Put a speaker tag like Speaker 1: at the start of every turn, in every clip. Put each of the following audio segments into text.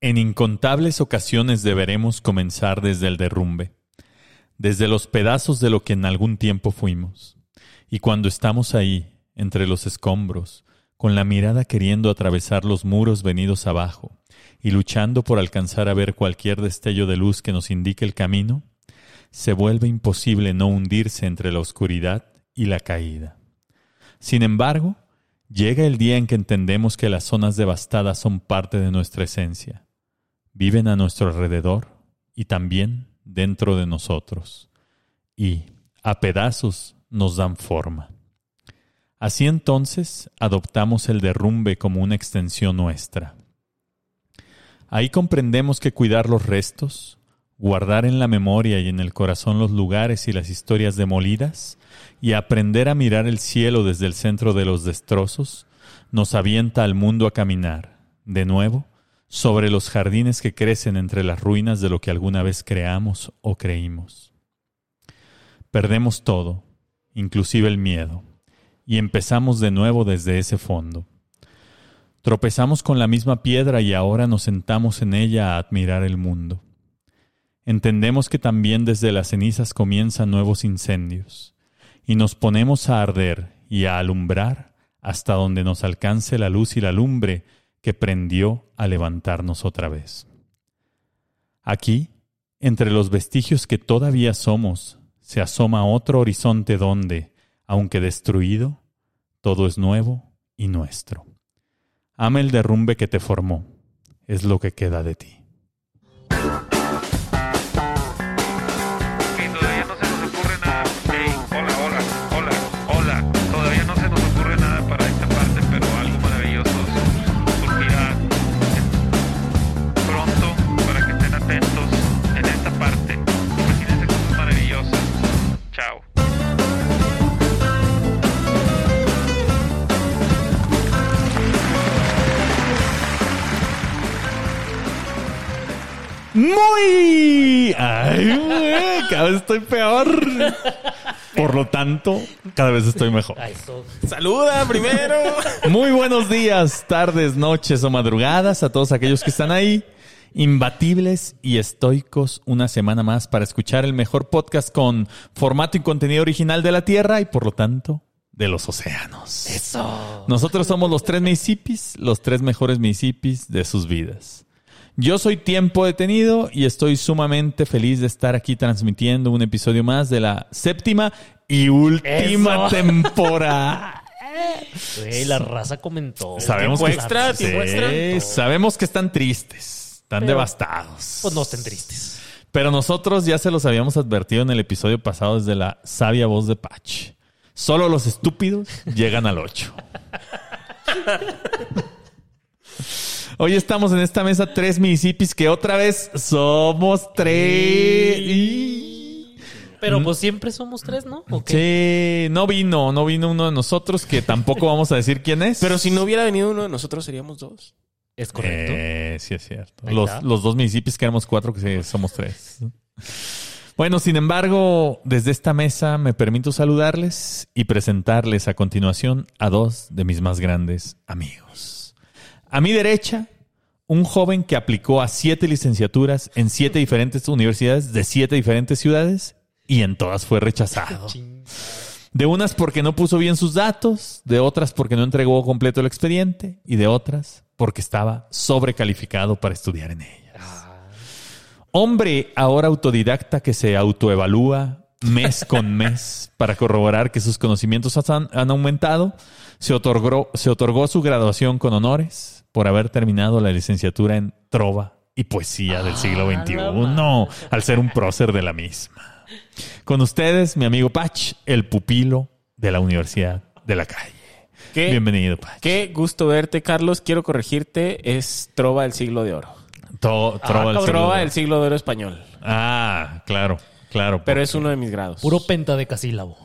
Speaker 1: En incontables ocasiones deberemos comenzar desde el derrumbe, desde los pedazos de lo que en algún tiempo fuimos. Y cuando estamos ahí, entre los escombros, con la mirada queriendo atravesar los muros venidos abajo, y luchando por alcanzar a ver cualquier destello de luz que nos indique el camino, se vuelve imposible no hundirse entre la oscuridad y la caída. Sin embargo, llega el día en que entendemos que las zonas devastadas son parte de nuestra esencia viven a nuestro alrededor y también dentro de nosotros, y a pedazos nos dan forma. Así entonces adoptamos el derrumbe como una extensión nuestra. Ahí comprendemos que cuidar los restos, guardar en la memoria y en el corazón los lugares y las historias demolidas, y aprender a mirar el cielo desde el centro de los destrozos, nos avienta al mundo a caminar, de nuevo, sobre los jardines que crecen entre las ruinas de lo que alguna vez creamos o creímos. Perdemos todo, inclusive el miedo, y empezamos de nuevo desde ese fondo. Tropezamos con la misma piedra y ahora nos sentamos en ella a admirar el mundo. Entendemos que también desde las cenizas comienzan nuevos incendios, y nos ponemos a arder y a alumbrar hasta donde nos alcance la luz y la lumbre que prendió a levantarnos otra vez. Aquí, entre los vestigios que todavía somos, se asoma otro horizonte donde, aunque destruido, todo es nuevo y nuestro. Ama el derrumbe que te formó, es lo que queda de ti.
Speaker 2: Ok, todavía no se nos ocurre nada. Ey, hola, hola, hola, hola. Todavía no se nos ocurre nada para esta parte, pero algo maravilloso sur- surgirá en- pronto para que estén atentos en esta parte. Imagínense cosas maravillosas. Chao.
Speaker 1: Muy... Ay, güey, cada vez estoy peor. Por lo tanto, cada vez estoy mejor.
Speaker 3: A eso.
Speaker 4: Saluda primero.
Speaker 1: Muy buenos días, tardes, noches o madrugadas a todos aquellos que están ahí, imbatibles y estoicos, una semana más para escuchar el mejor podcast con formato y contenido original de la Tierra y por lo tanto de los océanos.
Speaker 3: Eso.
Speaker 1: Nosotros somos los tres Mississippis, los tres mejores Mississippis de sus vidas. Yo soy Tiempo Detenido y estoy sumamente feliz de estar aquí transmitiendo un episodio más de la séptima y última
Speaker 3: Eso.
Speaker 1: temporada.
Speaker 3: Güey, la raza comentó.
Speaker 1: Sabemos
Speaker 3: Güey,
Speaker 1: que
Speaker 4: Tiempo extra,
Speaker 1: Sí,
Speaker 4: tiempo extra.
Speaker 1: sabemos que están tristes, están
Speaker 3: Pero-
Speaker 1: devastados.
Speaker 3: Pues no estén tristes.
Speaker 1: Pero nosotros ya se los habíamos advertido en el episodio pasado desde la sabia voz de Patch. Solo los estúpidos llegan al 8. Hoy estamos en esta mesa tres municipios que otra vez somos tres. Y-
Speaker 3: Pero pues siempre somos tres, ¿no? ¿O qué?
Speaker 1: Sí, no vino, no vino uno de nosotros que tampoco vamos a decir quién es.
Speaker 4: Pero si no hubiera venido uno de nosotros, seríamos dos.
Speaker 3: Es correcto.
Speaker 1: Eh, sí, es cierto.
Speaker 3: Ahí
Speaker 1: Los,
Speaker 3: está.
Speaker 1: los dos municipios que éramos cuatro, que sí, somos tres. Bueno, sin embargo, desde esta mesa me permito saludarles y presentarles a continuación a dos de mis más grandes amigos. A mi derecha, un joven que aplicó a siete licenciaturas en siete diferentes universidades de siete diferentes ciudades y en todas fue rechazado.
Speaker 3: Ching.
Speaker 1: De unas porque no puso bien sus datos, de otras porque no entregó completo el expediente y de otras porque estaba sobrecalificado para estudiar en ellas. Hombre ahora autodidacta que se autoevalúa mes con mes para corroborar que sus conocimientos han, han aumentado, se otorgó, se otorgó su graduación con honores por haber terminado la licenciatura en Trova y Poesía del siglo
Speaker 3: la
Speaker 1: XXI al ser un prócer de la misma. Con ustedes, mi amigo Patch, el pupilo de la Universidad de la Calle.
Speaker 4: ¿Qué,
Speaker 1: Bienvenido, Patch.
Speaker 4: qué gusto verte, Carlos. Quiero corregirte. Es Trova del siglo de oro. Ah,
Speaker 1: To- Ah, trova del
Speaker 4: Trova del
Speaker 1: siglo.
Speaker 4: siglo de oro español.
Speaker 1: Ah, claro, claro.
Speaker 4: Pero es uno de mis grados.
Speaker 3: Puro pentadecasílabo.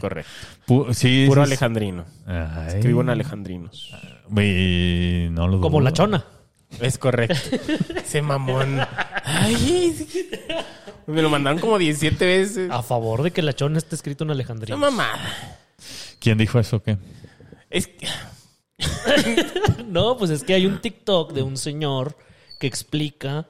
Speaker 4: correcto.
Speaker 1: Pu- sí,
Speaker 4: Puro
Speaker 1: sí, sí.
Speaker 4: alejandrino.
Speaker 1: Ay.
Speaker 4: Escribo en alejandrinos.
Speaker 1: Y no lo
Speaker 3: Como
Speaker 1: dudo.
Speaker 3: la chona.
Speaker 4: Es correcto. Ese mamón. Ay, es que- me lo mandaron como 17 veces.
Speaker 1: Ah,
Speaker 3: A favor de que la chona esté escrito en
Speaker 4: Una
Speaker 3: Alejandría.
Speaker 4: mamada.
Speaker 1: ¿Quién dijo eso? o ¿Qué?
Speaker 4: Es que-
Speaker 3: No, pues es que hay un TikTok de un señor que explica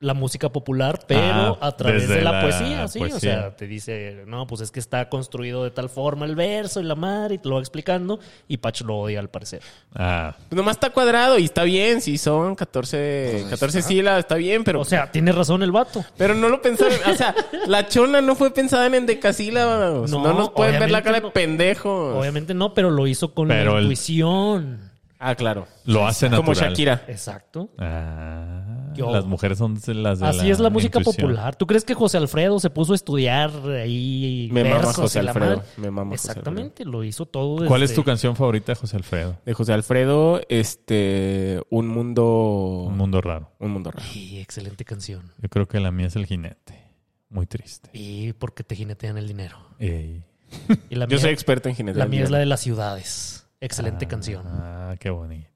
Speaker 3: la música popular, pero
Speaker 1: Ah,
Speaker 3: a través
Speaker 1: desde
Speaker 3: de la,
Speaker 1: la
Speaker 3: poesía, sí. O
Speaker 1: poesía.
Speaker 3: sea, te dice, no, pues es que está construido de tal forma el verso y la madre, y te lo va explicando, y Patch lo odia al parecer.
Speaker 1: Ah,
Speaker 4: Pues nomás está cuadrado y está bien. Si son
Speaker 1: Pues
Speaker 4: 14, 14 sílabas, está bien, pero.
Speaker 3: O sea, tiene razón el vato.
Speaker 4: Pero no lo pensaron, o sea, la chona no fue pensada en endecasílabos. No,
Speaker 3: No,
Speaker 4: nos pueden ver la
Speaker 3: obviamente
Speaker 4: cara de
Speaker 3: no.
Speaker 4: pendejos.
Speaker 3: Obviamente no, pero lo hizo con
Speaker 1: Pues, Pero
Speaker 3: la
Speaker 1: el-
Speaker 3: intuición.
Speaker 4: Ah, claro.
Speaker 1: lo hace natural.
Speaker 4: Como Shakira.
Speaker 3: Exacto.
Speaker 1: Ah,
Speaker 3: Yo-
Speaker 1: las mujeres son las de
Speaker 3: Así es la música
Speaker 1: intuición.
Speaker 3: popular. ¿Tú crees que José Alfredo se puso a estudiar ahí
Speaker 4: Me mama
Speaker 3: versos
Speaker 4: José
Speaker 3: y la
Speaker 4: Alfredo,
Speaker 3: madre?
Speaker 4: me mama José
Speaker 3: Exactamente, lo hizo todo desde...
Speaker 1: ¿Cuál es
Speaker 4: este.
Speaker 1: tu canción favorita, José Alfredo?
Speaker 4: De José Alfredo, este, un mundo,
Speaker 1: Un mundo raro.
Speaker 4: un mundo raro.
Speaker 3: Y excelente canción.
Speaker 1: Yo creo que la mía es El Jinete. Muy triste.
Speaker 3: Y porque te jinetean el dinero.
Speaker 1: Ey.
Speaker 3: Y la
Speaker 4: Yo
Speaker 3: mía,
Speaker 4: soy experto en jinetes.
Speaker 3: la mía es la de las ciudades. Excelente canción.
Speaker 1: Ah, qué bonito.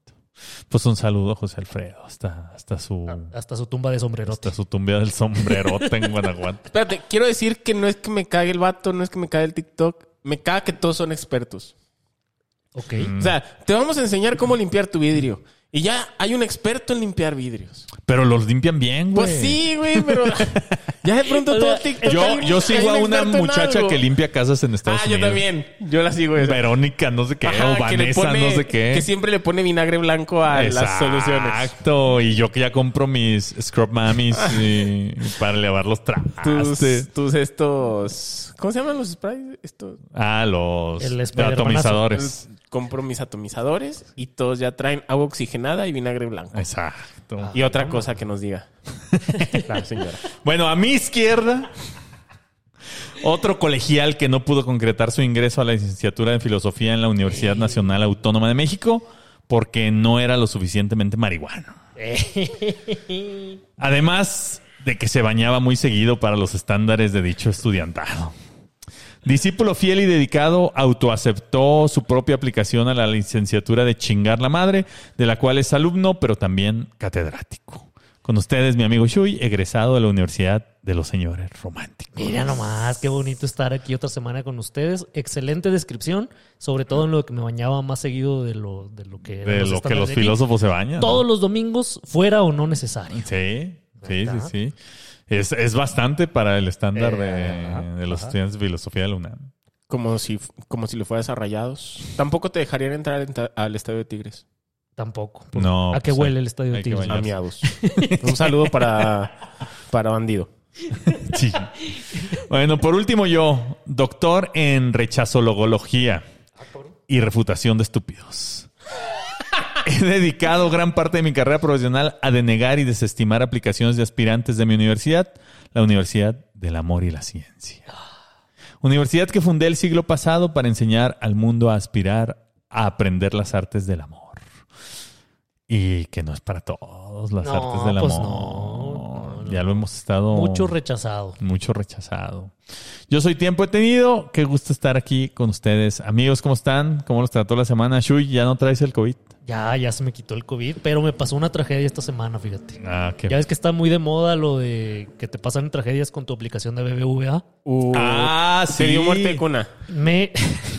Speaker 1: Pues un saludo a José Alfredo. Hasta, hasta su.
Speaker 4: Ah,
Speaker 3: Hasta su tumba de sombrerote.
Speaker 1: Hasta su tumba del sombrerote en Guanajuato.
Speaker 4: Espérate, quiero decir que no es que me cague el vato, no es que me cague el TikTok. Me caga que todos son expertos.
Speaker 3: Ok.
Speaker 4: O
Speaker 1: Mm.
Speaker 4: sea, te vamos a enseñar cómo limpiar tu vidrio. Y ya hay un experto en limpiar vidrios.
Speaker 1: Pero los limpian bien, güey.
Speaker 4: Pues sí, güey, pero ya de pronto
Speaker 3: O
Speaker 4: todo
Speaker 3: sea,
Speaker 4: TikTok. hay
Speaker 1: Yo,
Speaker 4: un-
Speaker 1: yo sigo
Speaker 4: hay
Speaker 1: a
Speaker 4: un
Speaker 1: una
Speaker 4: experto en
Speaker 1: muchacha
Speaker 4: algo.
Speaker 1: que limpia casas en Estados
Speaker 4: Ah, yo
Speaker 1: Unidos.
Speaker 4: también. Yo la sigo esa.
Speaker 1: Verónica, no sé qué,
Speaker 4: Ajá,
Speaker 1: o
Speaker 4: que le
Speaker 1: Vanessa,
Speaker 4: pone-
Speaker 1: no sé qué.
Speaker 4: Que siempre le pone vinagre blanco a las soluciones. Ah.
Speaker 1: Exacto. Y yo que ya compro mis Scrub Mamis y- para lavar los
Speaker 4: Tus,
Speaker 1: trastes.
Speaker 4: tus estos. ¿Cómo se llaman los sprays? Estos.
Speaker 1: Ah, los
Speaker 3: El Spider-Manazo.
Speaker 1: atomizadores.
Speaker 4: Compro mis atomizadores y todos ya traen agua oxigenada y vinagre blanco.
Speaker 1: Exacto.
Speaker 4: Y otra cosa que nos diga. La señora.
Speaker 1: Bueno, a mi izquierda, otro colegial que no pudo concretar su ingreso a la licenciatura en filosofía en la Universidad Nacional Autónoma de México porque no era lo suficientemente marihuano. Además de que se bañaba muy seguido para los estándares de dicho estudiantado. Discípulo fiel y dedicado, autoaceptó su propia aplicación a la licenciatura de chingar la madre, de la cual es alumno, pero también catedrático. Con ustedes, mi amigo Shui, egresado de la Universidad de los Señores Románticos.
Speaker 3: Mira nomás, qué bonito estar aquí otra semana con ustedes. Excelente descripción, sobre todo en lo que me bañaba más seguido de lo, de lo que... eran
Speaker 1: De lo que
Speaker 3: estándares
Speaker 1: los
Speaker 3: de aquí.
Speaker 1: filósofos se bañan. ¿no?
Speaker 3: Todos los domingos, fuera o no necesario.
Speaker 1: Sí, sí, sí,
Speaker 3: ¿Verdad?
Speaker 1: sí. Es, es bastante para el estándar
Speaker 3: Eh,
Speaker 1: de-
Speaker 3: ajá,
Speaker 1: de, los
Speaker 3: ajá.
Speaker 1: estudiantes de filosofía de la UNAM.
Speaker 4: Como si, como si lo fueras a rayados. Tampoco te dejarían entrar en ta- al estadio de Tigres.
Speaker 3: Tampoco.
Speaker 1: No,
Speaker 3: ¿A qué
Speaker 1: pues,
Speaker 3: huele
Speaker 1: hay-
Speaker 3: el estadio de
Speaker 1: hay que
Speaker 3: Tigres?
Speaker 1: bañarse.
Speaker 4: Amiados. Un saludo para, para bandido.
Speaker 1: Sí. Bueno, por último yo, doctor en rechazologología y refutación de estúpidos. He dedicado gran parte de mi carrera profesional a denegar y desestimar aplicaciones de aspirantes de mi universidad, la Universidad del Amor y la Ciencia. Universidad que fundé el siglo pasado para enseñar al mundo a aspirar a aprender las artes del amor. Y que no es para todos las
Speaker 3: No,
Speaker 1: artes del
Speaker 3: pues
Speaker 1: amor.
Speaker 3: no, no, no.
Speaker 1: ya lo hemos estado
Speaker 3: Mucho rechazado.
Speaker 1: mucho rechazado. Yo soy Tiempo He Tenido. Qué gusto estar aquí con ustedes. Amigos, ¿cómo están? ¿Cómo los trató la semana? Shui, ¿ya no traes el COVID?
Speaker 3: Ya, ya se me quitó el COVID, pero me pasó una tragedia esta semana, fíjate.
Speaker 1: Ah, qué...
Speaker 3: Ya ves que está muy de moda lo de que te pasan tragedias con tu aplicación de BBVA.
Speaker 4: Uh,
Speaker 1: Ah,
Speaker 4: Se
Speaker 1: sí.
Speaker 4: dio muerte de cuna.
Speaker 3: Me,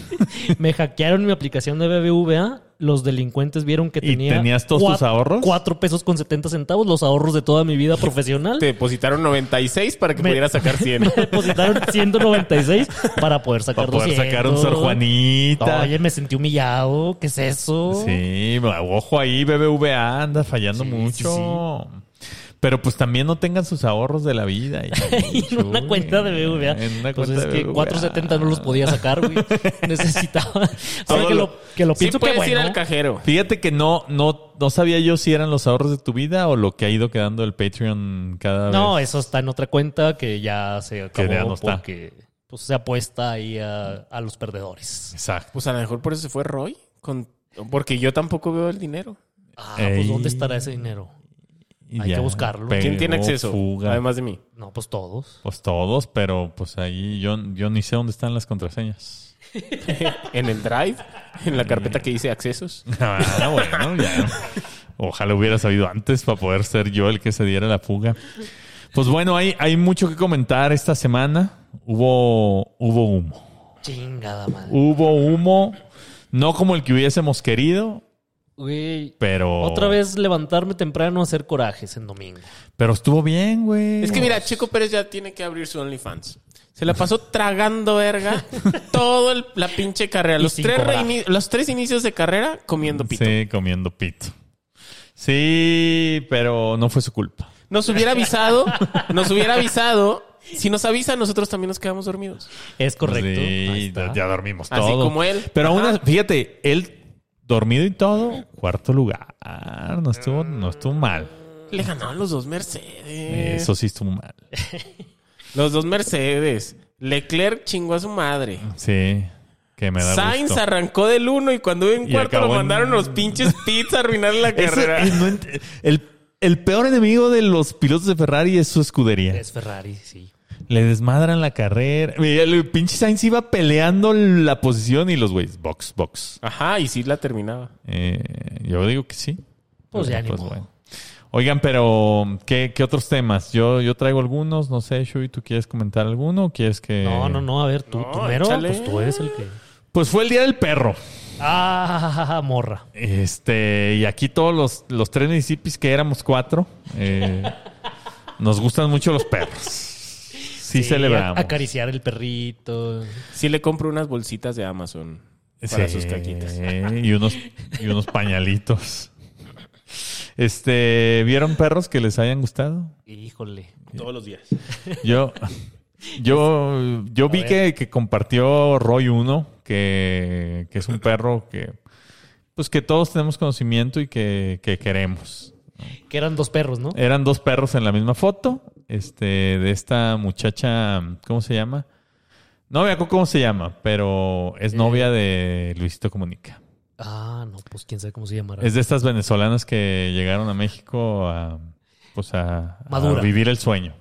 Speaker 3: me hackearon mi aplicación de BBVA. Los delincuentes vieron que
Speaker 1: ¿Y
Speaker 3: tenía.
Speaker 1: tenías todos
Speaker 3: cua-
Speaker 1: tus ahorros?
Speaker 3: Cuatro pesos con 70 centavos, los ahorros de toda mi vida profesional.
Speaker 4: Te depositaron 96 para que
Speaker 3: Me-
Speaker 4: pudieras sacar 100.
Speaker 3: Me depositaron 196 para poder sacar
Speaker 1: Para poder
Speaker 3: 200.
Speaker 1: sacar un Sor Juanita.
Speaker 3: Oye, me sentí humillado. ¿Qué es eso?
Speaker 1: Sí, ojo ahí, BBVA anda fallando
Speaker 3: Sí,
Speaker 1: mucho. Pero pues también no tengan sus ahorros de la vida. Y,
Speaker 3: En una cuenta de BBVA.
Speaker 1: En una
Speaker 3: pues
Speaker 1: cuenta de
Speaker 3: es que
Speaker 1: BBVA.
Speaker 3: 470 no los podía sacar, güey. Necesitaba. Ahora que lo, que lo
Speaker 4: Sí
Speaker 3: pienso que
Speaker 4: puedes ir
Speaker 3: bueno.
Speaker 4: al cajero.
Speaker 1: Fíjate que no, no, no sabía yo si eran los ahorros de tu vida o lo que ha ido quedando el Patreon cada vez.
Speaker 3: No, eso está en otra cuenta que ya se acabó
Speaker 1: ya no está.
Speaker 3: porque pues, se apuesta ahí a, a los perdedores.
Speaker 1: Exacto.
Speaker 4: Pues a lo mejor por eso se fue Roy. Con... Porque yo tampoco veo el dinero.
Speaker 3: Ah,
Speaker 1: Ey.
Speaker 3: pues ¿dónde estará ese dinero?
Speaker 1: Y
Speaker 3: Hay que buscarlo.
Speaker 4: ¿Quién tiene
Speaker 1: pegó
Speaker 4: acceso?
Speaker 1: fuga.
Speaker 4: Además de mí.
Speaker 3: No, pues todos.
Speaker 1: Pues todos, pero pues ahí yo, yo ni sé dónde están las contraseñas.
Speaker 4: En el drive, en la carpeta que dice accesos.
Speaker 1: Ah, bueno, ya. Ojalá hubiera sabido antes para poder ser yo el que se diera la fuga. Pues bueno, hay, hay mucho que comentar esta semana. Hubo, hubo humo. Uh,
Speaker 3: Chingada madre.
Speaker 1: Hubo humo, no como el que hubiésemos querido,
Speaker 3: Güey.
Speaker 1: Pero.
Speaker 3: Otra vez levantarme temprano a hacer corajes en domingo.
Speaker 1: Pero estuvo bien, güey.
Speaker 4: Es que mira, Chico Pérez ya tiene que abrir su OnlyFans. Se la pasó tragando verga todo el- la pinche carrera.
Speaker 3: Y
Speaker 4: Los
Speaker 3: sin
Speaker 4: tres,
Speaker 3: cobrar.
Speaker 4: reini- los tres inicios de carrera comiendo pito.
Speaker 1: Sí, comiendo pito. Sí, pero no fue su culpa.
Speaker 4: Nos hubiera avisado, nos hubiera avisado. Si nos avisa, nosotros también nos quedamos dormidos.
Speaker 3: Es correcto. Ahí
Speaker 1: Sí,
Speaker 3: está.
Speaker 1: ya, ya dormimos
Speaker 4: Así
Speaker 1: todo.
Speaker 4: como él.
Speaker 1: Pero aún
Speaker 4: Ajá.
Speaker 1: así, fíjate, él dormido y todo, cuarto lugar. No estuvo, no estuvo mal.
Speaker 4: Le ganaron los dos Mercedes.
Speaker 1: Eso sí estuvo mal.
Speaker 4: Los dos Mercedes. Leclerc chingó a su madre.
Speaker 1: Sí, que me da
Speaker 4: Sainz
Speaker 1: gusto.
Speaker 4: arrancó del uno y cuando iba en
Speaker 1: Y
Speaker 4: cuarto lo
Speaker 1: acabó en-
Speaker 4: mandaron los pinches pits a arruinar la
Speaker 1: Ese-
Speaker 4: carrera.
Speaker 1: eh, no ent- el, el peor enemigo de los pilotos de Ferrari es su escudería.
Speaker 3: Es Ferrari, sí.
Speaker 1: Le desmadran la carrera. Mira, El pinche Sainz iba peleando la posición y los güeyes, box, box.
Speaker 4: Ajá, y sí la terminaba.
Speaker 1: Eh, yo digo que sí.
Speaker 3: Pues ya ni modo.
Speaker 1: Oigan, pero ¿qué, qué otros temas? Yo, yo traigo algunos, no sé, Shui, ¿tú quieres comentar alguno o quieres que...?
Speaker 3: No, no, no. A ver, tú,
Speaker 4: No,
Speaker 3: tú mero,
Speaker 4: échale.
Speaker 3: pues tú eres el que.
Speaker 1: Pues fue el Día del Perro.
Speaker 3: Ah, morra.
Speaker 1: Este, y aquí todos los, los tres municipios que éramos cuatro, eh, nos gustan mucho los perros. Sí, celebramos.
Speaker 3: a- Acariciar el perrito.
Speaker 4: Sí le compro unas bolsitas de Amazon para
Speaker 1: Sí,
Speaker 4: sus caquitas.
Speaker 1: Y unos, y unos pañalitos. Este, ¿vieron perros que les hayan gustado?
Speaker 3: Híjole.
Speaker 4: Todos los días.
Speaker 1: Yo, yo, yo vi
Speaker 3: ver.
Speaker 1: que, que compartió Roy uno, que, que es un perro que, pues que todos tenemos conocimiento y que, que queremos.
Speaker 3: Que eran dos perros, ¿no?
Speaker 1: Eran dos perros en la misma foto, este, de esta muchacha, ¿cómo se llama? No me acuerdo cómo se llama, pero
Speaker 3: Eh.
Speaker 1: es novia de Luisito Comunica.
Speaker 3: Ah, no, pues quién sabe cómo se llamará.
Speaker 1: Es de estas venezolanas que llegaron a México a, pues a, a
Speaker 3: Madura.
Speaker 1: vivir el sueño.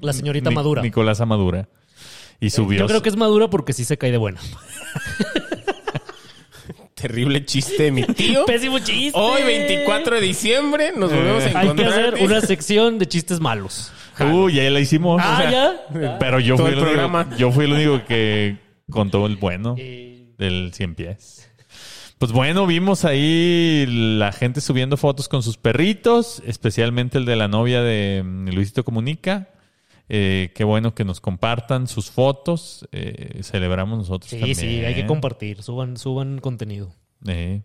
Speaker 3: La señorita
Speaker 1: Ni-
Speaker 3: Madura. Eh,
Speaker 1: Nicolás Amadura. Y subió.
Speaker 3: Yo creo que es Madura porque sí se cae de buena.
Speaker 4: Terrible chiste de mi tío.
Speaker 3: Pésimo chiste.
Speaker 4: Hoy, 24 de diciembre,
Speaker 1: Eh.
Speaker 4: nos volvemos a
Speaker 3: Hay que
Speaker 4: encontrar.
Speaker 3: hacer una sección de chistes malos.
Speaker 1: Uy, ya la hicimos.
Speaker 3: Ah,
Speaker 1: O sea,
Speaker 3: ya.
Speaker 1: Pero yo
Speaker 4: Todo
Speaker 1: fui,
Speaker 4: el
Speaker 1: el único,
Speaker 4: programa.
Speaker 1: yo fui el único que contó el bueno
Speaker 3: Eh,
Speaker 1: del 100 pies. Pues bueno, vimos ahí la gente subiendo fotos con sus perritos, especialmente el de la novia de mm, Luisito Comunica. Eh, qué bueno que nos compartan sus fotos. Eh, celebramos nosotros
Speaker 3: Sí,
Speaker 1: también.
Speaker 3: sí, hay que compartir. Suban, suban contenido.
Speaker 1: Eh.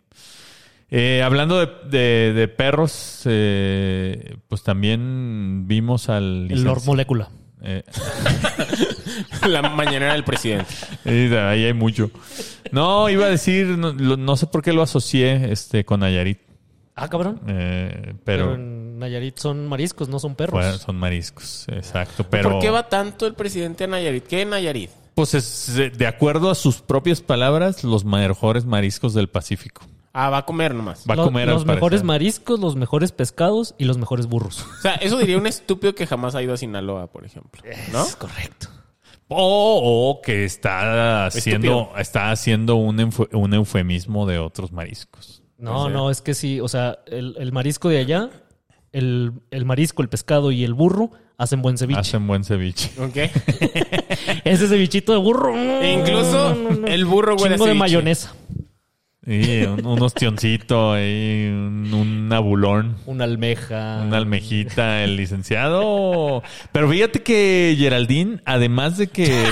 Speaker 1: Eh, hablando de, de- de perros, eh, pues también vimos al...
Speaker 3: El Lord Molécula.
Speaker 1: Eh,
Speaker 4: La mañanera del presidente.
Speaker 1: eh, de ahí hay mucho. No, iba a decir, no, lo- no sé por qué lo asocié este, con Nayarit,
Speaker 3: Ah, cabrón.
Speaker 1: eh,
Speaker 3: Pero,
Speaker 1: pero,
Speaker 3: en Nayarit son mariscos, no son perros.
Speaker 1: bueno, son mariscos, exacto. Pero
Speaker 4: ¿Por qué va tanto el presidente a Nayarit? ¿Qué Nayarit?
Speaker 1: pues es, eh, de acuerdo a sus propias palabras, los mejores mariscos del Pacífico.
Speaker 4: Ah, va a comer nomás.
Speaker 1: Va
Speaker 3: Lo-
Speaker 1: a comer al
Speaker 3: los mejores
Speaker 1: parecer.
Speaker 3: mariscos, los mejores pescados y los mejores burros.
Speaker 4: O sea, eso diría un estúpido que jamás ha ido a Sinaloa, por ejemplo. ¿No?
Speaker 3: Es correcto.
Speaker 1: O, o que está haciendo,
Speaker 4: Estúpido.
Speaker 1: está haciendo un, enfue- un eufemismo de otros mariscos.
Speaker 3: No, no, es que sí, o sea, el, el marisco de allá, el, el marisco, el pescado y el burro hacen buen ceviche.
Speaker 1: Hacen buen ceviche.
Speaker 4: Ok.
Speaker 3: Ese cevichito de burro.
Speaker 4: E incluso el burro huele a
Speaker 3: Chingo de
Speaker 4: ceviche.
Speaker 3: mayonesa.
Speaker 1: Y un, un ostioncito, ahí, un, un abulón,
Speaker 3: Una almeja.
Speaker 1: una almejita, el licenciado. Pero fíjate que Geraldine, además de que...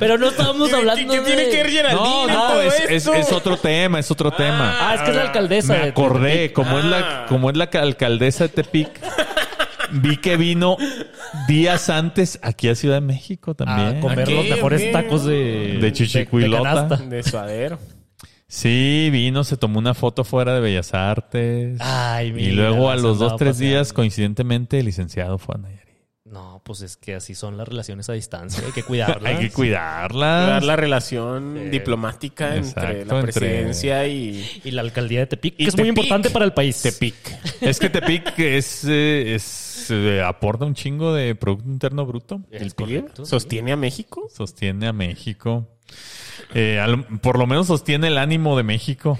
Speaker 3: Pero no estábamos
Speaker 4: ¿Qué-
Speaker 3: hablando
Speaker 4: qué
Speaker 3: de...
Speaker 4: tiene que ver Geraldine
Speaker 1: No,
Speaker 4: en
Speaker 1: no,
Speaker 4: todo
Speaker 1: es, es-
Speaker 4: esto?
Speaker 1: es otro tema, es otro tema.
Speaker 3: Ah, es que es la alcaldesa.
Speaker 1: Me
Speaker 3: de-
Speaker 1: acordé, como es
Speaker 3: Ah.
Speaker 1: la, como es la ca- alcaldesa de Tepic, vi que vino días antes aquí a Ciudad de México
Speaker 3: A
Speaker 1: también.
Speaker 3: comer
Speaker 4: Aquí,
Speaker 3: los mejores
Speaker 4: aquí.
Speaker 3: tacos de...
Speaker 1: De chichicuilota.
Speaker 3: canasta.
Speaker 4: De suadero.
Speaker 1: Sí, vino, se tomó una foto fuera de Bellas Artes.
Speaker 3: Ay, mira,
Speaker 1: y luego a
Speaker 3: se
Speaker 1: los dos,
Speaker 3: andaba
Speaker 1: tres
Speaker 3: paseando.
Speaker 1: días, coincidentemente, el licenciado fue a Nayarit.
Speaker 3: No, pues es que así son las relaciones a distancia. Hay que cuidarlas.
Speaker 1: Hay que cuidarla.
Speaker 4: Dar la relación diplomática entre
Speaker 1: Exacto,
Speaker 4: la
Speaker 1: entre-
Speaker 4: presidencia y
Speaker 3: Y la alcaldía de Tepic, que
Speaker 4: Y
Speaker 3: es muy
Speaker 4: Tepic.
Speaker 3: importante para el país.
Speaker 4: Tepic.
Speaker 1: Es que Tepic es, eh, es, eh, aporta un chingo de Producto Interno Bruto.
Speaker 3: Es
Speaker 4: ¿El
Speaker 3: correcto,
Speaker 4: PRI
Speaker 3: sí.
Speaker 4: sostiene a México?
Speaker 1: Sostiene a México. Eh, al- por lo menos sostiene el ánimo de México.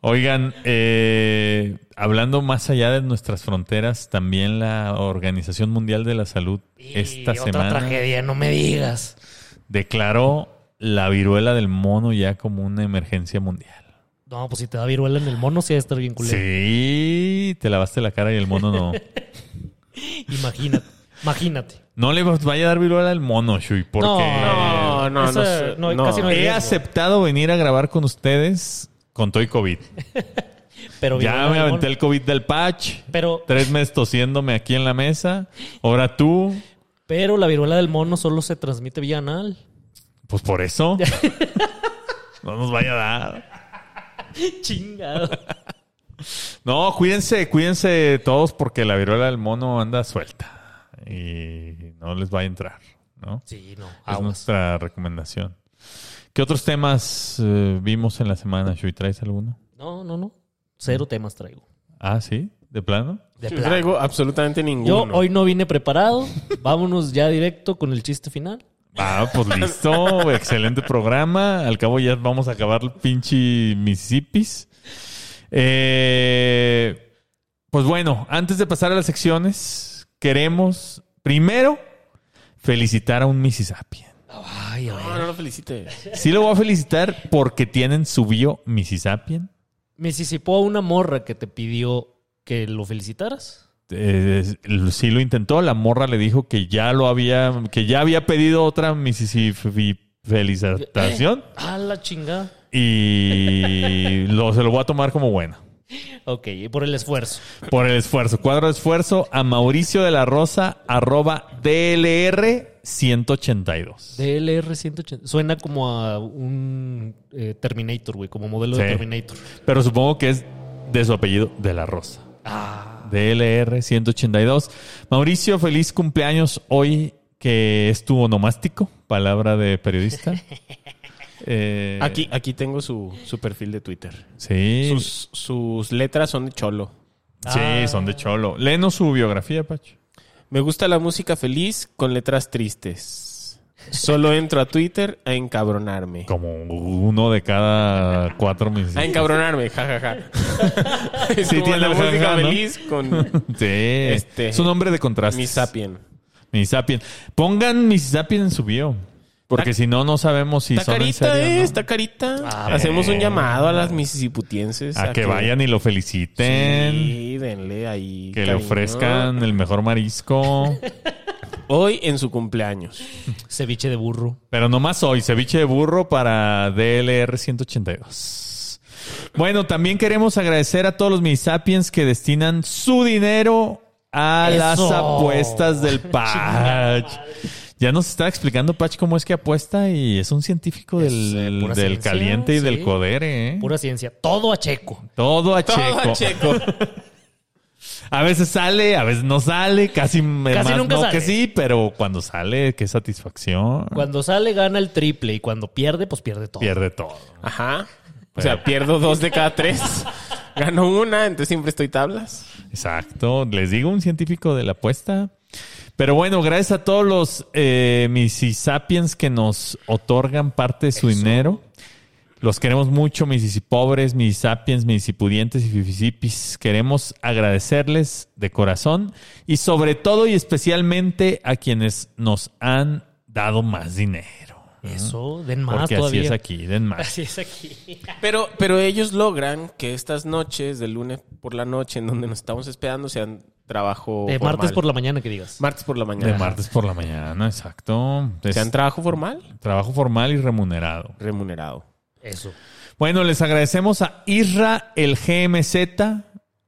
Speaker 1: Oigan, eh, hablando más allá de nuestras fronteras, también la Organización Mundial de la Salud
Speaker 3: Y
Speaker 1: esta
Speaker 3: otra
Speaker 1: semana
Speaker 3: tragedia, no me digas.
Speaker 1: declaró la viruela del mono ya como una emergencia mundial.
Speaker 3: No, pues si te da viruela en el mono, sí ha de estar bien culero.
Speaker 1: Sí, te lavaste la cara y el mono no.
Speaker 3: Imagínate. Imagínate.
Speaker 1: No le vaya a dar viruela al mono, Shui, porque
Speaker 4: No, no, no
Speaker 3: esa-
Speaker 4: sé,
Speaker 3: no,
Speaker 4: no.
Speaker 3: casi no hay
Speaker 1: he
Speaker 3: riesgo.
Speaker 1: aceptado venir a grabar con ustedes con todo y COVID.
Speaker 3: Pero
Speaker 1: Ya
Speaker 3: viruela
Speaker 1: me
Speaker 3: del
Speaker 1: aventé
Speaker 3: mono.
Speaker 1: el COVID del patch.
Speaker 3: Pero,
Speaker 1: Tres meses tosiéndome aquí en la mesa. Ahora tú,
Speaker 3: pero la viruela del mono solo se transmite vía anal.
Speaker 1: pues por eso. No nos vaya a dar.
Speaker 3: Chingado.
Speaker 1: No, cuídense, cuídense todos porque la viruela del mono anda suelta. Y no les va a entrar, ¿no?
Speaker 3: Sí, no.
Speaker 1: Es
Speaker 3: Aguas.
Speaker 1: nuestra recomendación. ¿Qué otros temas eh, vimos en la semana, Shui? ¿Traes alguno?
Speaker 3: No, no, no. Cero temas traigo.
Speaker 1: Ah, sí, de plano.
Speaker 3: De
Speaker 4: Yo
Speaker 3: plano.
Speaker 4: traigo absolutamente
Speaker 3: Yo
Speaker 4: ninguno.
Speaker 3: hoy no vine preparado. Vámonos ya directo con el chiste final.
Speaker 1: Ah, pues listo, excelente programa. Al cabo ya vamos a acabar el pinche Mississippis. Eh, pues bueno, antes de pasar a las secciones, queremos primero felicitar a un Mississippi.
Speaker 3: Ay, a
Speaker 4: No,
Speaker 3: ver.
Speaker 4: no lo felicite.
Speaker 1: Sí lo voy a felicitar porque tienen su bio Mississippi.
Speaker 3: Me sisipó a una morra que te pidió que lo felicitaras.
Speaker 1: Eh, sí lo intentó, la morra le dijo que ya lo había, que ya había pedido otra Mississippi felicitación
Speaker 3: Ah, la chingada.
Speaker 1: y lo, se lo voy a tomar como buena.
Speaker 3: Ok, y por el esfuerzo.
Speaker 1: Por el esfuerzo. Cuadro de esfuerzo a Mauricio de la Rosa, arroba DLR182.
Speaker 3: DLR 180. Suena como a un eh, Terminator, güey, como modelo
Speaker 1: Sí.
Speaker 3: de Terminator.
Speaker 1: Pero supongo que es de su apellido, de la Rosa.
Speaker 4: Ah.
Speaker 1: DLR182. Mauricio, feliz cumpleaños hoy, que es tu onomástico, palabra de periodista. Eh,
Speaker 4: Aquí, aquí tengo su, su perfil de Twitter.
Speaker 1: Sí.
Speaker 4: Sus, Ah. sus letras son de cholo.
Speaker 1: Sí, son de cholo. Léenos su biografía, Pacho.
Speaker 4: Me gusta la música feliz con letras tristes. Solo entro a Twitter a encabronarme.
Speaker 1: Como uno de cada cuatro mis.
Speaker 4: A encabronarme, jajaja. Es
Speaker 1: Sí,
Speaker 4: como
Speaker 1: tiene
Speaker 4: la
Speaker 1: el
Speaker 4: música
Speaker 1: jajaja, ¿no?
Speaker 4: feliz con
Speaker 1: Sí.
Speaker 4: Este-
Speaker 1: es un hombre de contrastes.
Speaker 4: mi sapien.
Speaker 1: Misapien. Pongan Misapien en su bio. Porque si no, no sabemos si
Speaker 4: Está
Speaker 1: son en
Speaker 4: carita,
Speaker 1: serio. o
Speaker 4: eh,
Speaker 1: no.
Speaker 4: está carita.
Speaker 1: Ah,
Speaker 4: Hacemos
Speaker 1: eh.
Speaker 4: un llamado a las misisiputienses.
Speaker 1: A que vayan y lo feliciten.
Speaker 4: Sí, denle ahí.
Speaker 1: que le
Speaker 4: cariño.
Speaker 1: ofrezcan el mejor marisco.
Speaker 4: Hoy en su cumpleaños.
Speaker 3: Ceviche de burro.
Speaker 1: Pero nomás hoy, ceviche de burro para DLR 182. Bueno, también queremos agradecer a todos los Misapiens que destinan su dinero a
Speaker 3: Eso.
Speaker 1: las apuestas del Patch. Ya nos está explicando Patch cómo es que apuesta y es un científico del,
Speaker 3: eh, pura
Speaker 1: del
Speaker 3: ciencia,
Speaker 1: caliente y del
Speaker 3: sí.
Speaker 1: codere. ¿eh?
Speaker 3: Pura ciencia. Todo a checo.
Speaker 1: Todo a
Speaker 4: Todo
Speaker 1: checo.
Speaker 4: a checo.
Speaker 1: A veces sale, a veces no sale, casi, eh, más
Speaker 3: nunca
Speaker 1: no
Speaker 3: sale.
Speaker 1: que sí, pero cuando sale, qué satisfacción.
Speaker 3: Cuando sale, gana el triple. Y cuando pierde, pues pierde todo.
Speaker 1: Ah. Pierde todo.
Speaker 4: Ajá. O
Speaker 1: Pero-
Speaker 4: sea, pierdo dos de cada tres. Gano una, entonces siempre estoy tablas.
Speaker 1: Exacto. Les digo un científico de la apuesta. Pero bueno, gracias a todos los eh, Mississippians que nos otorgan parte de su dinero. Los queremos mucho, Mississipobres, Mississippians, Missipudientes y Fifisipis. Queremos agradecerles de corazón y sobre todo y especialmente a quienes nos han dado más dinero.
Speaker 3: Eso, den más
Speaker 1: Porque
Speaker 3: todavía.
Speaker 1: así es aquí, den más.
Speaker 3: Así es aquí.
Speaker 4: Pero, pero ellos logran que estas noches, del lunes por la noche, en donde nos estamos esperando, sean trabajo.
Speaker 3: Eh,
Speaker 4: formal.
Speaker 3: martes por la mañana que digas.
Speaker 4: martes por la mañana.
Speaker 1: De martes por la mañana, exacto. Es
Speaker 4: Sean trabajo formal,
Speaker 1: trabajo formal y remunerado.
Speaker 4: remunerado.
Speaker 3: Eso.
Speaker 1: Bueno, les agradecemos a Isra, el GMZ,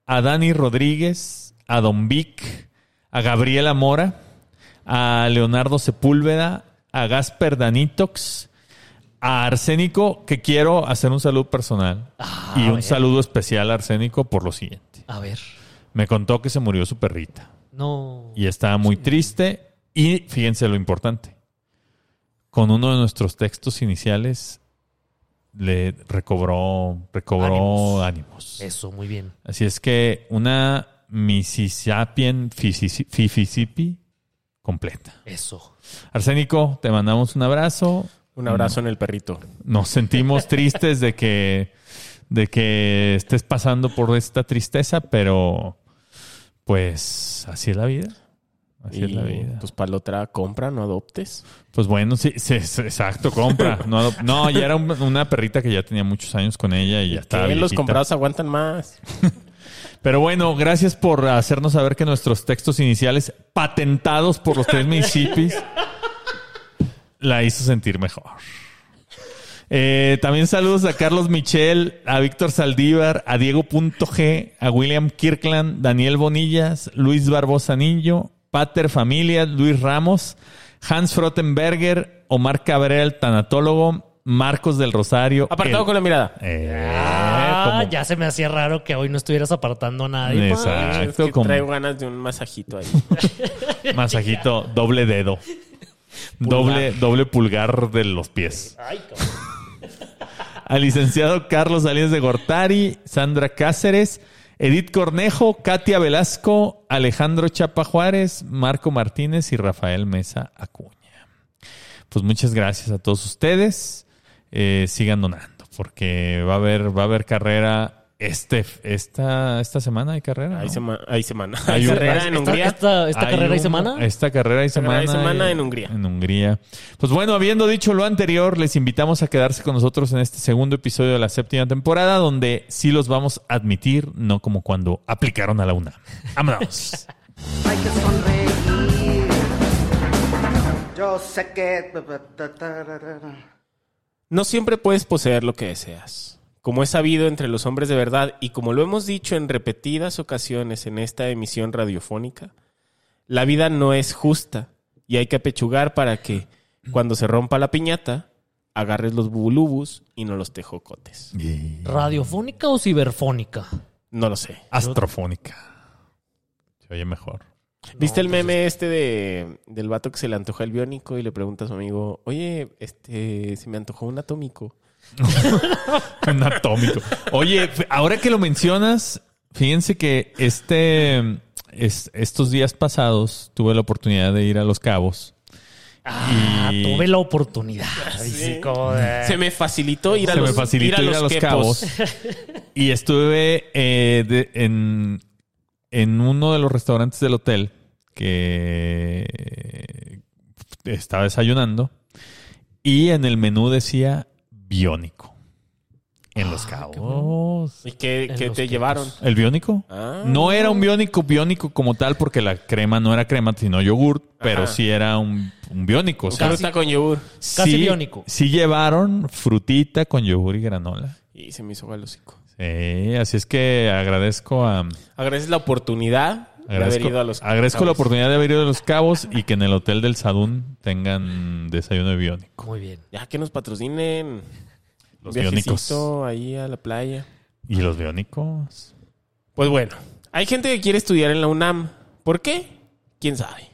Speaker 1: a Dani Rodríguez, a Don Vic, a Gabriela Mora, a Leonardo Sepúlveda, a Gasper Danitox, a Arsénico, que quiero hacer un saludo personal
Speaker 3: Ah,
Speaker 1: Ah, y un
Speaker 3: bueno.
Speaker 1: saludo especial a Arsénico por lo siguiente.
Speaker 3: A ver.
Speaker 1: Me contó que se murió su perrita
Speaker 3: No.
Speaker 1: y estaba muy triste y fíjense lo importante. Con uno de nuestros textos iniciales le recobró, recobró ánimos.
Speaker 3: Eso, muy bien.
Speaker 1: Así es que una Mississippian Fisisi- Fifisipi completa.
Speaker 3: Eso.
Speaker 1: Arsénico, te mandamos un abrazo.
Speaker 4: Un
Speaker 1: Mm.
Speaker 4: abrazo en el perrito.
Speaker 1: Nos sentimos tristes de que, de que estés pasando por esta tristeza, pero pues así es la vida. Así es la vida.
Speaker 4: Pues para la otra compra, no adoptes.
Speaker 1: Pues bueno, sí, sí, sí, exacto, compra. No, adop- no, ya era un- una perrita que ya tenía muchos años con ella y ya estaba.
Speaker 4: Que los
Speaker 1: viejita.
Speaker 4: comprados aguantan más.
Speaker 1: Pero bueno, gracias por hacernos saber que nuestros textos iniciales, patentados por los tres municipios, la hizo sentir mejor. Eh, también saludos a Carlos Michel, a Víctor Saldívar, a Diego.g, a William Kirkland, Daniel Bonillas, Luis Barbosa Niño, Pater Familia, Luis Ramos, Hans Frottenberger, Omar Cabrera, el tanatólogo, Marcos del Rosario.
Speaker 4: Apartado
Speaker 1: el-
Speaker 4: con la mirada.
Speaker 1: Eh,
Speaker 3: Ah,
Speaker 1: como-
Speaker 3: ya se me hacía raro que hoy no estuvieras apartando a nadie. pa.
Speaker 1: Exacto,
Speaker 4: Es que
Speaker 1: como-
Speaker 4: Traigo ganas de un masajito ahí.
Speaker 1: Masajito, doble dedo. Doble, doble pulgar de los pies.
Speaker 3: Ay, cabrón.
Speaker 1: Al licenciado Carlos Salinas de Gortari, Sandra Cáceres, Edith Cornejo, Katia Velasco, Alejandro Chapa Juárez, Marco Martínez y Rafael Mesa Acuña. Pues muchas gracias a todos ustedes. Eh, sigan donando, porque va a haber, va a haber carrera este, esta, esta semana hay carrera.
Speaker 4: Hay,
Speaker 1: ¿no?
Speaker 4: sema- hay semana.
Speaker 1: Hay
Speaker 4: Hay
Speaker 1: un-
Speaker 4: carrera en
Speaker 3: Esta,
Speaker 4: Hungría.
Speaker 3: esta- esta
Speaker 1: Hay
Speaker 3: carrera y
Speaker 1: un-
Speaker 3: semana.
Speaker 1: Esta carrera y semana.
Speaker 4: Carrera y semana
Speaker 1: eh,
Speaker 4: en Hungría.
Speaker 1: En Hungría. Pues bueno, habiendo dicho lo anterior, les invitamos a quedarse con nosotros en este segundo episodio de la séptima temporada, donde sí los vamos a admitir, no como cuando aplicaron a la UNAM. ¡Vámonos!
Speaker 5: Hay que sonreír. Yo sé que.
Speaker 4: No siempre puedes poseer lo que deseas. Como es sabido entre los hombres de verdad y como lo hemos dicho en repetidas ocasiones en esta emisión radiofónica, la vida no es justa y hay que apechugar para que, cuando se rompa la piñata, agarres los bubulubus y no los tejocotes.
Speaker 3: ¿Radiofónica o ciberfónica?
Speaker 4: No lo sé.
Speaker 1: Astrofónica. Se oye mejor. pues
Speaker 4: ¿Viste el meme este de, del vato que se le antoja el biónico y le pregunta a su amigo, oye, este, se me antojó un atómico?
Speaker 1: Un atómico. Oye, f- ahora que lo mencionas, fíjense que este, es- estos días pasados tuve la oportunidad de ir a Los Cabos.
Speaker 3: Ah,
Speaker 1: Y-
Speaker 3: tuve la oportunidad. Ay, sí, como de-
Speaker 4: Se me facilitó ir a
Speaker 1: Eh. se
Speaker 4: los
Speaker 1: me facilitó ir a los,
Speaker 4: quepos.
Speaker 1: cabos. y estuve eh, de- en, en uno de los restaurantes del hotel que eh, estaba desayunando. Y en el menú decía biónico. En
Speaker 4: Ah,
Speaker 1: los cabos.
Speaker 4: ¿Y qué,
Speaker 3: En
Speaker 4: qué
Speaker 3: los
Speaker 4: te
Speaker 3: quepos.
Speaker 4: llevaron?
Speaker 1: ¿El biónico?
Speaker 4: Ah.
Speaker 1: No era un biónico biónico como tal, porque la crema no era crema, sino yogurt, pero
Speaker 4: Ajá.
Speaker 1: sí era un, un biónico. O sea,
Speaker 4: Fruta con yogur.
Speaker 3: casi
Speaker 1: sí-
Speaker 3: biónico.
Speaker 1: Sí llevaron frutita con yogur y granola.
Speaker 4: Y se me hizo galosico.
Speaker 1: Sí, así es que agradezco a
Speaker 4: Agradeces la oportunidad de haber
Speaker 1: agradezco,
Speaker 4: ido a los
Speaker 1: agradezco la
Speaker 4: Cabos.
Speaker 1: oportunidad de haber ido a los cabos y que en el hotel del Sadún tengan desayuno de biónico.
Speaker 3: Muy bien.
Speaker 4: Ya que nos patrocinen.
Speaker 1: Los
Speaker 4: Los
Speaker 1: biónicos.
Speaker 4: ahí a la playa.
Speaker 1: Y los biónicos.
Speaker 4: Pues bueno, hay gente que quiere estudiar en la UNAM. ¿Por qué? ¿Quién sabe?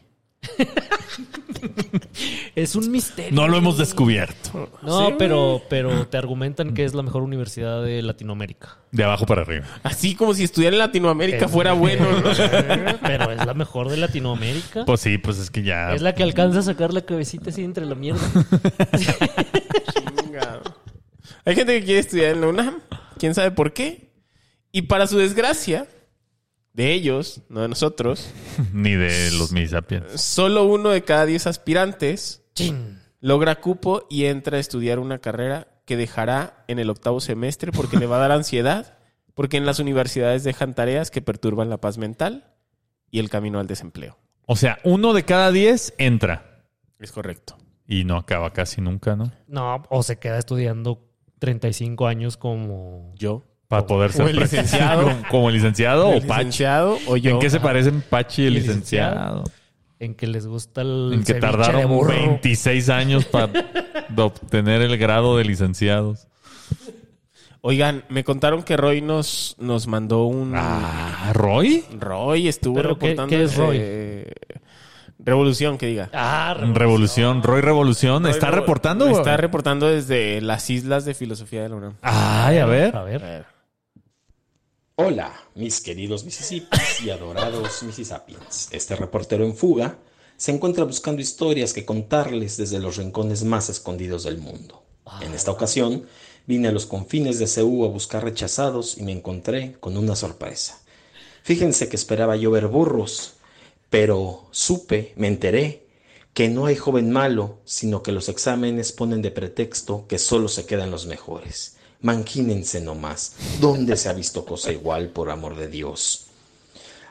Speaker 3: Es un misterio.
Speaker 1: No lo hemos descubierto.
Speaker 3: No,
Speaker 4: Sí.
Speaker 3: pero, pero te argumentan que es la mejor universidad de Latinoamérica.
Speaker 1: De abajo para arriba.
Speaker 4: Así como si estudiar en Latinoamérica
Speaker 1: Eh.
Speaker 3: Es-
Speaker 4: fuera bueno.
Speaker 3: Pero es la mejor de Latinoamérica.
Speaker 1: Pues sí, pues es que ya.
Speaker 3: Es la que alcanza a sacar la cabecita así entre la mierda.
Speaker 4: Chingado. Hay gente que quiere estudiar en la UNAM. ¿Quién sabe por qué? Y para su desgracia, de ellos, no de nosotros,
Speaker 1: Ni de los misapiens.
Speaker 4: solo uno de cada diez aspirantes
Speaker 3: Chin.
Speaker 4: logra cupo y entra a estudiar una carrera que dejará en el octavo semestre porque le va a dar ansiedad, porque en las universidades dejan tareas que perturban la paz mental y el camino al desempleo.
Speaker 1: O sea, uno de cada diez entra.
Speaker 4: Es correcto.
Speaker 1: Y no acaba casi nunca, ¿no?
Speaker 3: No, o se queda estudiando 35 años como...
Speaker 4: Yo.
Speaker 1: Para poder ser
Speaker 4: o el
Speaker 1: práctico.
Speaker 4: licenciado.
Speaker 1: Como, como licenciado o
Speaker 4: El
Speaker 1: Pachi.
Speaker 4: licenciado o yo.
Speaker 1: ¿En qué se parecen Pachi y el
Speaker 3: Y licenciado.
Speaker 1: licenciado?
Speaker 3: En que les gusta el...
Speaker 1: En que
Speaker 3: ceviche de
Speaker 1: tardaron
Speaker 3: burro.
Speaker 1: 26 años para obtener el grado de licenciados.
Speaker 4: Oigan, me contaron que Roy nos, nos mandó un...
Speaker 1: Ah, ¿Roy?
Speaker 4: Roy estuvo
Speaker 3: ¿Pero qué-
Speaker 4: reportando...
Speaker 3: qué es Roy?
Speaker 4: eh, Revolución, que diga.
Speaker 3: Ah,
Speaker 1: Revolución. Roy Revolución. ¿Está
Speaker 4: Roy Revo-
Speaker 1: reportando?
Speaker 4: Está reportando desde las Islas de Filosofía de la UNAM.
Speaker 1: Ay, a ver.
Speaker 3: A ver.
Speaker 6: Hola, mis queridos Mississippis y adorados Mississippians. Este reportero en fuga se encuentra buscando historias que contarles desde los rincones más escondidos del mundo. En esta ocasión, vine a los confines de Ceú a buscar rechazados y me encontré con una sorpresa. Fíjense que esperaba yo ver burros, pero supe, me enteré, que no hay joven malo, sino que los exámenes ponen de pretexto que solo se quedan los mejores. Manquínense nomás. ¿Dónde se ha visto cosa igual, por amor de Dios?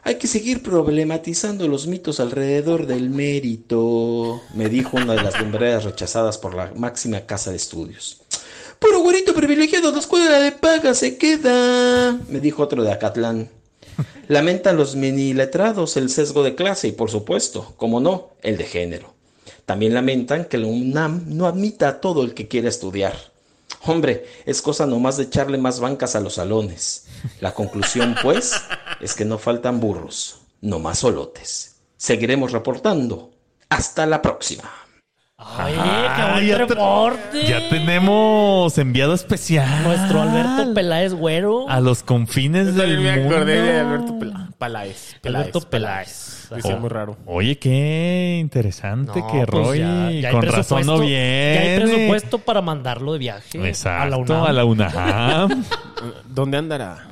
Speaker 6: Hay que seguir problematizando los mitos alrededor del mérito, me dijo una de las lumbreras rechazadas por la máxima casa de estudios. Puro güerito privilegiado, la escuela de paga se queda, me dijo otro de Acatlán. Lamentan los miniletrados el sesgo de clase y, por supuesto, como no, el de género. También lamentan que la UNAM no admita a todo el que quiera estudiar. Hombre, es cosa nomás de echarle más bancas a los salones. La conclusión, pues, es que no faltan burros, nomás olotes. Seguiremos reportando. Hasta la próxima.
Speaker 3: Ay,
Speaker 1: Ah,
Speaker 3: qué
Speaker 1: ya
Speaker 3: buen
Speaker 1: te-
Speaker 3: reporte.
Speaker 1: Ya tenemos enviado especial.
Speaker 3: Nuestro Alberto Peláez Güero.
Speaker 1: A los confines del
Speaker 4: me
Speaker 1: mundo.
Speaker 4: acordé de Alberto Pela- Peláez. Peláez.
Speaker 3: Alberto Peláez.
Speaker 4: Decía
Speaker 1: Oh.
Speaker 4: muy raro.
Speaker 1: Oye, qué interesante
Speaker 3: No,
Speaker 1: que
Speaker 3: pues
Speaker 1: Roy
Speaker 3: ya- ya hay
Speaker 1: con razón no
Speaker 3: presupuesto-
Speaker 1: viene.
Speaker 3: Ya hay presupuesto para mandarlo de viaje
Speaker 1: Exacto,
Speaker 3: a la UNAM.
Speaker 1: UNAM.
Speaker 4: ¿Dónde andará?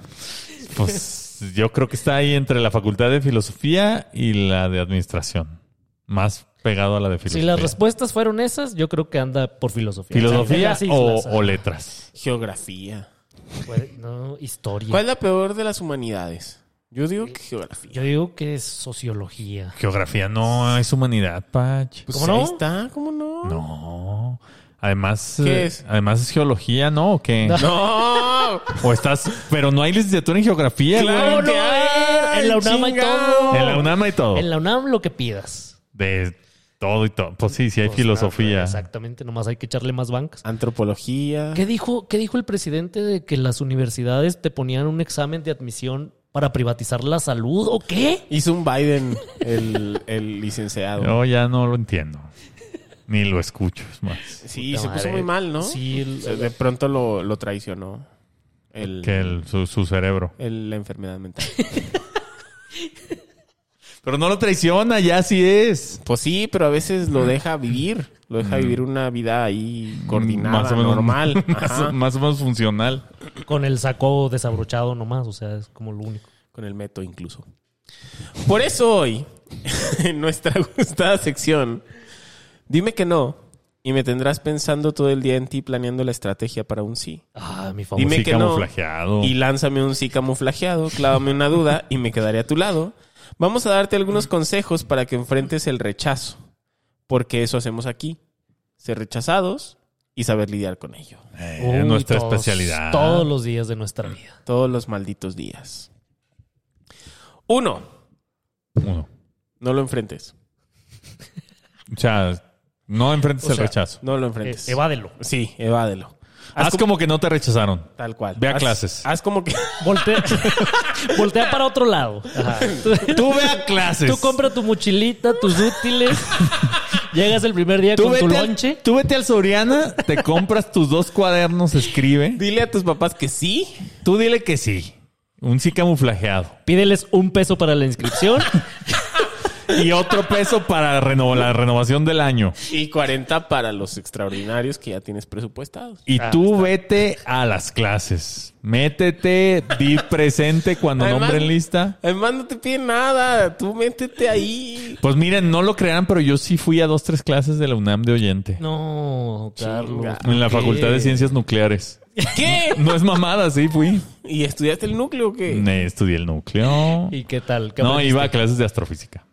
Speaker 1: pues yo creo que está ahí entre la Facultad de Filosofía y la de Administración. Más pegado a la de
Speaker 3: Si
Speaker 1: Filosofía.
Speaker 3: las respuestas fueron esas, yo creo que anda por filosofía.
Speaker 1: Filosofía
Speaker 3: Sí,
Speaker 1: o,
Speaker 3: las islas,
Speaker 1: o letras.
Speaker 4: Geografía.
Speaker 3: ah, puede- no, historia.
Speaker 4: ¿Cuál es la peor de las humanidades? Yo digo que geografía.
Speaker 3: Yo digo que es sociología.
Speaker 1: Geografía no es humanidad, Pach.
Speaker 4: Pues
Speaker 3: ¿Cómo
Speaker 4: ahí
Speaker 3: no?
Speaker 4: está, ¿cómo no?
Speaker 1: No. Además,
Speaker 4: ¿Qué
Speaker 1: eh,
Speaker 4: es?
Speaker 1: además es geología, ¿no? ¿O qué?
Speaker 4: No,
Speaker 1: O estás, pero no hay licenciatura en geografía,
Speaker 4: Claro
Speaker 1: güey.
Speaker 4: que hay,
Speaker 3: En la UNAM hay
Speaker 4: chingado.
Speaker 3: todo.
Speaker 1: En la UNAM hay todo.
Speaker 3: En la UNAM lo que pidas.
Speaker 1: De todo y todo. Pues sí, sí hay filosofía.
Speaker 3: Exactamente, nomás hay que echarle más bancas.
Speaker 4: Antropología.
Speaker 3: ¿Qué dijo, ¿Qué dijo el presidente de que las universidades te ponían un examen de admisión para privatizar la salud o qué?
Speaker 4: Hizo un Biden el, el licenciado.
Speaker 1: Yo ya no lo entiendo. Ni lo escucho, es más.
Speaker 4: Sí,
Speaker 3: Puta
Speaker 4: se puso
Speaker 3: madre.
Speaker 4: muy mal, ¿no?
Speaker 3: Sí, el-
Speaker 4: O sea, de pronto lo, lo traicionó el,
Speaker 1: Que el- su, su cerebro.
Speaker 4: el- la enfermedad mental.
Speaker 1: Pero no lo traiciona, ya sí es.
Speaker 4: pues sí, pero a veces lo deja vivir. Lo deja
Speaker 3: Mm.
Speaker 4: vivir una vida ahí coordinada,
Speaker 1: Más o menos-
Speaker 4: normal.
Speaker 1: Más,
Speaker 4: Ajá.
Speaker 1: o- más o menos funcional.
Speaker 3: Con el saco desabrochado nomás, o sea, es como lo único.
Speaker 4: Con el meto incluso. Por eso hoy, en nuestra gustada sección, dime que no y me tendrás pensando todo el día en ti planeando la estrategia para un sí.
Speaker 3: Ah, mi favorito.
Speaker 4: Dime
Speaker 1: sí,
Speaker 4: que no.
Speaker 1: camuflajeado.
Speaker 4: Y lánzame un sí camuflajeado, clávame una duda y me quedaré a tu lado. Vamos a darte algunos consejos para que enfrentes el rechazo, porque eso hacemos aquí, ser rechazados y saber lidiar con ello,
Speaker 1: Eh,
Speaker 3: Uy,
Speaker 1: nuestra
Speaker 3: todos-
Speaker 1: especialidad.
Speaker 3: Todos los días de nuestra vida.
Speaker 4: todos los malditos días. Uno,
Speaker 1: Uno.
Speaker 4: no lo enfrentes.
Speaker 1: O sea, no enfrentes
Speaker 3: O sea,
Speaker 1: el rechazo.
Speaker 4: No lo
Speaker 3: Eh,
Speaker 4: enfrentes.
Speaker 3: evádelo.
Speaker 4: Sí, evádelo.
Speaker 1: Haz, como... que no te rechazaron.
Speaker 4: Tal cual.
Speaker 1: Ve a
Speaker 4: Haz-
Speaker 1: clases.
Speaker 4: Haz como que...
Speaker 3: Voltea, voltea para otro lado. Ajá. Tú,
Speaker 1: Tú ve a clases.
Speaker 3: tú compra tu mochilita, tus útiles. Llegas el primer día con tu
Speaker 1: al-
Speaker 3: lonche.
Speaker 1: tú vete al Soriana, te compras tus dos cuadernos, escribe.
Speaker 4: Dile a tus papás que sí.
Speaker 1: Tú dile que sí. Un sí camuflajeado.
Speaker 3: Pídeles un peso para la inscripción.
Speaker 1: Y otro peso para reno- la renovación del año.
Speaker 4: Y 40 para los extraordinarios que ya tienes presupuestados.
Speaker 1: Y tú vete a las clases. Métete, di presente cuando
Speaker 4: Además-
Speaker 1: nombren lista.
Speaker 4: Además, no te piden nada. Tú métete ahí.
Speaker 1: Pues miren, no lo crean, pero yo sí fui a dos, tres clases de la UNAM de oyente.
Speaker 3: No, Carlos.
Speaker 4: Chinga.
Speaker 1: En la Facultad de Ciencias Nucleares.
Speaker 4: ¿Qué?
Speaker 1: No es mamada, sí fui.
Speaker 4: ¿Y estudiaste el núcleo o qué?
Speaker 1: Me estudié el núcleo.
Speaker 3: ¿Y qué tal? ¿Qué
Speaker 1: No,
Speaker 3: aprendiste?
Speaker 1: iba a clases de astrofísica.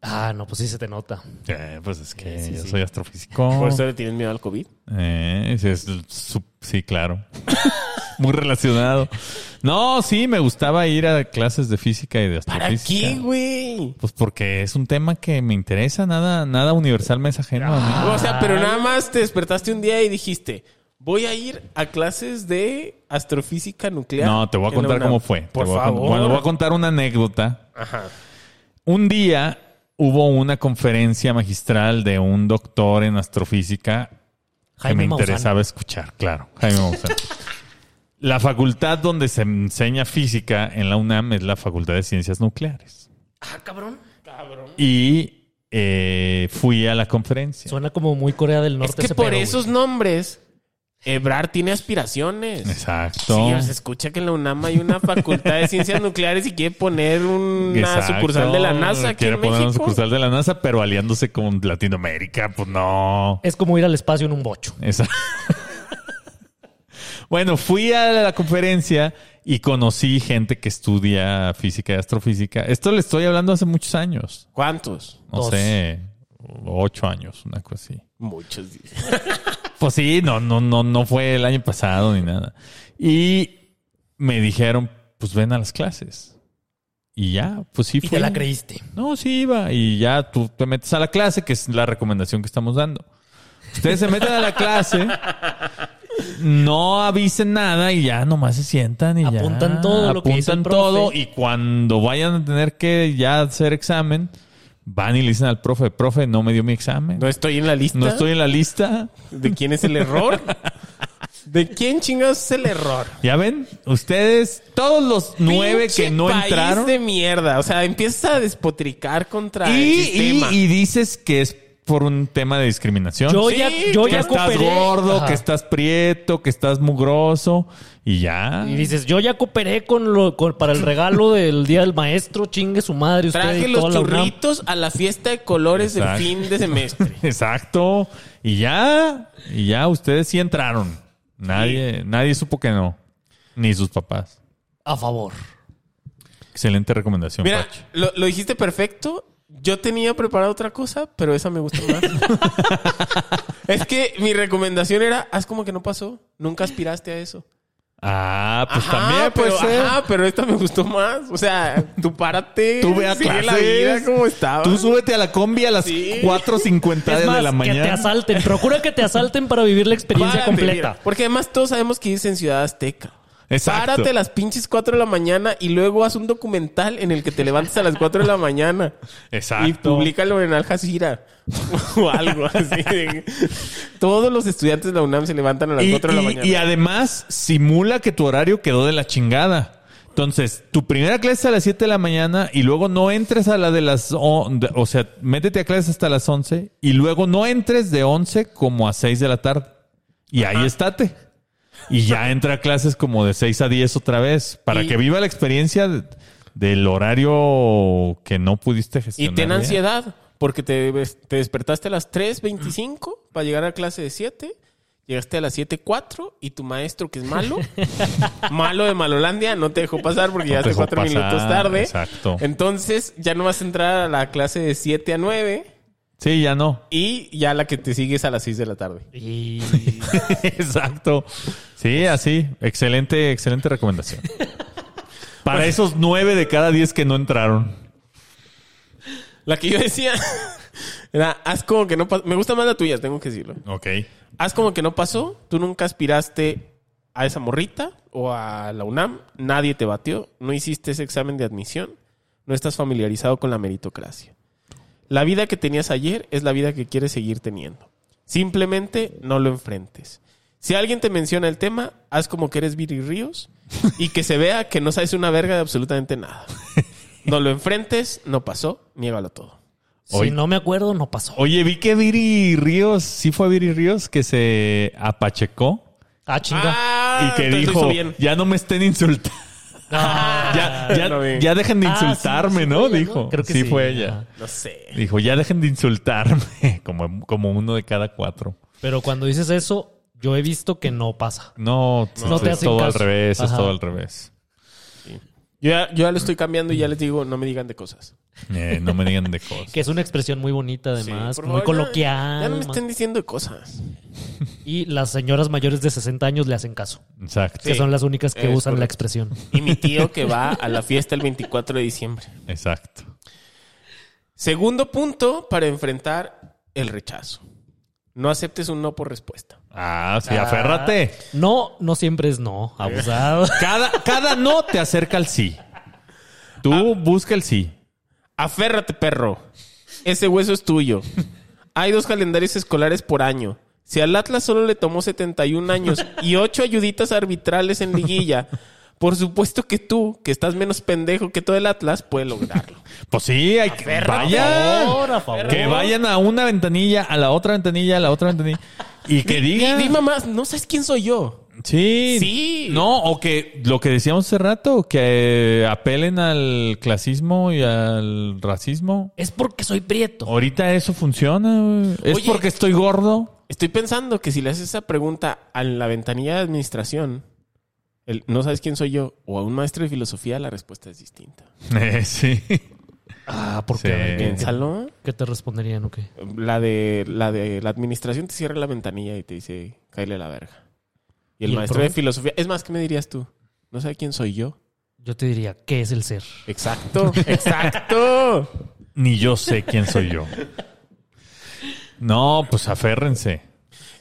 Speaker 3: Ah, no, pues sí se te nota.
Speaker 1: Eh, pues es que
Speaker 3: Sí, sí,
Speaker 1: yo
Speaker 3: sí.
Speaker 1: soy astrofísico.
Speaker 4: Por eso le tienes miedo al COVID.
Speaker 1: Pues, Eh, es- es su- sí, claro. Muy relacionado. No, sí, me gustaba ir a clases de física y de
Speaker 4: ¿Para
Speaker 1: astrofísica.
Speaker 4: qué, güey?
Speaker 1: Pues porque es un tema que me interesa, nada, nada universal me es ajeno a mí.
Speaker 4: O sea, pero nada más te despertaste un día y dijiste, voy a ir a clases de astrofísica nuclear.
Speaker 1: No, te voy a
Speaker 4: en la
Speaker 1: contar
Speaker 4: UNAM.
Speaker 1: cómo fue. Te
Speaker 4: Por
Speaker 1: voy a con-
Speaker 4: favor.
Speaker 1: bueno, voy a contar una anécdota.
Speaker 4: Ajá.
Speaker 1: Un día hubo una conferencia magistral de un doctor en astrofísica
Speaker 3: Jaime
Speaker 1: que me
Speaker 3: Maussan.
Speaker 1: interesaba escuchar, claro, Jaime Maussan. la facultad donde se enseña física en la UNAM es la Facultad de Ciencias Nucleares.
Speaker 3: Ah, cabrón.
Speaker 1: Y eh, fui a la conferencia.
Speaker 3: Suena como muy Corea del
Speaker 4: Es
Speaker 3: Norte.
Speaker 4: que
Speaker 3: ese
Speaker 4: por
Speaker 3: pedo,
Speaker 4: esos
Speaker 3: güey.
Speaker 4: nombres Ebrar tiene aspiraciones.
Speaker 1: Exacto.
Speaker 4: Sí, se escucha que en la UNAM hay una facultad de ciencias nucleares y quiere poner una
Speaker 1: Exacto.
Speaker 4: sucursal de la NASA aquí
Speaker 1: Quiere
Speaker 4: en
Speaker 1: poner una
Speaker 4: México.
Speaker 1: sucursal de la NASA, pero aliándose con Latinoamérica, pues no.
Speaker 3: Es como ir al espacio en un bocho.
Speaker 1: Esa- bueno, fui a la conferencia y conocí gente que estudia física y astrofísica. Esto le estoy hablando hace muchos años.
Speaker 4: ¿Cuántos?
Speaker 1: No
Speaker 3: Dos.
Speaker 1: sé, ocho años, una cosa así.
Speaker 4: Muchos.
Speaker 1: Pues sí, no, no, no, no fue el año pasado ni nada. Y me dijeron, pues ven a las clases. Y ya, pues sí
Speaker 3: Y
Speaker 1: fui.
Speaker 3: te la creíste.
Speaker 1: No, sí iba. Y ya tú te metes a la clase, que es la recomendación que estamos dando. Ustedes se meten a la clase, no avisen nada y ya nomás se sientan y ya.
Speaker 3: Apuntan todo lo que dice el
Speaker 1: Apuntan
Speaker 3: profe.
Speaker 1: todo y cuando vayan a tener que ya hacer examen, van y le dicen al profe, profe, no me dio mi examen.
Speaker 4: No estoy en la lista.
Speaker 1: No estoy en la lista.
Speaker 4: ¿De quién es el error? ¿De quién chingados es el error?
Speaker 1: Ya ven, ustedes, todos los nueve
Speaker 4: Pinche
Speaker 1: que no
Speaker 4: país
Speaker 1: entraron.
Speaker 4: de mierda. O sea, empiezas a despotricar contra el
Speaker 1: Y, y,
Speaker 4: sistema.
Speaker 1: y dices que es por un tema de discriminación.
Speaker 3: Yo
Speaker 4: Sí,
Speaker 3: ya, yo
Speaker 1: que
Speaker 3: ya
Speaker 1: estás
Speaker 3: cooperé.
Speaker 1: gordo,
Speaker 3: Ajá.
Speaker 1: que estás prieto, que estás mugroso y ya.
Speaker 3: Y dices, yo ya cooperé con lo, con- para el regalo del Día del Maestro, chingue su madre. Usted
Speaker 4: Traje
Speaker 3: y
Speaker 4: los
Speaker 3: toda la UNAM".
Speaker 4: churritos a la fiesta de colores del
Speaker 1: Exacto.
Speaker 4: fin de semestre.
Speaker 1: Exacto. Y ya, y ya ustedes sí entraron. Nadie, nadie supo que no, ni sus papás.
Speaker 3: A favor.
Speaker 1: Excelente recomendación,
Speaker 4: Mira,
Speaker 1: Pacho.
Speaker 4: lo, lo dijiste perfecto. Yo tenía preparada otra cosa, pero esa me gusta más. es que mi recomendación era, haz como que no pasó. Nunca aspiraste a eso.
Speaker 1: Ah, pues
Speaker 4: Ajá,
Speaker 1: también puede
Speaker 4: pero,
Speaker 1: ser.
Speaker 4: ajá, pero esta me gustó más. O sea, tú párate.
Speaker 1: Tú ve a
Speaker 4: sigue la
Speaker 1: clases.
Speaker 4: vida como estaba.
Speaker 1: Tú súbete a la combi a las
Speaker 4: Sí.
Speaker 1: 4.50
Speaker 3: Es
Speaker 1: de
Speaker 3: más,
Speaker 1: la
Speaker 3: que te
Speaker 1: mañana.
Speaker 3: asalten. Procura que te asalten para vivir la experiencia
Speaker 4: Párate,
Speaker 3: completa.
Speaker 4: mira. Porque además todos sabemos que vives en Ciudad Azteca.
Speaker 1: Exacto.
Speaker 4: Párate a las pinches 4 de la mañana y luego haz un documental en el que te levantes a las 4 de la mañana. Y
Speaker 1: Exacto.
Speaker 4: públicalo en Al Jazeera o algo así. Todos los estudiantes de la UNAM se levantan a las
Speaker 1: Y-
Speaker 4: 4 de la
Speaker 1: y-
Speaker 4: mañana.
Speaker 1: y además simula que tu horario quedó de la chingada. Entonces, tu primera clase es a las 7 de la mañana y luego no entres a la de las... on- de- o sea, métete a clases hasta las 11 y luego no entres de 11 como a 6 de la tarde. Y ahí estate. Y ya entra a clases como de 6 a 10 otra vez para
Speaker 4: Y-
Speaker 1: que viva la experiencia de- del horario que no pudiste
Speaker 4: Y
Speaker 1: gestionar.
Speaker 4: ten
Speaker 1: bien.
Speaker 4: ansiedad, porque te, ves- te despertaste a las 3.25 para llegar a clase de 7. Llegaste a las 7.4 y tu maestro, que es malo, malo de Malolandia, no te dejó pasar porque
Speaker 1: No te
Speaker 4: llegaste
Speaker 1: dejó
Speaker 4: 4
Speaker 1: pasar,
Speaker 4: minutos tarde.
Speaker 1: exacto.
Speaker 4: Entonces ya no vas a entrar a la clase de 7 a 9
Speaker 1: Sí, ya no.
Speaker 4: y ya la que te sigues a las 6 de la tarde.
Speaker 3: Y
Speaker 1: Exacto. Sí, así. Excelente, excelente recomendación. Para esos nueve de cada diez que no entraron.
Speaker 4: La que yo decía era, haz como que no pasó. Me gusta más la tuya, tengo que decirlo.
Speaker 1: Ok.
Speaker 4: Haz como que no pasó. Tú nunca aspiraste a esa morrita o a la UNAM. Nadie te batió. No hiciste ese examen de admisión. No estás familiarizado con la meritocracia. La vida que tenías ayer es la vida que quieres seguir teniendo. Simplemente no lo enfrentes. Si alguien te menciona el tema, haz como que eres Viri Ríos y que se vea que no sabes una verga de absolutamente nada. No lo enfrentes, no pasó, niégalo todo.
Speaker 1: Hoy-
Speaker 3: si no me acuerdo, no pasó.
Speaker 1: Oye, vi que Viri Ríos, sí fue Viri Ríos que se apachecó
Speaker 3: Ah, chinga.
Speaker 1: y que
Speaker 4: entonces lo
Speaker 1: dijo,
Speaker 4: hizo bien.
Speaker 1: ya no me estén insultando.
Speaker 3: Ah,
Speaker 1: Ya, ya,
Speaker 4: lo vi.
Speaker 1: ya dejen de
Speaker 3: Ah, sí,
Speaker 1: insultarme,
Speaker 3: sí
Speaker 1: ¿no?
Speaker 3: fue ella, ¿no?
Speaker 1: Dijo.
Speaker 3: Creo que
Speaker 1: sí,
Speaker 3: sí.
Speaker 1: fue ella.
Speaker 3: Ajá.
Speaker 4: No sé.
Speaker 1: Dijo, ya dejen de insultarme. Como, como uno de cada cuatro.
Speaker 3: Pero cuando dices eso, yo he visto que no pasa.
Speaker 1: No,
Speaker 3: No
Speaker 1: es
Speaker 3: te hacen
Speaker 1: todo al
Speaker 3: caso.
Speaker 1: revés, es
Speaker 3: Ajá.
Speaker 1: todo al revés.
Speaker 4: Yo ya, yo ya lo estoy cambiando y ya les digo, no me digan de cosas.
Speaker 1: Eh, no me digan de cosas.
Speaker 3: Que es una expresión muy bonita,
Speaker 4: Sí,
Speaker 3: además,
Speaker 4: por
Speaker 3: muy
Speaker 4: favor, ya-
Speaker 3: coloquial.
Speaker 4: Ya, no me
Speaker 3: ma-
Speaker 4: estén diciendo de cosas.
Speaker 3: Y las señoras mayores de 60 años le hacen caso,
Speaker 1: Exacto.
Speaker 4: Sí.
Speaker 3: que son las únicas que
Speaker 4: es
Speaker 3: usan la
Speaker 4: correcto.
Speaker 3: expresión.
Speaker 4: Y mi tío que va a la fiesta el 24 de diciembre.
Speaker 1: Exacto.
Speaker 4: Segundo punto para enfrentar el rechazo. No aceptes un no por respuesta.
Speaker 1: Ah, sí, aférrate.
Speaker 3: Ah, No, no siempre es no, abusado.
Speaker 1: Cada, cada no te acerca al sí. Tú
Speaker 4: Ah.
Speaker 1: busca el sí.
Speaker 4: Aférrate, perro. Ese hueso es tuyo. Hay dos calendarios escolares por año. Si al Atlas solo le tomó 71 años y 8 ayuditas arbitrales en liguilla, por supuesto que tú, que estás menos pendejo que todo el Atlas, puedes lograrlo.
Speaker 1: Pues sí, hay que
Speaker 4: Aférrate,
Speaker 1: vayan.
Speaker 3: por favor, a favor.
Speaker 1: Que vayan a una ventanilla, a la otra ventanilla, a la otra ventanilla. Y que diga.
Speaker 4: Y di mamá, no sabes quién soy yo.
Speaker 1: Sí.
Speaker 4: Sí.
Speaker 1: No, o que lo que decíamos hace rato, que apelen al clasismo y al racismo.
Speaker 3: Es porque soy prieto.
Speaker 1: Ahorita eso funciona, güey. Es
Speaker 4: Oye.
Speaker 1: porque estoy gordo.
Speaker 4: Estoy pensando que si le haces esa pregunta a la ventanilla de administración, el, no sabes quién soy yo, o a un maestro de filosofía, la respuesta es distinta.
Speaker 1: Eh, sí.
Speaker 3: Ah,
Speaker 1: Sí.
Speaker 3: porque
Speaker 4: Piénsalo.
Speaker 3: ¿Qué te responderían o qué?
Speaker 4: La de, la de la administración te cierra la ventanilla y te dice, cáile a la verga. Y el
Speaker 3: ¿Y el
Speaker 4: maestro de
Speaker 3: profe?
Speaker 4: filosofía, es más, ¿qué me dirías tú? No sabe quién soy yo.
Speaker 3: Yo te diría, ¿qué es el ser?
Speaker 4: Exacto, exacto.
Speaker 1: Ni yo sé quién soy yo. No, pues aférrense.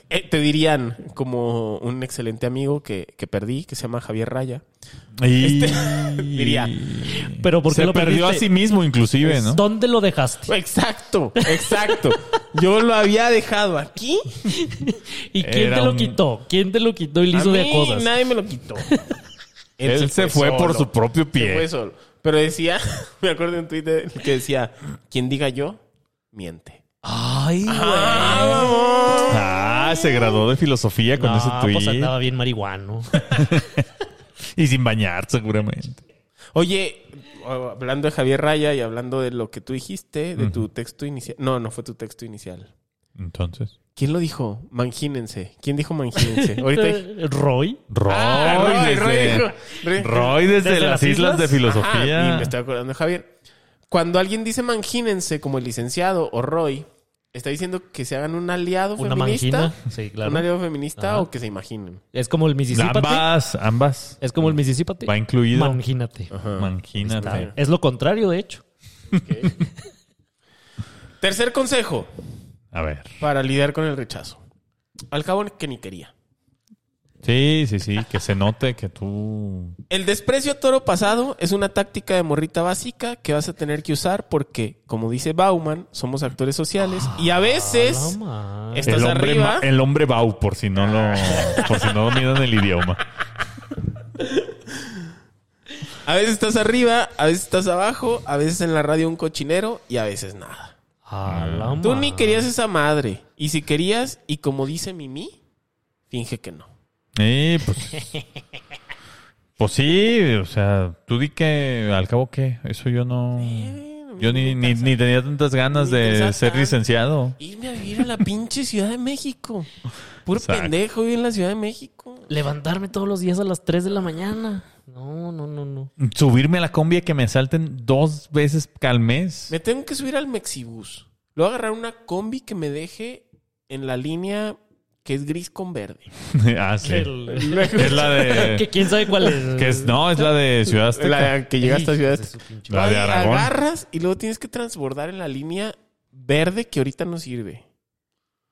Speaker 4: Eh, te dirían, como un excelente amigo que, que perdí, que se llama Javier Raya.
Speaker 1: Y...
Speaker 4: Este, diría,
Speaker 3: Pero ¿por qué
Speaker 1: Se
Speaker 3: lo
Speaker 1: perdió a
Speaker 3: perdiste?
Speaker 1: sí mismo, inclusive, ¿no?
Speaker 3: ¿Dónde lo dejaste?
Speaker 4: Exacto, exacto. Yo lo había dejado aquí.
Speaker 3: ¿Y quién
Speaker 1: Era
Speaker 3: te lo
Speaker 1: un-
Speaker 3: quitó? ¿Quién te lo quitó y le hizo
Speaker 4: A
Speaker 3: de
Speaker 4: mí
Speaker 3: cosas?
Speaker 4: Nadie me lo quitó.
Speaker 1: Él, se fue, por
Speaker 4: solo.
Speaker 1: su propio
Speaker 4: Se fue
Speaker 1: pie.
Speaker 4: solo. Pero decía, me acuerdo en Twitter que decía, quien diga yo, miente.
Speaker 3: Ay, güey.
Speaker 1: Ah, se graduó de filosofía con
Speaker 3: No,
Speaker 1: ese tweet.
Speaker 3: pues andaba bien marihuano.
Speaker 1: Y sin bañar, seguramente.
Speaker 4: Oye, hablando de Javier Raya y hablando de lo que tú dijiste, de tu texto inicial. No, no fue tu texto inicial.
Speaker 1: Entonces.
Speaker 4: ¿Quién lo dijo? Mangínense. ¿Quién dijo mangínense? Ahorita dije-
Speaker 3: ¿Roy?
Speaker 1: Roy,
Speaker 4: Ah, Roy, Roy
Speaker 1: desde,
Speaker 4: dijo- Roy-
Speaker 1: Roy desde las, islas, de filosofía.
Speaker 4: Ajá, y me estoy acordando de Javier. Cuando alguien dice mangínense, como el licenciado o Roy, está diciendo que se hagan un aliado
Speaker 3: ¿Una
Speaker 4: feminista.
Speaker 3: mangina? Sí, claro.
Speaker 4: Un aliado feminista
Speaker 3: Ajá.
Speaker 4: o que se imaginen.
Speaker 3: Es como el Mississippi.
Speaker 1: ambas, ambas.
Speaker 3: Es como el Mississippi.
Speaker 1: Va incluido. Ah,
Speaker 3: Mangínate.
Speaker 1: Mangínate.
Speaker 4: Está bien.
Speaker 3: Es lo contrario, de hecho.
Speaker 4: Tercer consejo
Speaker 1: A ver.
Speaker 4: para lidiar con el rechazo. Al cabo que ni quería.
Speaker 1: Sí, sí, sí. Que se note que tú.
Speaker 4: El desprecio a toro pasado es una táctica de morrita básica que vas a tener que usar porque, como dice Bauman, somos actores sociales y a
Speaker 3: Ah,
Speaker 4: veces
Speaker 3: Mamá.
Speaker 4: es- ¿Estás
Speaker 1: El hombre,
Speaker 4: arriba? Ah.
Speaker 1: ma- el hombre bau, por si no lo. Por si no dominan el idioma.
Speaker 4: A veces estás arriba, a veces estás abajo, a veces en la radio un cochinero y a veces nada.
Speaker 3: A
Speaker 1: Ah.
Speaker 3: la
Speaker 4: Tú
Speaker 3: ma-
Speaker 4: ni querías esa madre. Y si querías, y como dice Mimi, finge que no.
Speaker 1: Eh, pues. Pues sí, o sea, tú di que al cabo que eso yo no. Yo ni, ni, ni tenía tantas ganas
Speaker 4: Ni
Speaker 1: de
Speaker 4: pensar
Speaker 1: ser
Speaker 4: tanto.
Speaker 1: licenciado.
Speaker 4: Irme a vivir a la pinche Ciudad de México. Puro
Speaker 1: Exacto.
Speaker 4: pendejo vivir en la Ciudad de México.
Speaker 3: Levantarme todos los días a las 3 de la mañana. No, no, no, no.
Speaker 1: Subirme a la combi y que me salten dos veces al mes.
Speaker 4: Me tengo que subir al Mexibus. Luego agarrar una combi que me deje en la línea que es gris con verde.
Speaker 1: ah, sí.
Speaker 3: El-
Speaker 1: Es la
Speaker 3: que
Speaker 1: de.
Speaker 3: quién sabe cuál es.
Speaker 1: que es, no, es la de Ciudad Azteca.
Speaker 4: que llega hasta Ciudad
Speaker 3: Hijos de su pinche-
Speaker 1: La de
Speaker 4: Ahí
Speaker 1: Aragón.
Speaker 4: Agarras y luego tienes que transbordar en la línea verde que ahorita no sirve.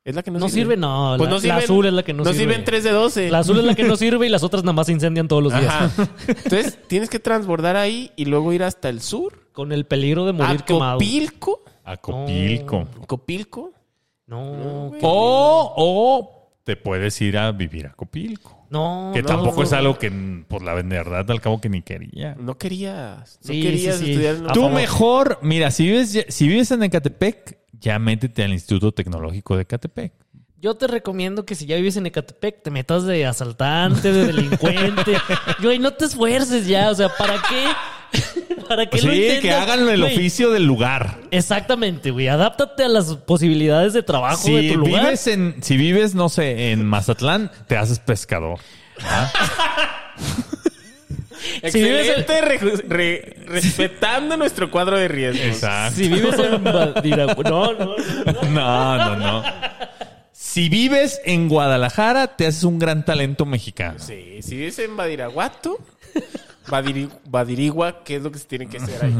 Speaker 4: Es la que no,
Speaker 3: No sirve, no.
Speaker 4: Pues
Speaker 3: la, la
Speaker 4: sirven-
Speaker 3: azul es la que no, sirve.
Speaker 4: sirven 3 de 12.
Speaker 3: La azul es la que no sirve y las otras nada más se incendian todos los días.
Speaker 4: Ajá. Entonces tienes que transbordar ahí y luego ir hasta el sur.
Speaker 3: Con el peligro de morir
Speaker 4: A
Speaker 3: quemado.
Speaker 4: Copilco.
Speaker 1: Acopilco.
Speaker 4: Copilco.
Speaker 3: No, que-
Speaker 4: Oh.
Speaker 1: O, o te puedes ir a vivir a Copilco.
Speaker 3: no.
Speaker 1: Que
Speaker 3: no,
Speaker 1: tampoco
Speaker 3: no.
Speaker 1: es algo que, por la verdad, al cabo que ni quería.
Speaker 4: No querías. No
Speaker 3: Sí,
Speaker 4: querías
Speaker 3: sí, sí.
Speaker 4: estudiar. en la-
Speaker 3: A
Speaker 1: Tú
Speaker 3: favor.
Speaker 1: mejor, mira, si vives, ya- si vives en Ecatepec, ya métete al Instituto Tecnológico de Ecatepec.
Speaker 3: Yo te recomiendo que si ya vives en Ecatepec, te metas de asaltante, de delincuente. Güey, no te esfuerces ya. O sea, ¿para qué? ¿Para qué
Speaker 1: Sí,
Speaker 3: lo intentas?
Speaker 1: que hagan el
Speaker 3: Güey,
Speaker 1: oficio del lugar.
Speaker 3: Exactamente, güey. Adáptate a las posibilidades de trabajo de
Speaker 1: Si
Speaker 3: tu lugar.
Speaker 1: vives, en, si vives, no sé, en Mazatlán, te haces pescador.
Speaker 3: Si vives en-
Speaker 4: Excelente, re- re- respetando nuestro cuadro de riesgos.
Speaker 1: Exacto.
Speaker 3: Si vives en Badiraguato. No, no, no.
Speaker 1: No, no, no. Si vives en Guadalajara, te haces un gran talento mexicano.
Speaker 4: Sí, si vives en Badiraguato, Badiri- Badirigua, ¿qué es lo que se tiene que hacer ahí?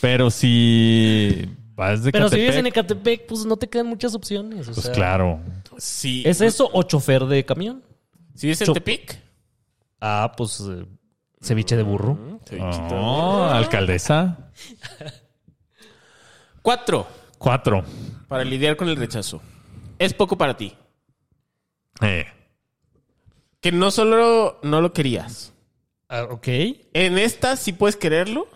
Speaker 1: Pero si vas de
Speaker 3: Pero si vives en
Speaker 1: Ecatepec,
Speaker 3: Ecatepec, pues no te quedan muchas opciones. o
Speaker 1: pues
Speaker 3: sea,
Speaker 1: claro.
Speaker 4: Sí.
Speaker 3: ¿Es eso o chofer de camión?
Speaker 4: Si vives en
Speaker 3: Cho-
Speaker 4: Tepic,
Speaker 3: Ah, pues eh, ceviche de burro.
Speaker 1: Oh, alcaldesa.
Speaker 4: Cuatro,
Speaker 1: Cuatro.
Speaker 4: para lidiar con el rechazo. Es poco para ti.
Speaker 1: Eh,
Speaker 4: Que no solo no lo querías.
Speaker 3: Ah, ok.
Speaker 4: En esta sí puedes quererlo,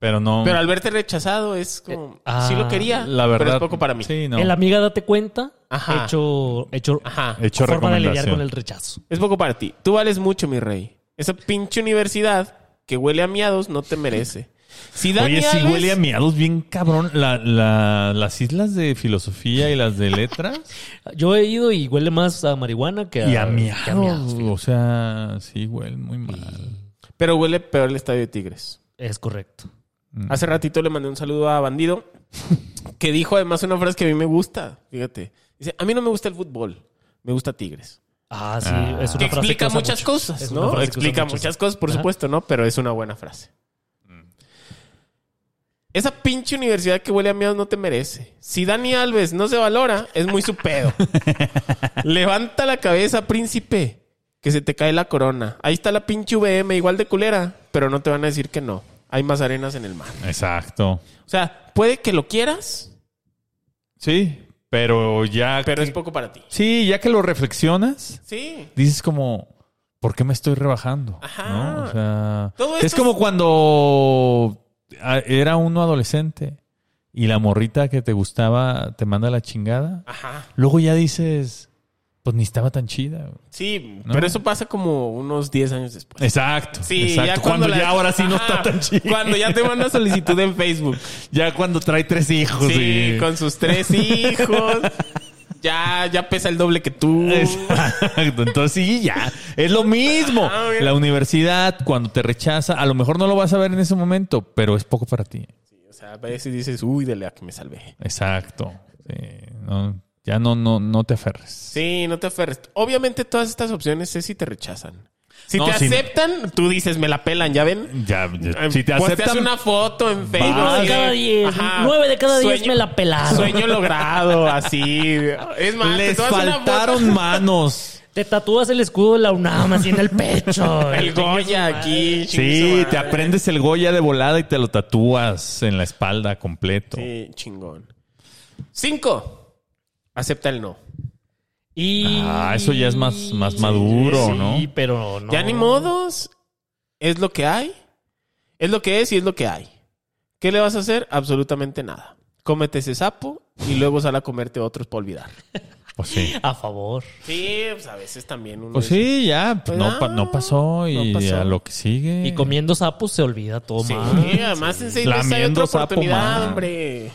Speaker 1: pero no.
Speaker 4: pero al verte rechazado es como,
Speaker 3: ah,
Speaker 4: sí lo quería,
Speaker 1: Eh, la verdad.
Speaker 4: pero es poco para mí.
Speaker 1: Sí, no.
Speaker 3: El amiga date cuenta
Speaker 4: Ajá.
Speaker 3: hecho, hecho,
Speaker 4: Ajá.
Speaker 1: Hecho
Speaker 3: forma de lidiar
Speaker 1: recomendación.
Speaker 3: con el rechazo.
Speaker 4: Es poco para ti. Tú vales mucho, mi rey. Esa pinche universidad que huele a miados no te merece. Si Dani
Speaker 1: Oye, sí
Speaker 4: Alves-
Speaker 1: huele a miados bien cabrón. La- la- las islas de filosofía y las de letras.
Speaker 3: Yo he ido y huele más a marihuana que a,
Speaker 1: y a
Speaker 3: que a miados,
Speaker 1: miados.
Speaker 3: fíjate.
Speaker 1: O sea, sí huele muy mal.
Speaker 4: Pero huele peor el estadio de Tigres.
Speaker 3: Es correcto.
Speaker 4: Hace ratito le mandé un saludo a Bandido, que dijo además una frase que a mí me gusta. Fíjate. Dice, a mí no me gusta el fútbol, me gusta Tigres.
Speaker 3: Ah, sí,
Speaker 1: Ah.
Speaker 3: es una
Speaker 4: Que
Speaker 3: frase
Speaker 4: explica
Speaker 3: que usa
Speaker 4: muchas
Speaker 3: mucho.
Speaker 4: cosas,
Speaker 3: Es una
Speaker 4: ¿no?
Speaker 3: frase que
Speaker 4: Explica
Speaker 3: usa mucho.
Speaker 4: muchas cosas, por
Speaker 3: Ajá. Mm.
Speaker 4: supuesto, ¿no? Pero es una buena frase. Esa pinche universidad que huele a miedo no te merece. Si Dani Alves no se valora, es muy su pedo. Levanta la cabeza, príncipe, que se te cae la corona. Ahí está la pinche VM, igual de culera, pero no te van a decir que no. Hay más arenas en el mar.
Speaker 1: Exacto.
Speaker 4: O sea, puede que lo quieras,
Speaker 1: Sí, pero ya.
Speaker 4: pero
Speaker 1: que-
Speaker 4: es poco para ti.
Speaker 1: Sí, ya que lo reflexionas.
Speaker 4: Sí.
Speaker 1: dices como, ¿por qué me estoy rebajando?
Speaker 4: Ajá.
Speaker 1: ¿No? O sea,
Speaker 4: Todo
Speaker 1: es
Speaker 4: esto
Speaker 1: como
Speaker 4: es-
Speaker 1: cuando a- era uno adolescente y la morrita que te gustaba te manda la chingada.
Speaker 4: Ajá.
Speaker 1: Luego ya dices, pues ni estaba tan chida. güey.
Speaker 4: Sí,
Speaker 1: No.
Speaker 4: pero eso pasa como unos 10 años después.
Speaker 1: Exacto.
Speaker 4: Sí,
Speaker 1: exacto.
Speaker 4: ya
Speaker 1: cuando,
Speaker 4: la-
Speaker 1: ya ahora sí no
Speaker 4: Ajá,
Speaker 1: está tan chida.
Speaker 4: Cuando ya te manda solicitud en Facebook.
Speaker 1: Ya cuando trae tres hijos.
Speaker 4: Sí,
Speaker 1: y-
Speaker 4: con sus tres hijos. Ya, ya pesa el doble que tú.
Speaker 1: Exacto, entonces sí, ya. Es lo mismo.
Speaker 4: Ajá, mira.
Speaker 1: La universidad, cuando te rechaza, a lo mejor no lo vas a ver en ese momento, pero es poco para ti.
Speaker 4: O sea, ves y dices, uy, de la que me salvé.
Speaker 1: Exacto. Sí, no, ya no, no, no te aferres.
Speaker 4: Sí, no te aferres. Obviamente todas estas opciones es si te rechazan. Si
Speaker 1: No,
Speaker 4: te
Speaker 1: sí.
Speaker 4: aceptan, tú dices, me la pelan, ¿ya ven?
Speaker 1: Ya, ya,
Speaker 4: Eh,
Speaker 1: si te
Speaker 4: pues
Speaker 1: aceptan,
Speaker 4: hace una foto en Facebook.
Speaker 3: Uno de
Speaker 4: así de,
Speaker 3: cada diez.
Speaker 4: ajá,
Speaker 3: Nueve de cada diez
Speaker 4: sueño-
Speaker 3: me la pelaron.
Speaker 4: Sueño logrado, así. Es más, te
Speaker 1: les
Speaker 4: tomas una foto-
Speaker 1: faltaron manos.
Speaker 3: Te tatúas el escudo de la UNAM así en el pecho.
Speaker 4: El Goya aquí.
Speaker 1: Sí,
Speaker 4: chingue su
Speaker 1: te
Speaker 4: madre.
Speaker 1: aprendes el Goya de volada y te lo tatúas en la espalda completo.
Speaker 4: Sí, chingón. Cinco. Acepta el no.
Speaker 3: Y...
Speaker 1: Ah, eso ya es más- más maduro, ¿no?
Speaker 3: Sí, pero no.
Speaker 4: Ya ni modos. Es lo que hay. Es lo que es y es lo que hay. ¿Qué le vas a hacer? Absolutamente nada. Cómete ese sapo y luego sal a comerte otros para olvidar.
Speaker 1: Pues sí.
Speaker 3: A favor.
Speaker 4: Sí, pues a veces también uno.
Speaker 1: Pues
Speaker 4: dice,
Speaker 1: sí, ya. pues no, pa- no pasó y
Speaker 4: No pasó.
Speaker 1: a lo que sigue.
Speaker 3: Y comiendo sapos se olvida todo
Speaker 4: Sí,
Speaker 3: más.
Speaker 4: además en seis meses hay otra
Speaker 1: Ah, Lamiendo sapo,
Speaker 4: oportunidad,
Speaker 1: man.
Speaker 4: hombre.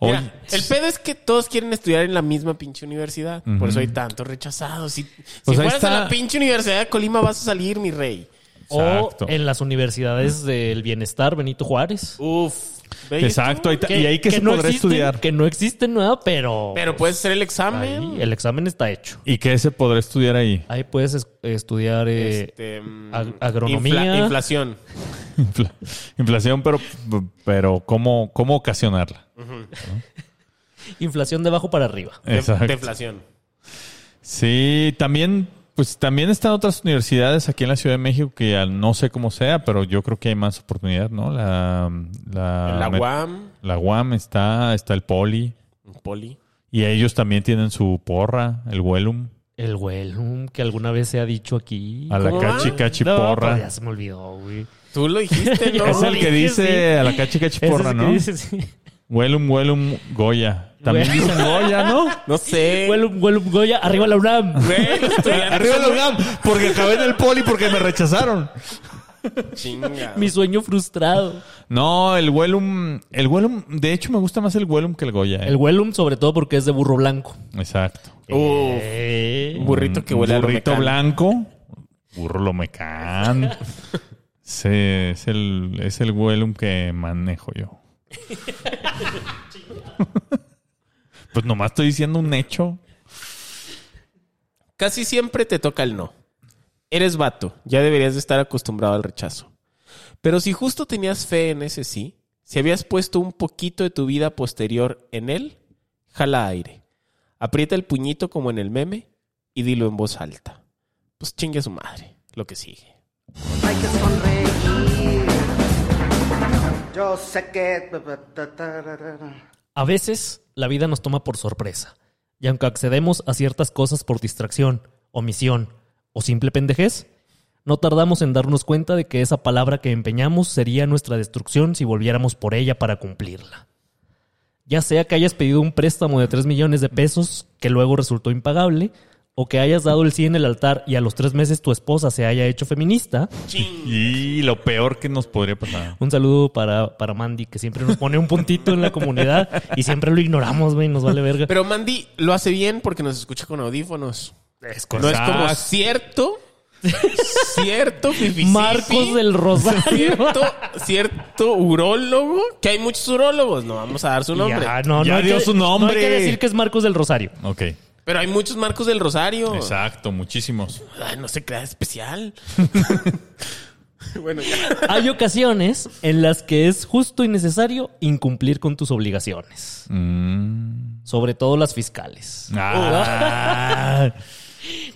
Speaker 1: Oye,
Speaker 4: Mira, el pedo es que todos quieren estudiar en la misma pinche universidad. Por eso hay
Speaker 1: Ujú.
Speaker 4: tantos rechazados. Si, si
Speaker 1: Pues ahí
Speaker 4: fueras a
Speaker 1: está.
Speaker 4: la pinche universidad de Colima vas a salir, mi rey.
Speaker 1: Exacto.
Speaker 3: O en las universidades del bienestar, Benito Juárez.
Speaker 4: Uf. ¿Ve
Speaker 1: Exacto, ahí
Speaker 4: YouTube?
Speaker 1: ta- y ahí que, se podrá
Speaker 3: existen,
Speaker 1: estudiar.
Speaker 3: Que no existen nada, pero.
Speaker 4: Pero puedes hacer el examen.
Speaker 3: ahí el examen está hecho.
Speaker 1: ¿Y qué se podrá estudiar ahí?
Speaker 3: Ahí puedes es- estudiar. eh,
Speaker 4: Este, mm,
Speaker 3: ag- agronomía.
Speaker 4: infla- inflación.
Speaker 1: Infla- Inflación, pero, pero ¿cómo, cómo ocasionarla?
Speaker 3: Inflación de abajo para arriba.
Speaker 4: De-
Speaker 1: Exacto.
Speaker 4: Deflación.
Speaker 1: Sí, también, pues también están otras universidades aquí en la Ciudad de México que ya no sé cómo sea, pero yo creo que hay más oportunidad, ¿no? La, la,
Speaker 4: la UAM.
Speaker 1: la UAM está, está el Poli.
Speaker 4: Poli.
Speaker 1: Y ellos también tienen su porra, el Huelum,
Speaker 3: El Wellum, que alguna vez se ha dicho aquí.
Speaker 1: a la
Speaker 4: ¿Cómo
Speaker 1: cachi
Speaker 4: va?
Speaker 1: cachi
Speaker 3: No,
Speaker 1: porra.
Speaker 3: pues ya se me olvidó, güey.
Speaker 4: Tú lo dijiste, ¿no?
Speaker 1: es el que dice
Speaker 3: sí.
Speaker 1: a la cachi cachi
Speaker 3: Ese es
Speaker 1: porra,
Speaker 3: el que
Speaker 1: ¿no?
Speaker 3: dice, sí.
Speaker 1: Huelum, Huelum, Goya. También
Speaker 3: Güey.
Speaker 1: dicen Goya, ¿no?
Speaker 4: No sé.
Speaker 3: Wellum, Wellum, Goya, arriba la UNAM.
Speaker 4: Güey, los estudiantes
Speaker 1: Arriba
Speaker 4: son
Speaker 1: la UNAM, porque acabé en el Poli porque me rechazaron.
Speaker 4: Chinga.
Speaker 3: Mi sueño frustrado.
Speaker 1: Eh. No, el Huelum, el Huelum, de hecho me gusta más el Huelum que el Goya. ¿eh?
Speaker 3: El Wellum, sobre todo porque es de burro blanco.
Speaker 1: Exacto.
Speaker 4: Uf.
Speaker 3: Eh,
Speaker 4: Un burrito que huele a
Speaker 1: Un burrito
Speaker 4: lomecán.
Speaker 1: blanco. Burro lomecán. sí, es el, es el Wellum que manejo yo. pues nomás estoy diciendo un hecho.
Speaker 4: Casi siempre te toca el no. Eres vato, ya deberías de estar acostumbrado al rechazo. Pero si justo tenías fe en ese sí, si habías puesto un poquito de tu vida posterior en él, jala aire. Aprieta el puñito como en el meme y dilo en voz alta. Pues chingue a su madre, lo que sigue.
Speaker 5: Hay que sonreír. Yo sé que.
Speaker 3: A veces la vida nos toma por sorpresa, y aunque accedemos a ciertas cosas por distracción, omisión o simple pendejez, no tardamos en darnos cuenta de que esa palabra que empeñamos sería nuestra destrucción si volviéramos por ella para cumplirla. Ya sea que hayas pedido un préstamo de 3 millones de pesos que luego resultó impagable, o que hayas dado el sí en el altar y a los tres meses tu esposa se haya hecho feminista.
Speaker 1: Y lo peor que nos podría pasar.
Speaker 3: Un saludo para, para Mandy, que siempre nos pone un puntito en la comunidad y siempre lo ignoramos, güey, nos vale verga.
Speaker 4: Pero Mandy lo hace bien porque nos escucha con audífonos.
Speaker 3: es
Speaker 4: No es como cierto, cierto fifi
Speaker 3: Marcos del Rosario.
Speaker 4: cierto, cierto urólogo, que hay muchos urólogos, no vamos a dar su nombre.
Speaker 3: Ya, no,
Speaker 1: Ya
Speaker 3: no hay
Speaker 1: dio
Speaker 3: que-
Speaker 1: su
Speaker 3: No hay
Speaker 1: nombre.
Speaker 3: que decir que es Marcos del Rosario.
Speaker 1: Ok.
Speaker 4: Pero hay muchos Marcos del Rosario.
Speaker 1: Exacto, muchísimos.
Speaker 4: Ay, no se crea especial. bueno, ya.
Speaker 3: Hay ocasiones en las que es justo y necesario incumplir con tus obligaciones,
Speaker 1: Mm.
Speaker 3: sobre todo las fiscales.
Speaker 1: Ah.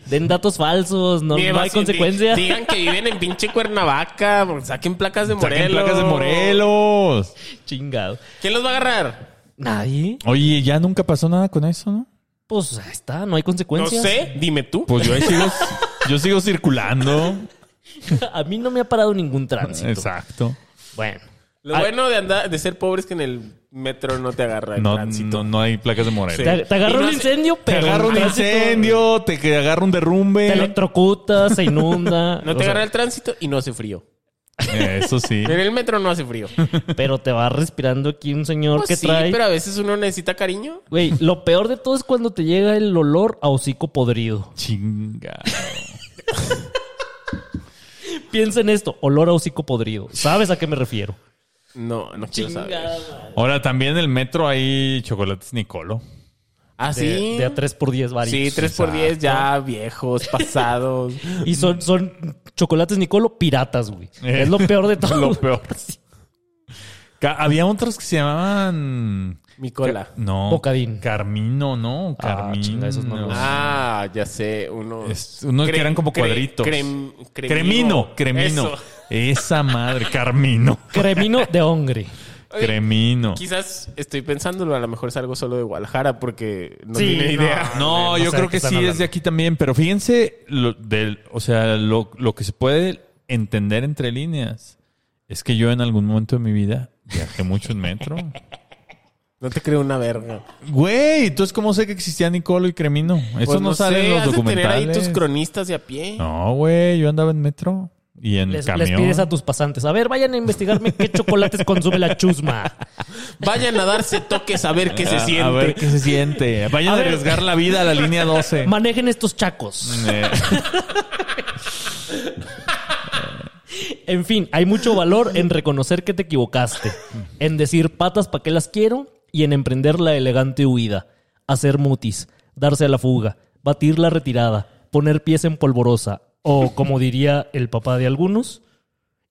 Speaker 3: Den datos falsos, no,
Speaker 4: Digan,
Speaker 3: no hay
Speaker 4: sí,
Speaker 3: consecuencias.
Speaker 4: di- Digan que viven en pinche Cuernavaca, porque saquen placas de Morelos.
Speaker 1: Saquen placas de Morelos.
Speaker 3: Chingado.
Speaker 4: ¿Quién los va a agarrar?
Speaker 3: Nadie.
Speaker 1: Oye, ya nunca pasó nada con eso, ¿no?
Speaker 3: Pues ahí está, no hay
Speaker 4: No
Speaker 3: consecuencias.
Speaker 4: sé, dime tú.
Speaker 1: Pues yo ahí sigo, yo sigo circulando.
Speaker 3: A mí no me ha parado ningún tránsito.
Speaker 1: Exacto.
Speaker 3: Bueno.
Speaker 4: Lo
Speaker 3: Ah,
Speaker 4: bueno de andar, de ser pobre es que en el metro no te agarra el
Speaker 1: No,
Speaker 4: tránsito.
Speaker 1: no, no hay placas de Morelos.
Speaker 3: Te, te
Speaker 4: Y
Speaker 3: agarra
Speaker 4: no
Speaker 3: un
Speaker 4: hace-
Speaker 3: incendio,
Speaker 1: Te
Speaker 3: pero.
Speaker 1: agarra un
Speaker 3: tránsito-
Speaker 1: incendio, te que agarra un derrumbe.
Speaker 3: Te electrocuta, se inunda.
Speaker 4: No
Speaker 3: o
Speaker 4: te
Speaker 3: sea,
Speaker 4: agarra el tránsito y no hace frío.
Speaker 1: Eh, Eso sí.
Speaker 4: En el metro no hace frío.
Speaker 3: Pero te va respirando aquí un señor
Speaker 4: Pues
Speaker 3: que
Speaker 4: sí,
Speaker 3: trae.
Speaker 4: pero a veces uno necesita cariño.
Speaker 3: Güey, lo peor de todo es cuando te llega el olor a hocico podrido.
Speaker 1: Chinga.
Speaker 3: Piensa en esto, olor a hocico podrido. ¿Sabes a qué me refiero?
Speaker 4: No, no quiero saber.
Speaker 1: Ahora también en el metro hay chocolates Nicolo.
Speaker 4: Ah,
Speaker 3: De,
Speaker 4: sí.
Speaker 3: de a 3 por 10 varios.
Speaker 4: sí, 3 por 10 ya viejos, pasados.
Speaker 3: Y son, son chocolates Nicolo piratas, güey.
Speaker 1: Eh.
Speaker 3: Es lo peor de todo.
Speaker 1: Lo peor. Ca- Había otros que se llamaban.
Speaker 4: Mi cola.
Speaker 1: No.
Speaker 3: Bocadín.
Speaker 1: Carmino, ¿no?
Speaker 3: Ah,
Speaker 1: Carmino.
Speaker 3: chinga, esos no los-
Speaker 4: Ah, ya sé, unos...
Speaker 1: Es- unos que
Speaker 4: cre-
Speaker 1: eran como
Speaker 4: cre-
Speaker 1: cuadritos.
Speaker 4: crem-
Speaker 1: Cremino, cremino.
Speaker 4: Eso.
Speaker 1: Esa madre, Carmino.
Speaker 3: Cremino de hongre.
Speaker 4: Oye,
Speaker 1: Cremino.
Speaker 4: Quizás estoy pensándolo, a lo mejor es algo solo de Guadalajara porque no
Speaker 3: Sí,
Speaker 4: tiene
Speaker 3: no.
Speaker 4: idea.
Speaker 1: No,
Speaker 3: no
Speaker 1: yo
Speaker 3: sé
Speaker 1: creo
Speaker 3: de
Speaker 1: que
Speaker 3: qué
Speaker 1: sí
Speaker 3: están
Speaker 1: es
Speaker 3: hablando.
Speaker 1: de aquí también, pero fíjense, lo, del, o sea, lo, lo que se puede entender entre líneas es que yo en algún momento de mi vida viajé mucho en metro.
Speaker 4: No te creo una verga.
Speaker 1: Güey, entonces ¿cómo sé que existía Nicolo y Cremino? Eso
Speaker 4: Pues
Speaker 1: no, sale
Speaker 4: sé,
Speaker 1: en los
Speaker 4: has de
Speaker 1: documentales.
Speaker 4: tener ahí tus cronistas de a pie.
Speaker 1: no, güey, yo andaba en metro y en
Speaker 3: Les, les
Speaker 1: camión.
Speaker 3: pides a tus pasantes, a ver, vayan a investigarme qué chocolates consume la chusma.
Speaker 4: Vayan a darse toques a ver qué se
Speaker 1: a,
Speaker 4: siente.
Speaker 1: a ver qué se siente. Vayan
Speaker 3: A
Speaker 1: a,
Speaker 3: ver.
Speaker 1: arriesgar la vida a la línea 12.
Speaker 3: Manejen estos chacos.
Speaker 1: Eh,
Speaker 3: En fin, hay mucho valor en reconocer que te equivocaste, en decir patas para qué las quiero y en emprender la elegante huida, hacer mutis, darse a la fuga, batir la retirada, poner pies en polvorosa o, como diría el papá de algunos,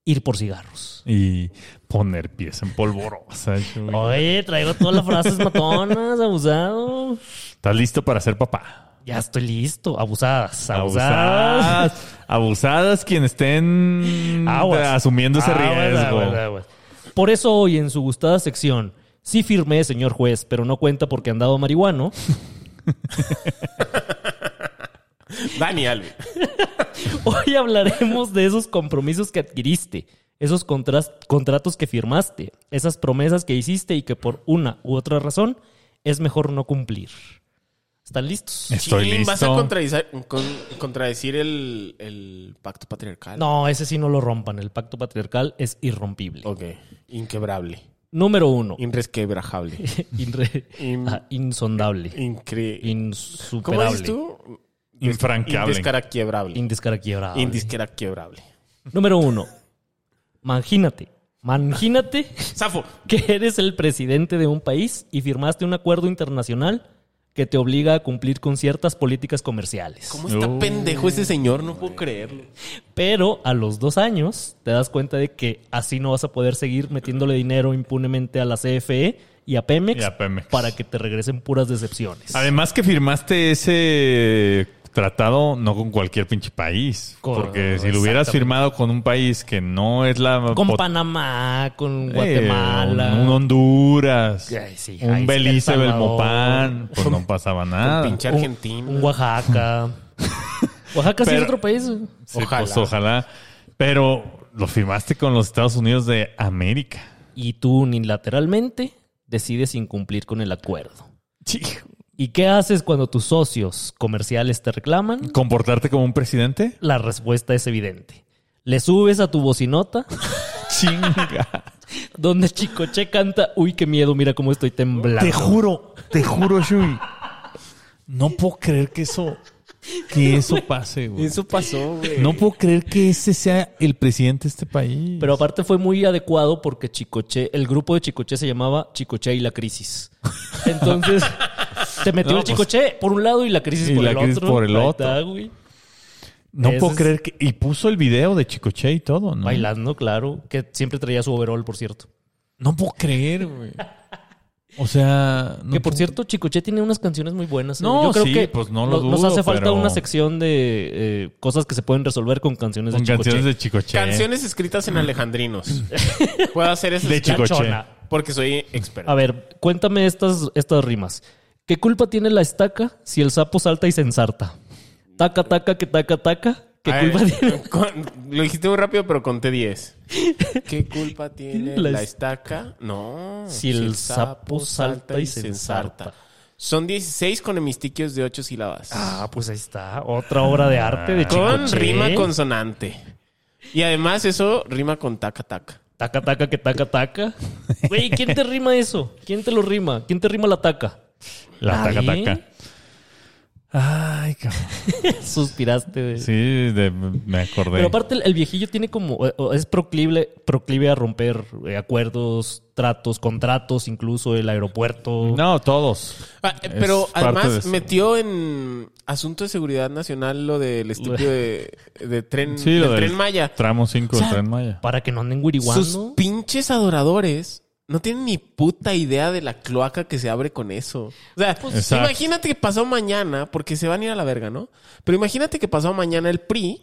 Speaker 3: ir por cigarros.
Speaker 1: y poner pies en polvorosa. chuy.
Speaker 3: Oye, traigo todas las frases matonas, abusado.
Speaker 1: ¿Estás listo para ser papá?
Speaker 3: Ya estoy listo, abusadas, abusadas.
Speaker 1: Abusadas. Abusadas quien estén
Speaker 3: Aguas. Ah,
Speaker 1: asumiendo ese
Speaker 3: Aguas,
Speaker 1: riesgo.
Speaker 3: aguas, aguas. Por eso hoy en su gustada sección, sí firmé, señor juez, pero no cuenta porque andaba marihuano,
Speaker 4: Dani Alves.
Speaker 3: hoy hablaremos de esos compromisos que adquiriste, esos contras- contratos que firmaste, esas promesas que hiciste y que por una u otra razón es mejor no cumplir. ¿Están listos?
Speaker 1: Estoy
Speaker 4: Chin,
Speaker 1: listo.
Speaker 4: ¿Vas a contradizar- con- contradecir el, el pacto patriarcal?
Speaker 3: No, ese sí no lo rompan. El pacto patriarcal es irrompible.
Speaker 4: Ok. Inquebrable.
Speaker 3: Número uno.
Speaker 4: Inresquebrajable.
Speaker 3: Inre-
Speaker 4: In-
Speaker 3: ah, insondable.
Speaker 4: Incre... ¿Cómo
Speaker 3: Insuperable.
Speaker 4: dices tú?
Speaker 1: Infranqueable.
Speaker 4: Indescaraquiebrable.
Speaker 3: Indescaraciebrable.
Speaker 4: Indescaraquiebrable.
Speaker 3: Número uno. Imagínate. Imagínate
Speaker 4: Safo.
Speaker 3: que eres el presidente de un país y firmaste un acuerdo internacional que te obliga a cumplir con ciertas políticas comerciales.
Speaker 4: ¿Cómo está
Speaker 1: Uh.
Speaker 4: pendejo ese señor? No puedo creerlo.
Speaker 3: Pero a los dos años te das cuenta de que así no vas a poder seguir metiéndole dinero impunemente a la CFE y a Pemex,
Speaker 1: Y a Pemex.
Speaker 3: para que te regresen puras decepciones.
Speaker 1: Además que firmaste ese tratado no con cualquier pinche país.
Speaker 3: Con-
Speaker 1: porque si lo hubieras
Speaker 3: exactamente.
Speaker 1: firmado con un país que no es la...
Speaker 3: con
Speaker 1: pot-
Speaker 3: Panamá, con
Speaker 1: eh,
Speaker 3: Guatemala.
Speaker 1: un, un Honduras.
Speaker 3: Ay, sí, ay, sí,
Speaker 1: un Belice
Speaker 3: El Salvador.
Speaker 1: Belmopán. Pues no pasaba nada.
Speaker 4: Pinche
Speaker 3: Un-
Speaker 4: argentino.
Speaker 3: Un Oaxaca. Oaxaca sí es
Speaker 1: Pero-
Speaker 3: otro país.
Speaker 1: Sí, pues,
Speaker 4: Ojalá.
Speaker 1: ojalá. Pero lo firmaste con los Estados Unidos de América.
Speaker 3: Y tú unilateralmente decides incumplir con el acuerdo. ¿Y qué haces cuando tus socios comerciales te reclaman?
Speaker 1: ¿Comportarte como un presidente?
Speaker 3: La respuesta es evidente. Le subes a tu bocinota
Speaker 1: Chinga.
Speaker 3: donde Chicoche canta, uy, qué miedo, mira cómo estoy temblando.
Speaker 7: Te juro, te juro, Shui. No puedo creer que eso, que eso pase, güey.
Speaker 4: Eso pasó, güey.
Speaker 1: No puedo creer que ese sea el presidente de este país.
Speaker 3: Pero aparte fue muy adecuado porque Chicoche, el grupo de Chicoche se llamaba Chicoche y la crisis. Entonces, te metió
Speaker 1: No, pues,
Speaker 3: el Chicoche por un lado y la crisis
Speaker 1: y
Speaker 3: por
Speaker 1: la
Speaker 3: el
Speaker 1: crisis
Speaker 3: otro.
Speaker 1: por el
Speaker 3: Ahí
Speaker 1: otro.
Speaker 3: está, güey.
Speaker 1: no
Speaker 3: ese
Speaker 1: puedo
Speaker 3: es-
Speaker 1: creer que. Y puso el video de Chicoche y todo, ¿no?
Speaker 3: Bailando, claro. Que siempre traía su overall, por cierto.
Speaker 1: No puedo creer, güey. O sea. no
Speaker 3: que por
Speaker 1: puedo-
Speaker 3: cierto, Chicoche tiene unas canciones muy buenas. ¿eh?
Speaker 1: No,
Speaker 3: Yo creo
Speaker 1: sí,
Speaker 3: que
Speaker 1: pues no lo
Speaker 3: nos, nos
Speaker 1: dudo,
Speaker 3: hace falta
Speaker 1: pero-
Speaker 3: una sección de eh, cosas que se pueden resolver con canciones
Speaker 1: Con
Speaker 3: de Chicoche.
Speaker 1: canciones de Chicoche.
Speaker 4: Canciones escritas
Speaker 3: Mm.
Speaker 4: en alejandrinos. Puedo hacer eso.
Speaker 1: De Chicoche.
Speaker 4: chona, Porque soy experto.
Speaker 3: A ver, cuéntame estas, estas rimas. ¿Qué culpa tiene la estaca si el sapo salta y se ensarta? Taca, taca, que taca, taca. ¿Qué
Speaker 4: A
Speaker 3: culpa
Speaker 4: ver,
Speaker 3: tiene?
Speaker 4: con- lo dijiste muy rápido, pero conté 10. ¿Qué culpa tiene
Speaker 3: La
Speaker 4: la,
Speaker 3: es-
Speaker 4: estaca? No.
Speaker 3: Si el sapo salta y se ensarta.
Speaker 4: Son 16 con hemistiquios de 8 sílabas.
Speaker 3: Ah, pues ahí está.
Speaker 1: Ah,
Speaker 3: Otra obra de arte de Chicoche.
Speaker 4: con rima consonante. Y además eso rima con taca taca.
Speaker 3: Taca, taca, que taca, taca. Güey, ¿quién te rima eso? ¿Quién te lo rima? ¿Quién te rima la taca?
Speaker 1: La taca
Speaker 3: Nadie.
Speaker 1: taca. Ay, cabrón.
Speaker 3: Suspiraste. de-
Speaker 1: Sí, de- me acordé.
Speaker 3: Pero aparte el, el viejillo tiene como o- o es proclive, proclive a romper eh, acuerdos, tratos, contratos, incluso el aeropuerto.
Speaker 1: No, todos.
Speaker 4: Ah, eh,
Speaker 1: Es
Speaker 4: pero
Speaker 1: parte de
Speaker 4: además
Speaker 1: eso.
Speaker 4: metió en asunto de seguridad nacional lo del estúpido de, de tren,
Speaker 1: Sí, lo
Speaker 4: del
Speaker 1: del
Speaker 4: tren Maya.
Speaker 1: Tramo 5
Speaker 4: O sea,
Speaker 1: del Tren Maya.
Speaker 3: Para que no anden guiriguando.
Speaker 4: Sus pinches adoradores no tienen ni puta idea de la cloaca que se abre con eso. O sea,
Speaker 1: Pues, Exacto.
Speaker 4: imagínate que pasó mañana, porque se van a ir a la verga, ¿no? Pero imagínate que pasó mañana el PRI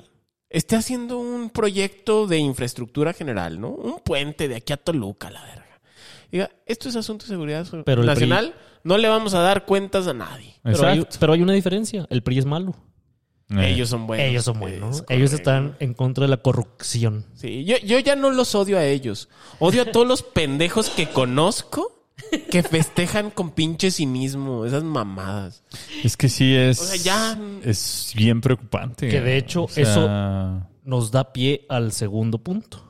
Speaker 4: esté haciendo un proyecto de infraestructura general, ¿no? Un puente de aquí a Toluca, la verga. Diga, esto es asunto de seguridad
Speaker 3: Pero el
Speaker 4: nacional, no le vamos a dar cuentas a nadie.
Speaker 3: pero, hay,
Speaker 1: Exacto.
Speaker 3: pero hay una diferencia. El PRI es malo.
Speaker 1: Eh,
Speaker 4: Ellos son buenos.
Speaker 3: Ellos son
Speaker 4: Es
Speaker 3: buenos.
Speaker 4: correcto.
Speaker 3: Ellos están en contra de la corrupción.
Speaker 4: Sí, yo, yo ya no los odio a ellos. Odio a todos los pendejos que conozco que festejan con pinche cinismo, esas mamadas.
Speaker 1: Es que sí es.
Speaker 4: O sea, ya-
Speaker 1: Es bien preocupante.
Speaker 3: Que de hecho,
Speaker 1: eso.
Speaker 3: Nos da pie al segundo punto.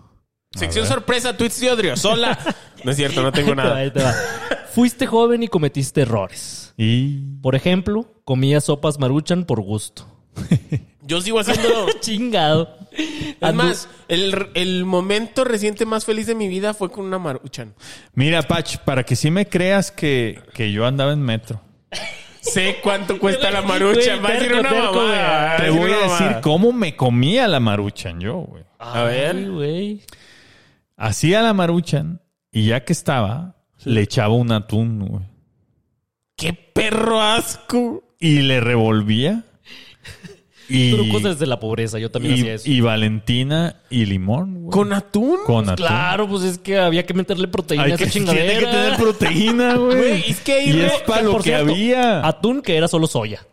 Speaker 4: Sección sorpresa, tweets de Odriozola. No es cierto, no tengo
Speaker 3: Ahí
Speaker 4: nada.
Speaker 3: te va. Fuiste joven y cometiste errores.
Speaker 1: Y.
Speaker 3: Por ejemplo, comías sopas maruchan por gusto.
Speaker 4: Yo sigo haciendo.
Speaker 3: Chingado.
Speaker 4: Es
Speaker 3: Andu-
Speaker 4: más, el, el momento reciente más feliz de mi vida fue con una maruchan.
Speaker 1: Mira, Pach, para que sí me creas que, que yo andaba en metro.
Speaker 4: Sé cuánto cuesta la maruchan. Va a decir una
Speaker 3: Terco, terco, güey.
Speaker 4: mamada. va
Speaker 1: Te
Speaker 4: decir
Speaker 1: voy
Speaker 4: una
Speaker 1: a decir
Speaker 4: mamada.
Speaker 1: cómo me comía la maruchan yo, güey.
Speaker 4: A ver.
Speaker 3: Ay, güey.
Speaker 1: Hacía la maruchan y ya que estaba, le echaba un atún, güey.
Speaker 4: ¡Qué perro asco!
Speaker 1: Y le revolvía. Y,
Speaker 3: Trucos desde la pobreza. Yo también
Speaker 1: y-
Speaker 3: hacía eso.
Speaker 1: y Valentina y limón, güey.
Speaker 4: ¿Con atún?
Speaker 1: Con atún.
Speaker 3: Claro, pues es que había que meterle proteína
Speaker 1: Hay
Speaker 3: a
Speaker 1: que,
Speaker 3: esa
Speaker 1: tiene
Speaker 3: chingadera.
Speaker 1: que tener proteína,
Speaker 4: Güey,
Speaker 1: güey.
Speaker 4: es que ahí
Speaker 1: Y
Speaker 4: re-
Speaker 1: es para lo
Speaker 3: Por
Speaker 1: que
Speaker 3: cierto,
Speaker 1: había.
Speaker 3: Atún que era solo soya.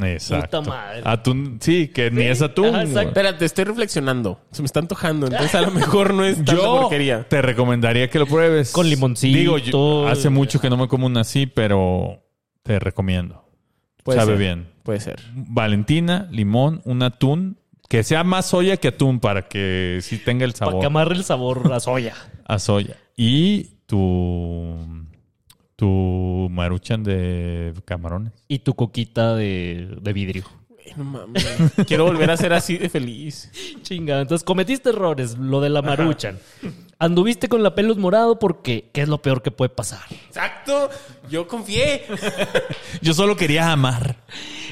Speaker 1: Exacto.
Speaker 3: Puta madre.
Speaker 1: Atún, sí, que ni es atún.
Speaker 3: ajá, exacto.
Speaker 1: güey.
Speaker 4: Espérate, estoy reflexionando. Se me está antojando, entonces a lo mejor no es tanta
Speaker 1: Yo
Speaker 4: porquería.
Speaker 1: te recomendaría que lo pruebes.
Speaker 3: Con limoncito.
Speaker 1: Digo, yo- hace mucho que no me como una así, pero te recomiendo.
Speaker 4: Puede
Speaker 1: Sabe
Speaker 4: ser.
Speaker 1: bien.
Speaker 4: Puede ser.
Speaker 1: Valentina, limón, un atún. Que sea más soya que atún para que sí tenga el
Speaker 3: Para que
Speaker 1: sabor
Speaker 3: amarre el sabor a soya.
Speaker 1: a soya. Y tu, tu maruchan de camarones.
Speaker 3: Y tu coquita de, de vidrio.
Speaker 4: Ay, No mames. Quiero volver a ser así de feliz.
Speaker 3: Chingada. Entonces cometiste errores, lo de la maruchan. Anduviste con la pelos morado porque, ¿qué es lo peor que puede pasar?
Speaker 4: Exacto. Yo confié.
Speaker 1: Yo solo quería amar.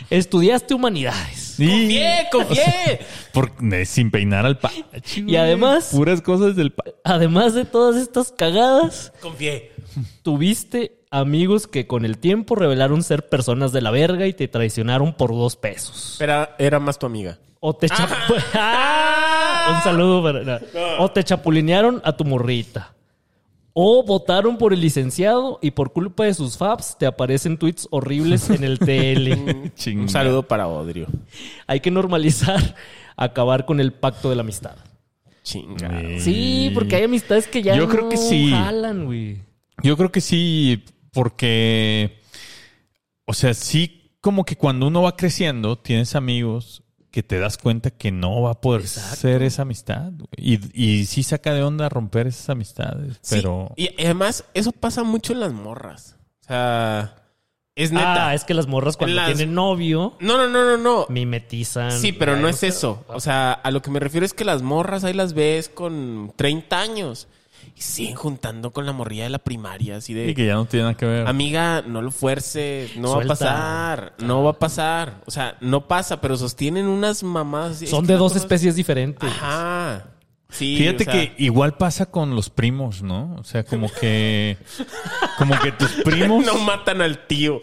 Speaker 3: Estudiaste humanidades.
Speaker 1: Y
Speaker 4: Confié, confié.
Speaker 1: por- eh, sin peinar al pa.
Speaker 3: Y además-
Speaker 1: Puras cosas del pa.
Speaker 3: Además de todas estas cagadas,
Speaker 4: Confié.
Speaker 3: tuviste amigos que con el tiempo revelaron ser personas de la verga y te traicionaron por dos pesos.
Speaker 4: Pero era más tu amiga.
Speaker 3: O te chapu- ¡Ah! Un saludo para- O te chapulinearon a tu morrita. O votaron por el licenciado y por culpa de sus faps te aparecen tweets horribles en el TL.
Speaker 1: Chinga.
Speaker 4: Un saludo para Odrio.
Speaker 3: Hay que normalizar acabar con el pacto de la amistad.
Speaker 4: Chinga.
Speaker 1: Eh,
Speaker 3: Sí, porque hay amistades que ya
Speaker 1: Yo creo
Speaker 3: no
Speaker 1: que sí.
Speaker 3: jalan, güey.
Speaker 1: Yo creo que sí, porque, o sea, sí, como que cuando uno va creciendo, tienes amigos que te das cuenta que no va a poder
Speaker 3: Exacto.
Speaker 1: ser esa amistad. güey. Y, y sí saca de onda romper esas amistades,
Speaker 4: Sí,
Speaker 1: pero...
Speaker 4: y y además, eso pasa mucho en las morras. O sea, es neta.
Speaker 3: Ah, es que las morras cuando
Speaker 4: Las-
Speaker 3: tienen novio
Speaker 4: No, no, no, no, no.
Speaker 3: mimetizan.
Speaker 4: Sí, pero no es
Speaker 3: Ay,
Speaker 4: eso. O sea, a lo que me refiero es que las morras ahí las ves con 30 años y siguen juntando con la morrilla de la primaria, así
Speaker 1: Y
Speaker 4: de
Speaker 1: que ya no tiene nada que ver.
Speaker 4: amiga, no lo fuerces, no va a
Speaker 3: Suelta.
Speaker 4: pasar, no va a pasar. O sea, no pasa, pero sostienen unas mamás. así,
Speaker 3: Son
Speaker 4: "Es que
Speaker 3: de
Speaker 4: no
Speaker 3: dos
Speaker 4: conoces".
Speaker 3: especies diferentes.
Speaker 4: Ajá. Sí.
Speaker 1: Fíjate
Speaker 4: o sea,
Speaker 1: que igual pasa con los primos, ¿no? O sea, como que... Como que tus primos...
Speaker 4: no matan al tío.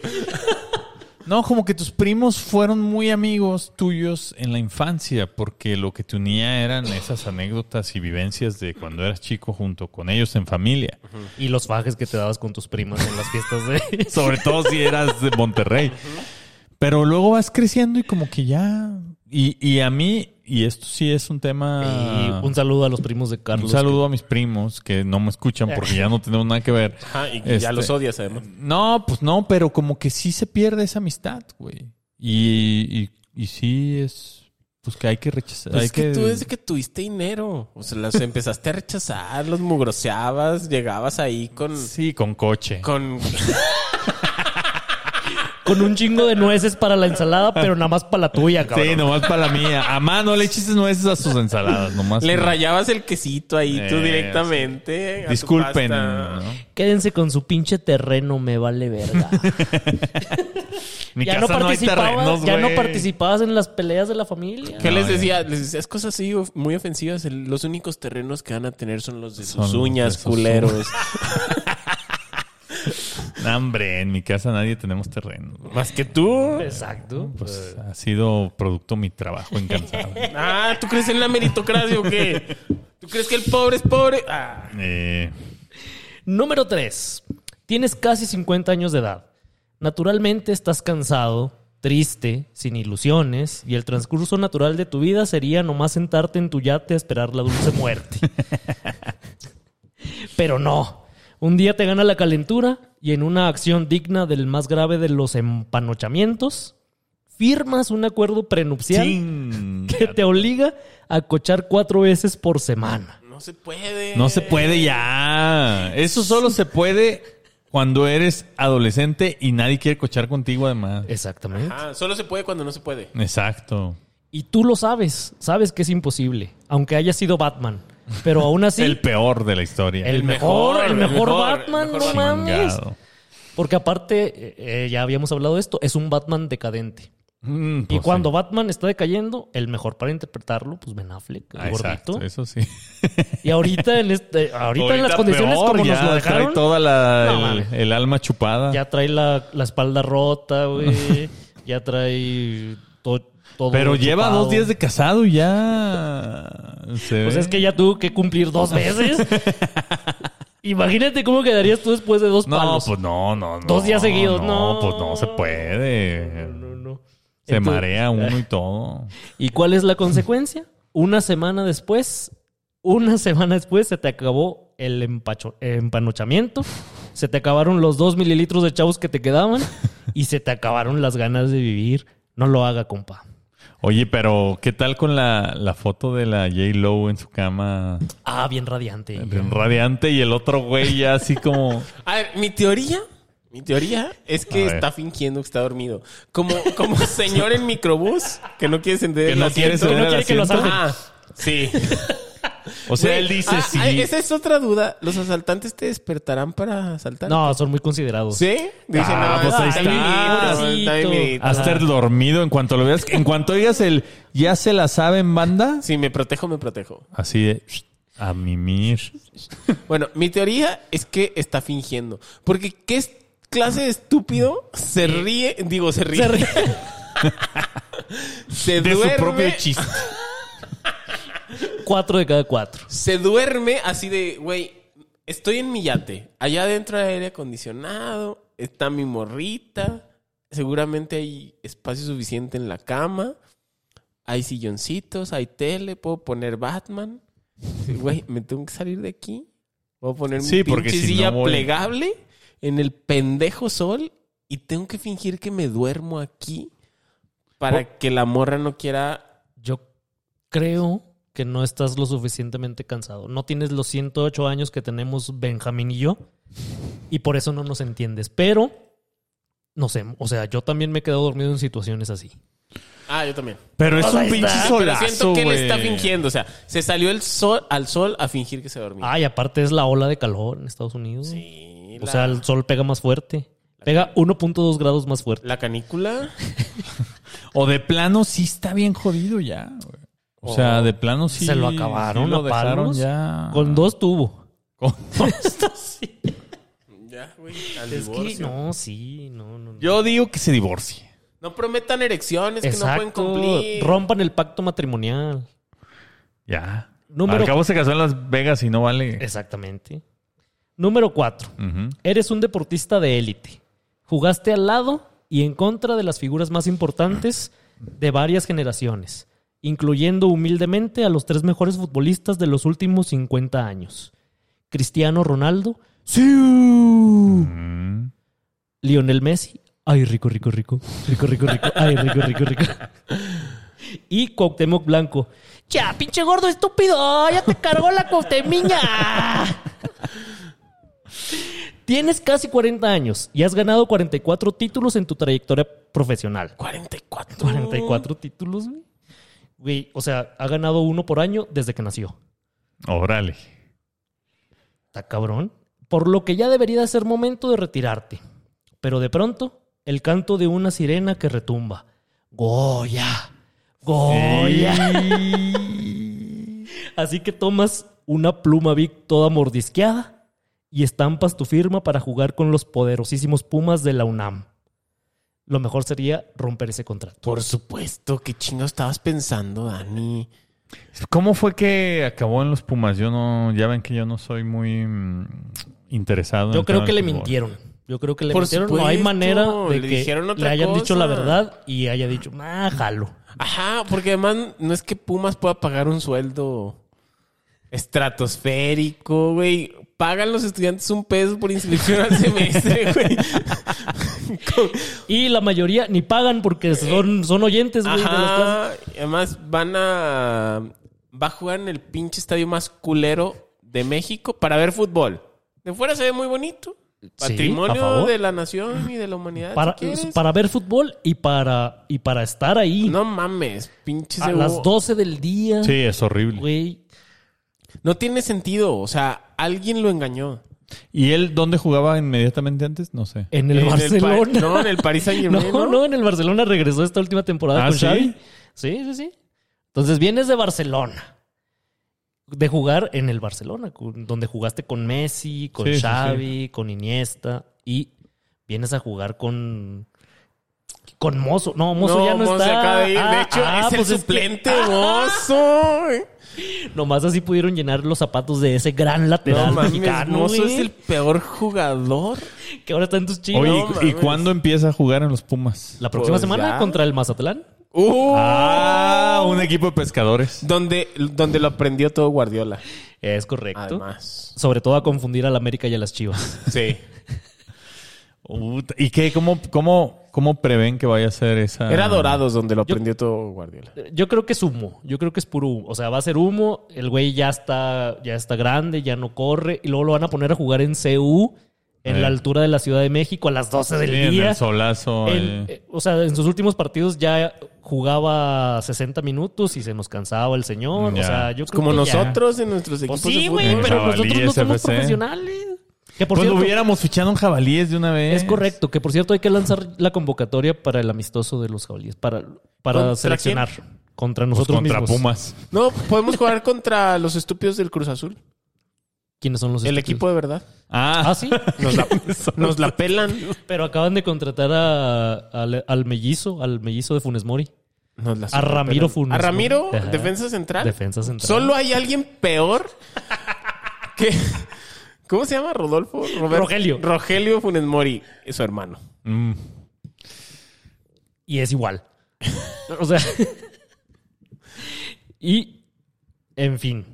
Speaker 1: No, como que tus primos fueron muy amigos tuyos en la infancia, porque lo que te unía eran esas anécdotas y vivencias de cuando eras chico junto con ellos en familia.
Speaker 3: Y los fajes que te dabas con tus primas en las fiestas de.
Speaker 1: Sobre todo si eras de Monterrey. Pero luego vas creciendo y como que ya... Y, y a mí, y esto sí es un tema...
Speaker 4: Ah.
Speaker 3: Y un saludo a los primos de
Speaker 1: un
Speaker 3: Carlos.
Speaker 1: saludo a mis primos que no me escuchan porque ya no tenemos nada que ver.
Speaker 4: Ajá, y ya
Speaker 1: Este,
Speaker 4: los odias además.
Speaker 1: No, pues no, pero como que sí se pierde esa amistad, güey. Y, y, y sí es. Pues que hay que rechazar.
Speaker 4: Pues
Speaker 1: hay
Speaker 4: es que,
Speaker 1: que-
Speaker 4: tú desde que tuviste dinero, o sea, los empezaste a rechazar, los mugroseabas, llegabas ahí con...
Speaker 1: Sí, con coche.
Speaker 4: Con...
Speaker 3: Con un chingo de nueces para la ensalada, pero nada más para la tuya, cabrón.
Speaker 1: Sí, nomás para la mía. A mano le eches nueces a sus ensaladas, nomás.
Speaker 4: Le
Speaker 1: no.
Speaker 4: rayabas el quesito ahí tú
Speaker 1: Eh,
Speaker 4: directamente. a tu
Speaker 1: Disculpen.
Speaker 4: pasta.
Speaker 1: ¿no?
Speaker 3: Quédense con su pinche terreno, me vale verga.
Speaker 1: Mi
Speaker 3: ya no
Speaker 1: casa hay
Speaker 3: participabas,
Speaker 1: terrenos,
Speaker 3: ya no
Speaker 1: güey.
Speaker 3: participabas en las peleas de la familia.
Speaker 4: ¿Qué
Speaker 1: No,
Speaker 4: les
Speaker 1: ya.
Speaker 4: decía? Les decías cosas así of- muy ofensivas. El- Los únicos terrenos que van a tener son los de
Speaker 1: Son los
Speaker 4: sus
Speaker 1: de
Speaker 4: uñas,
Speaker 1: sus
Speaker 4: culeros.
Speaker 1: No, hombre, en mi casa nadie tenemos terreno. güey.
Speaker 4: Más que tú.
Speaker 3: Exacto.
Speaker 1: Pues
Speaker 4: Eh.
Speaker 1: ha sido producto mi trabajo incansable.
Speaker 4: Ah, ¿tú crees en la meritocracia o qué? ¿Tú crees que el pobre es pobre? Ah.
Speaker 1: Eh,
Speaker 3: Número 3. Tienes casi 50 años de edad. Naturalmente estás cansado, triste, sin ilusiones, y el transcurso natural de tu vida sería nomás sentarte en tu yate a esperar la dulce muerte. Pero no. Un día te gana la calentura y en una acción digna del más grave de los empanochamientos, firmas un acuerdo prenupcial
Speaker 1: chin.
Speaker 3: que te obliga a cochar cuatro veces por semana.
Speaker 4: No se puede.
Speaker 1: No se puede ya. Eso solo se puede cuando eres adolescente y nadie quiere cochar contigo además.
Speaker 3: Exactamente.
Speaker 4: Ah, solo se puede cuando no se puede.
Speaker 1: Exacto.
Speaker 3: Y tú lo sabes, sabes que es imposible, aunque haya sido Batman. Pero aún así,
Speaker 1: El
Speaker 3: el,
Speaker 1: peor de la historia.
Speaker 3: mejor, el mejor,
Speaker 4: mejor,
Speaker 3: Batman,
Speaker 4: el
Speaker 3: no
Speaker 4: mejor
Speaker 3: mames.
Speaker 1: Chingado.
Speaker 3: Porque aparte, eh, ya habíamos hablado de esto, es un Batman decadente.
Speaker 1: Mm,
Speaker 3: Y
Speaker 1: pues
Speaker 3: cuando
Speaker 1: sí.
Speaker 3: Batman está decayendo, el mejor para interpretarlo, pues Ben Affleck, el
Speaker 1: Ah,
Speaker 3: gordito.
Speaker 1: Exacto, eso sí.
Speaker 3: Y ahorita en, este, ahorita en las
Speaker 1: Ahorita
Speaker 3: condiciones
Speaker 1: peor,
Speaker 3: como nos
Speaker 1: ya
Speaker 3: lo
Speaker 1: Trae
Speaker 3: dejaron,
Speaker 1: toda la,
Speaker 3: No,
Speaker 1: el-
Speaker 3: mames.
Speaker 1: el, alma chupada.
Speaker 3: ya trae la, la espalda rota, güey. ya trae to- todo.
Speaker 1: Pero lleva
Speaker 3: chupado.
Speaker 1: dos días de casado y ya. se
Speaker 3: Pues
Speaker 1: ve.
Speaker 3: es que ya tuvo que cumplir dos veces. Imagínate cómo quedarías tú después de dos
Speaker 1: No,
Speaker 3: palos.
Speaker 1: pues no, no, no.
Speaker 3: Dos días seguidos, no.
Speaker 1: pues no se puede.
Speaker 3: No, no, no.
Speaker 1: eh, Se
Speaker 3: Entonces-
Speaker 1: marea uno y todo.
Speaker 3: ¿Y cuál es la consecuencia? Una semana después, una semana después se te acabó el empacho- empanochamiento, se te acabaron los dos mililitros de chavos que te quedaban y se te acabaron las ganas de vivir. No lo haga, compa.
Speaker 1: Oye, pero ¿qué tal con la, la foto de la J. Lowe en su cama
Speaker 3: Ah, bien radiante.
Speaker 1: radiante y el otro güey ya así como...
Speaker 4: A ver, mi teoría, mi teoría es que
Speaker 1: A ver.
Speaker 4: está fingiendo que está dormido. Como, como señor en microbús que no quiere encender
Speaker 1: Que
Speaker 4: el
Speaker 1: no
Speaker 4: asiento.
Speaker 1: quiere ceder
Speaker 3: Que no quiere que lo asalten.
Speaker 4: Ah, sí.
Speaker 1: O sea,
Speaker 4: Güey,
Speaker 1: él dice
Speaker 4: ah,
Speaker 1: sí.
Speaker 4: ah, esa es otra duda. ¿Los asaltantes te despertarán para asaltar?
Speaker 3: No, son muy considerados.
Speaker 4: ¿Sí? Dicen,
Speaker 1: Ah, pues ahí está. Hasta el dormido, en cuanto lo veas, en cuanto oigas el ya se la saben banda,
Speaker 4: Si me protejo, me protejo.
Speaker 1: así de "Shh, a mimir.
Speaker 4: Bueno, mi teoría es que está fingiendo. Porque ¿qué es- clase de estúpido se ríe? Digo, se ríe. Se
Speaker 3: ríe.
Speaker 1: De
Speaker 4: duerme,
Speaker 1: su propio chiste.
Speaker 3: Cuatro de cada cuatro.
Speaker 4: se duerme así de, güey, estoy en mi yate. Allá adentro hay aire acondicionado, está mi morrita. Seguramente hay espacio suficiente en la cama. Hay silloncitos, hay tele, puedo poner Batman. Sí, Güey, me tengo que salir de aquí Voy a poner
Speaker 1: Sí,
Speaker 4: mi
Speaker 1: porque
Speaker 4: pinche
Speaker 1: si
Speaker 4: silla
Speaker 1: no voy-
Speaker 4: plegable en el pendejo sol y tengo que fingir que me duermo aquí para que la morra no quiera.
Speaker 3: Yo creo que no estás lo suficientemente cansado. No tienes los 108 años que tenemos Benjamín y yo. Y por eso no nos entiendes. Pero, no sé, o sea, yo también me he quedado dormido en situaciones así.
Speaker 4: Ah, yo también.
Speaker 1: Pero es un pinche
Speaker 4: Pero
Speaker 1: solazo,
Speaker 4: siento que él está
Speaker 1: güey.
Speaker 4: fingiendo. O sea, se salió el sol al sol a fingir que se dormía.
Speaker 3: Ay, aparte es la ola de calor en Estados Unidos.
Speaker 4: Sí,
Speaker 3: Ah, O
Speaker 4: la-
Speaker 3: sea, el sol pega más fuerte. Pega 1.2 grados más fuerte.
Speaker 4: la canícula.
Speaker 1: O de plano sí está bien jodido ya. güey. O sea, de plano sí.
Speaker 3: Se lo acabaron
Speaker 1: sí lo
Speaker 3: a palos.
Speaker 1: dejaron ya.
Speaker 3: Con dos tuvo.
Speaker 1: Con dos.
Speaker 4: Ya, güey, al
Speaker 3: Es que
Speaker 4: divorcio.
Speaker 3: no, sí, no, no. no.
Speaker 1: Yo digo que se divorcie.
Speaker 4: No prometan erecciones que no pueden
Speaker 3: Exacto.
Speaker 4: cumplir.
Speaker 3: Rompan el pacto matrimonial.
Speaker 1: Ya.
Speaker 3: Número-
Speaker 1: Al cabo se casó en Las Vegas y no vale.
Speaker 3: Exactamente. Número 4.
Speaker 1: Ujú.
Speaker 3: Eres un deportista de élite. Jugaste al lado y en contra de las figuras más importantes de varias generaciones, incluyendo humildemente a los tres mejores futbolistas de los últimos 50 años. Cristiano Ronaldo, ¡siu!
Speaker 1: Mm.
Speaker 3: Lionel Messi, ay rico, rico, rico, rico, rico, rico, ay rico, rico, rico. Y Cuauhtémoc Blanco, ya, pinche gordo estúpido, ya te cargó la Cuauhtemiña. Tienes casi 40 años y has ganado 44 títulos en tu trayectoria profesional.
Speaker 4: 44.
Speaker 3: 44 títulos, güey. Güey, o sea, ha ganado uno por año desde que nació.
Speaker 1: Órale.
Speaker 3: Está cabrón. Por lo que ya debería ser momento de retirarte. Pero de pronto, el canto de una sirena que retumba. Goya. Oh, Goya. Así que tomas una pluma Vic toda mordisqueada y estampas tu firma para jugar con los poderosísimos Pumas de la UNAM. Lo mejor sería romper ese contrato.
Speaker 4: Por supuesto, qué chingo estabas pensando, Dani.
Speaker 1: ¿Cómo fue que acabó en los Pumas? Yo no, ya ven que yo no soy muy mm, interesado. en
Speaker 3: Yo
Speaker 1: el
Speaker 3: creo
Speaker 1: tema
Speaker 3: que le
Speaker 1: del fútbol.
Speaker 3: mintieron. Yo creo que le
Speaker 4: Por
Speaker 3: mintieron. no hay
Speaker 4: supuesto,
Speaker 3: manera de
Speaker 4: le
Speaker 3: que
Speaker 4: dijeron
Speaker 3: le
Speaker 4: otra
Speaker 3: hayan dicho la
Speaker 4: cosa.
Speaker 3: verdad y haya dicho, ah, jalo.
Speaker 4: Ajá, porque además no es que Pumas pueda pagar un sueldo estratosférico, güey. Pagan los estudiantes un peso por inscripción al semestre, güey. Con-
Speaker 3: Y la mayoría ni pagan porque son, son oyentes, güey, de las clases.
Speaker 4: Ajá, y además van a... Va a jugar en el pinche estadio más culero de México para ver fútbol. De fuera se ve muy bonito.
Speaker 3: a
Speaker 4: Patrimonio
Speaker 3: favor.
Speaker 4: de la nación y de la humanidad.
Speaker 3: Para,
Speaker 4: si quieres.
Speaker 3: para ver fútbol y para, y para estar ahí
Speaker 4: No mames, pinches.
Speaker 3: a
Speaker 4: de-
Speaker 3: las 12 del día.
Speaker 1: Sí, es horrible.
Speaker 3: Güey,
Speaker 4: No tiene sentido. O sea, alguien lo engañó.
Speaker 1: ¿Y él dónde jugaba inmediatamente antes? No sé.
Speaker 3: en el
Speaker 4: En el
Speaker 3: Barcelona.
Speaker 4: Pa- no, en el Paris Saint-Germain,
Speaker 3: No,
Speaker 4: ¿no?
Speaker 3: no, en el Barcelona regresó esta última temporada
Speaker 1: ¿Ah,
Speaker 3: con
Speaker 1: sí?
Speaker 3: Xavi. Sí, sí, sí. Entonces vienes de Barcelona. De jugar en el Barcelona, con- donde jugaste con Messi, con
Speaker 1: Sí, sí,
Speaker 3: Xavi, con Iniesta. Y vienes a jugar con... Con Mozo. No, Mozo ya no
Speaker 4: Mozo
Speaker 3: está.
Speaker 4: acaba de ir. de
Speaker 3: Ah,
Speaker 4: hecho,
Speaker 3: ah,
Speaker 4: es
Speaker 3: pues
Speaker 4: el
Speaker 3: que-
Speaker 4: suplente, Mozo. güey.
Speaker 3: Nomás así pudieron llenar los zapatos de ese gran
Speaker 4: No
Speaker 3: lateral
Speaker 4: mames,
Speaker 3: mexicano,
Speaker 4: Mozo
Speaker 3: güey,
Speaker 4: es el peor jugador.
Speaker 3: que ahora está en tus chivas.
Speaker 1: Oye, ¿y-
Speaker 4: no
Speaker 1: ¿y
Speaker 4: mames.
Speaker 1: cuándo empieza a jugar en los Pumas?
Speaker 3: La próxima
Speaker 4: pues
Speaker 3: semana
Speaker 4: ya.
Speaker 3: contra el Mazatlán.
Speaker 4: Uh,
Speaker 1: Ah, un equipo de pescadores.
Speaker 4: donde, donde lo aprendió todo Guardiola.
Speaker 3: Es correcto.
Speaker 4: Además.
Speaker 3: Sobre todo a confundir al América y a las Chivas.
Speaker 4: Sí.
Speaker 1: Puta, ¿Y qué? ¿Cómo, cómo, cómo prevén que vaya a ser esa?
Speaker 3: Ah.
Speaker 4: Era Dorados donde lo aprendió todo Guardiola.
Speaker 3: Yo creo que es humo. Yo creo que es puro humo. O sea, va a ser humo. El güey ya está, ya está grande, ya no corre. Y luego lo van a poner a jugar en CU, en
Speaker 1: Eh.
Speaker 3: la altura de la Ciudad de México, a las 12
Speaker 1: Sí,
Speaker 3: del
Speaker 1: en
Speaker 3: día.
Speaker 1: el solazo.
Speaker 3: En-
Speaker 1: eh.
Speaker 3: eh, o sea, en sus últimos partidos ya jugaba 60 minutos y se nos cansaba el señor.
Speaker 1: Ya.
Speaker 3: O sea, yo
Speaker 4: Es
Speaker 3: creo
Speaker 4: como
Speaker 3: que ya-
Speaker 4: nosotros en nuestros equipos.
Speaker 3: Pues sí,
Speaker 4: de
Speaker 3: güey,
Speaker 4: fútbol.
Speaker 1: Un
Speaker 3: pero
Speaker 1: jabalí,
Speaker 3: nosotros no somos
Speaker 1: SFC.
Speaker 3: profesionales. Que por
Speaker 1: pues lo
Speaker 3: cierto,
Speaker 1: hubiéramos fichado un jabalíes de una vez.
Speaker 3: es correcto, que por cierto hay que lanzar la convocatoria para el amistoso de los jabalíes, para, para
Speaker 4: ¿Contra
Speaker 3: seleccionar contra
Speaker 1: Pues
Speaker 3: nosotros
Speaker 1: contra
Speaker 3: mismos.
Speaker 1: Pumas.
Speaker 4: No, podemos jugar contra los estúpidos del Cruz Azul.
Speaker 3: ¿Quiénes son los
Speaker 4: El
Speaker 3: estúpidos?
Speaker 4: equipo de verdad.
Speaker 1: Ah,
Speaker 3: Ah, sí.
Speaker 4: Nos la, nos la pelan.
Speaker 3: Pero acaban de contratar a, al, al mellizo, al mellizo de Funes Mori.
Speaker 4: Nos la
Speaker 3: A Ramiro
Speaker 4: superpelan.
Speaker 3: Funes.
Speaker 4: A Ramiro,
Speaker 3: Ajá.
Speaker 4: defensa central.
Speaker 3: Defensa central.
Speaker 4: Solo hay alguien peor que. ¿Cómo se llama Rodolfo? Roberto-
Speaker 3: Rogelio.
Speaker 4: Rogelio Funes Mori, es su hermano.
Speaker 3: Ah.
Speaker 1: Mm.
Speaker 3: y es igual. o sea. y, en fin.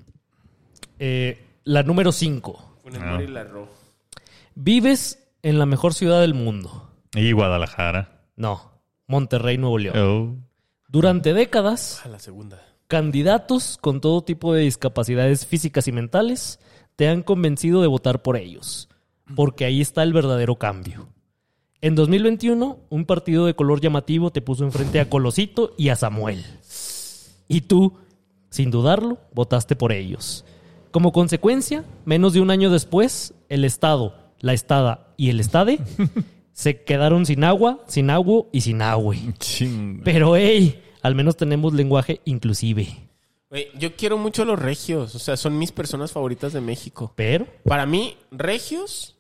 Speaker 3: Eh, la número 5.
Speaker 4: Funemori la Ro.
Speaker 3: Vives en la mejor ciudad del mundo.
Speaker 1: Y Guadalajara.
Speaker 3: No, Monterrey, Nuevo León.
Speaker 1: Oh.
Speaker 3: Durante décadas,
Speaker 4: A la segunda.
Speaker 3: candidatos con todo tipo de discapacidades físicas y mentales te han convencido de votar por ellos, porque ahí está el verdadero cambio. En 2021, un partido de color llamativo te puso enfrente a Colosito y a Samuel. Y tú, sin dudarlo, votaste por ellos. Como consecuencia, menos de un año después, el Estado, la Estada y el Estade se quedaron sin agua, sin agua y sin agua.
Speaker 1: Ching.
Speaker 3: Pero hey, al menos tenemos lenguaje inclusive.
Speaker 4: Güey, yo quiero mucho a los regios. O sea, son mis personas favoritas de México.
Speaker 3: Pero
Speaker 4: Para mí, regios,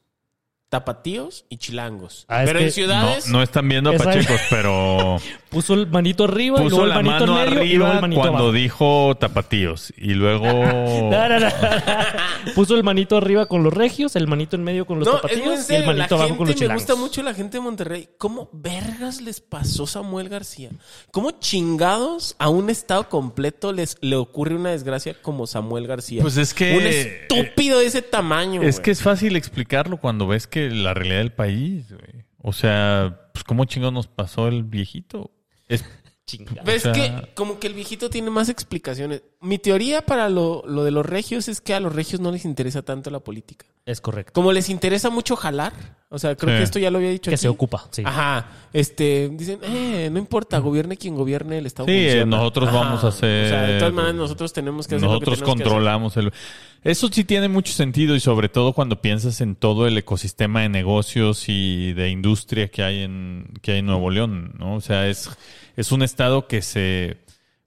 Speaker 4: tapatíos y chilangos.
Speaker 3: Ah, es
Speaker 4: Pero
Speaker 3: que-
Speaker 4: en ciudades.
Speaker 1: No, no están viendo a
Speaker 3: Esa-
Speaker 1: Pachecos, pero
Speaker 3: puso el manito arriba y
Speaker 1: puso
Speaker 3: luego el
Speaker 1: la
Speaker 3: manito
Speaker 1: mano
Speaker 3: en medio y luego el
Speaker 1: arriba
Speaker 3: manito
Speaker 1: cuando
Speaker 3: abajo.
Speaker 1: dijo tapatíos. Y luego.
Speaker 3: No, no, no. Puso el manito arriba con los regios, el manito en medio con los
Speaker 4: No, es muy
Speaker 3: zapatillos
Speaker 4: en
Speaker 3: y el
Speaker 4: serio. La
Speaker 3: manito abajo
Speaker 4: gente
Speaker 3: con los
Speaker 4: me
Speaker 3: chilangos.
Speaker 4: gusta mucho la gente de Monterrey. ¿Cómo vergas les pasó Samuel García? ¿Cómo chingados a un estado completo les le ocurre una desgracia como Samuel García?
Speaker 1: Pues es que-
Speaker 4: un estúpido de ese tamaño.
Speaker 1: Es
Speaker 4: güey.
Speaker 1: que es fácil explicarlo cuando ves que la realidad del país, güey. O sea, pues cómo chingón nos pasó el viejito. Es,
Speaker 3: Chinga.
Speaker 4: ves
Speaker 1: o sea-
Speaker 4: que como que el viejito tiene más explicaciones. Mi teoría para lo, lo de los regios es que a los regios no les interesa tanto la política.
Speaker 3: Es correcto.
Speaker 4: Como les interesa mucho jalar, o sea, creo
Speaker 1: Sí.
Speaker 4: que esto ya lo había dicho.
Speaker 3: Que
Speaker 4: aquí.
Speaker 3: se ocupa, sí.
Speaker 4: Ajá, este, dicen, eh, no importa, gobierne quien gobierne, el Estado
Speaker 1: Sí, eh,
Speaker 4: funciona.
Speaker 1: nosotros vamos a hacer-
Speaker 4: O sea, de todas maneras, nosotros tenemos que hacer lo que
Speaker 1: nosotros
Speaker 4: tenemos que hacer.
Speaker 1: controlamos el... Eso sí tiene mucho sentido y sobre todo cuando piensas en todo el ecosistema de negocios y de industria que hay en, que hay en Nuevo León, ¿no? O sea, es, es un estado que se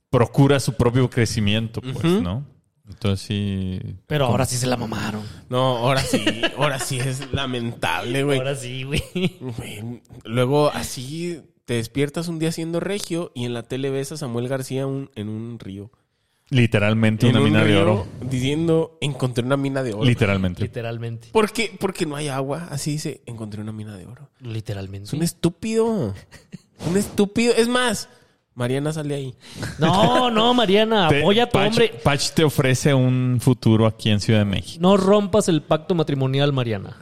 Speaker 1: procura su propio crecimiento, pues, ¿no? Entonces sí...
Speaker 3: Pero ahora sí se la mamaron.
Speaker 4: No, ahora sí, ahora sí es lamentable, güey.
Speaker 3: Ahora sí, güey.
Speaker 4: Güey, Luego así te despiertas un día siendo regio y en la tele ves a Samuel García un- en un río.
Speaker 1: Literalmente
Speaker 4: en
Speaker 1: una
Speaker 4: un
Speaker 1: mina de
Speaker 4: río
Speaker 1: oro.
Speaker 4: Diciendo, encontré una mina de oro.
Speaker 1: Literalmente.
Speaker 3: Literalmente.
Speaker 4: ¿Por qué? Porque no hay agua. Así dice, encontré una mina de oro. Es
Speaker 3: Literalmente.
Speaker 4: un estúpido. Un estúpido. Es más, Mariana sale ahí.
Speaker 3: No, no, Mariana,
Speaker 1: Te-
Speaker 3: apoya a tu
Speaker 1: Patch-
Speaker 3: hombre.
Speaker 1: Patch te ofrece un futuro aquí en Ciudad de México.
Speaker 3: No rompas el pacto matrimonial, Mariana.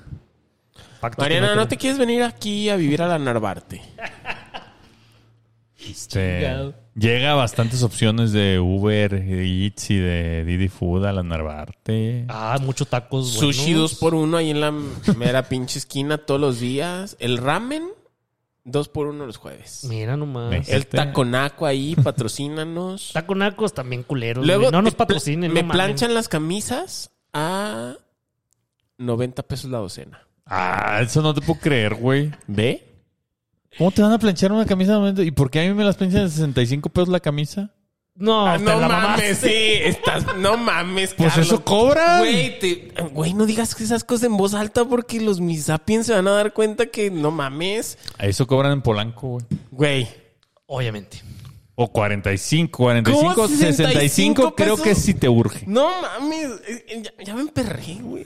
Speaker 3: Pacto
Speaker 4: Mariana, ¿no te
Speaker 3: matrimonial.
Speaker 4: quieres venir aquí a vivir a la Narvarte?
Speaker 1: Ah, Este,
Speaker 3: Chingado.
Speaker 1: llega a bastantes opciones de Uber, Eats y de Didi Food a la Narvarte.
Speaker 3: Ah, muchos tacos.
Speaker 4: Sushi
Speaker 3: buenos.
Speaker 4: dos por uno ahí en la mera pinche esquina todos los días. El ramen, dos por uno los jueves.
Speaker 3: Mira nomás.
Speaker 1: Ves.
Speaker 4: El
Speaker 1: Este-
Speaker 4: taconaco ahí, patrocínanos.
Speaker 3: Taconacos también culeros. güey. no nos
Speaker 4: te pla-
Speaker 3: patrocinen.
Speaker 4: Me
Speaker 3: no mamen.
Speaker 4: planchan las camisas a 90 pesos la docena.
Speaker 1: Ah, eso no te puedo creer, güey.
Speaker 4: ¿Ve?
Speaker 1: ¿Cómo te van a planchar una camisa de momento? ¿Y por qué a mí me las planchan de 65 pesos la camisa?
Speaker 3: No,
Speaker 4: Ah,
Speaker 3: te
Speaker 4: no
Speaker 3: la
Speaker 4: mames,
Speaker 3: mamaste.
Speaker 4: sí, estás, no mames,
Speaker 1: Pues
Speaker 4: Carlos.
Speaker 1: eso cobran.
Speaker 4: Güey, te- güey, no digas esas cosas en voz alta porque los misapiens se van a dar cuenta que no mames.
Speaker 1: A Eso cobran en Polanco, güey.
Speaker 4: Güey,
Speaker 3: Obviamente.
Speaker 1: O 45, 45,
Speaker 4: ¿Cómo
Speaker 1: 65 creo
Speaker 4: pesos?
Speaker 1: que si te urge.
Speaker 4: no mames, eh, eh, ya, ya me emperré, güey.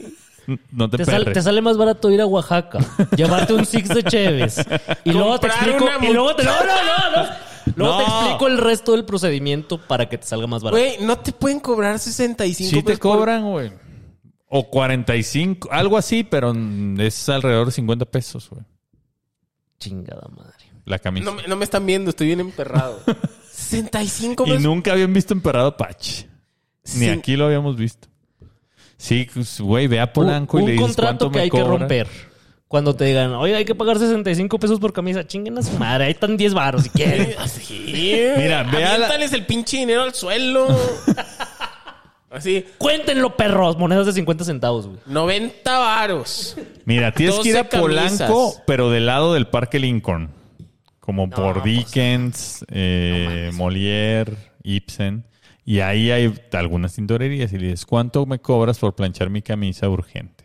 Speaker 1: No te,
Speaker 3: Te, sal-
Speaker 1: perres.
Speaker 3: te sale más barato ir a Oaxaca, llevarte un six de Cheves. Y luego te
Speaker 4: Comprar
Speaker 3: explico.
Speaker 4: una
Speaker 3: Y luego te, no,
Speaker 4: mu-
Speaker 3: no, no, no. Luego te
Speaker 1: No.
Speaker 3: explico el resto del procedimiento para que te salga más barato.
Speaker 4: Güey, no te pueden cobrar 65
Speaker 1: Sí te
Speaker 4: pesos por-
Speaker 1: cobran, güey. O 45, algo así, pero mm, es alrededor de 50 pesos, güey.
Speaker 3: Chingada madre.
Speaker 1: La camisa.
Speaker 4: No, me- no me están viendo, estoy bien emperrado. 65
Speaker 1: Y
Speaker 4: pesos.
Speaker 1: nunca habían visto emperrado a Patch. Ni
Speaker 4: Sí.
Speaker 1: aquí lo habíamos visto. Sí, pues, güey, ve a Polanco
Speaker 3: un
Speaker 1: y le dices
Speaker 3: contrato
Speaker 1: cuánto
Speaker 3: que
Speaker 1: me
Speaker 3: hay que
Speaker 1: cobra.
Speaker 3: romper. Cuando te digan, oye, hay que pagar 65 pesos por camisa, chinguen a su madre, ahí están 10 baros si quieren.
Speaker 1: Mira,
Speaker 4: Mira,
Speaker 1: ve a la-
Speaker 4: Aviéntales el pinche dinero al suelo. Así,
Speaker 3: Cuéntenlo, perros, monedas de 50 centavos, güey.
Speaker 4: 90 varos.
Speaker 1: Mira, tienes que ir a
Speaker 4: 12
Speaker 1: Polanco,
Speaker 4: camisas.
Speaker 1: pero del lado del Parque Lincoln. Como por
Speaker 3: pues,
Speaker 1: Dickens, eh, Molière, Ibsen. Y ahí hay algunas tintorerías. Y le dices, ¿cuánto me cobras por planchar mi camisa urgente?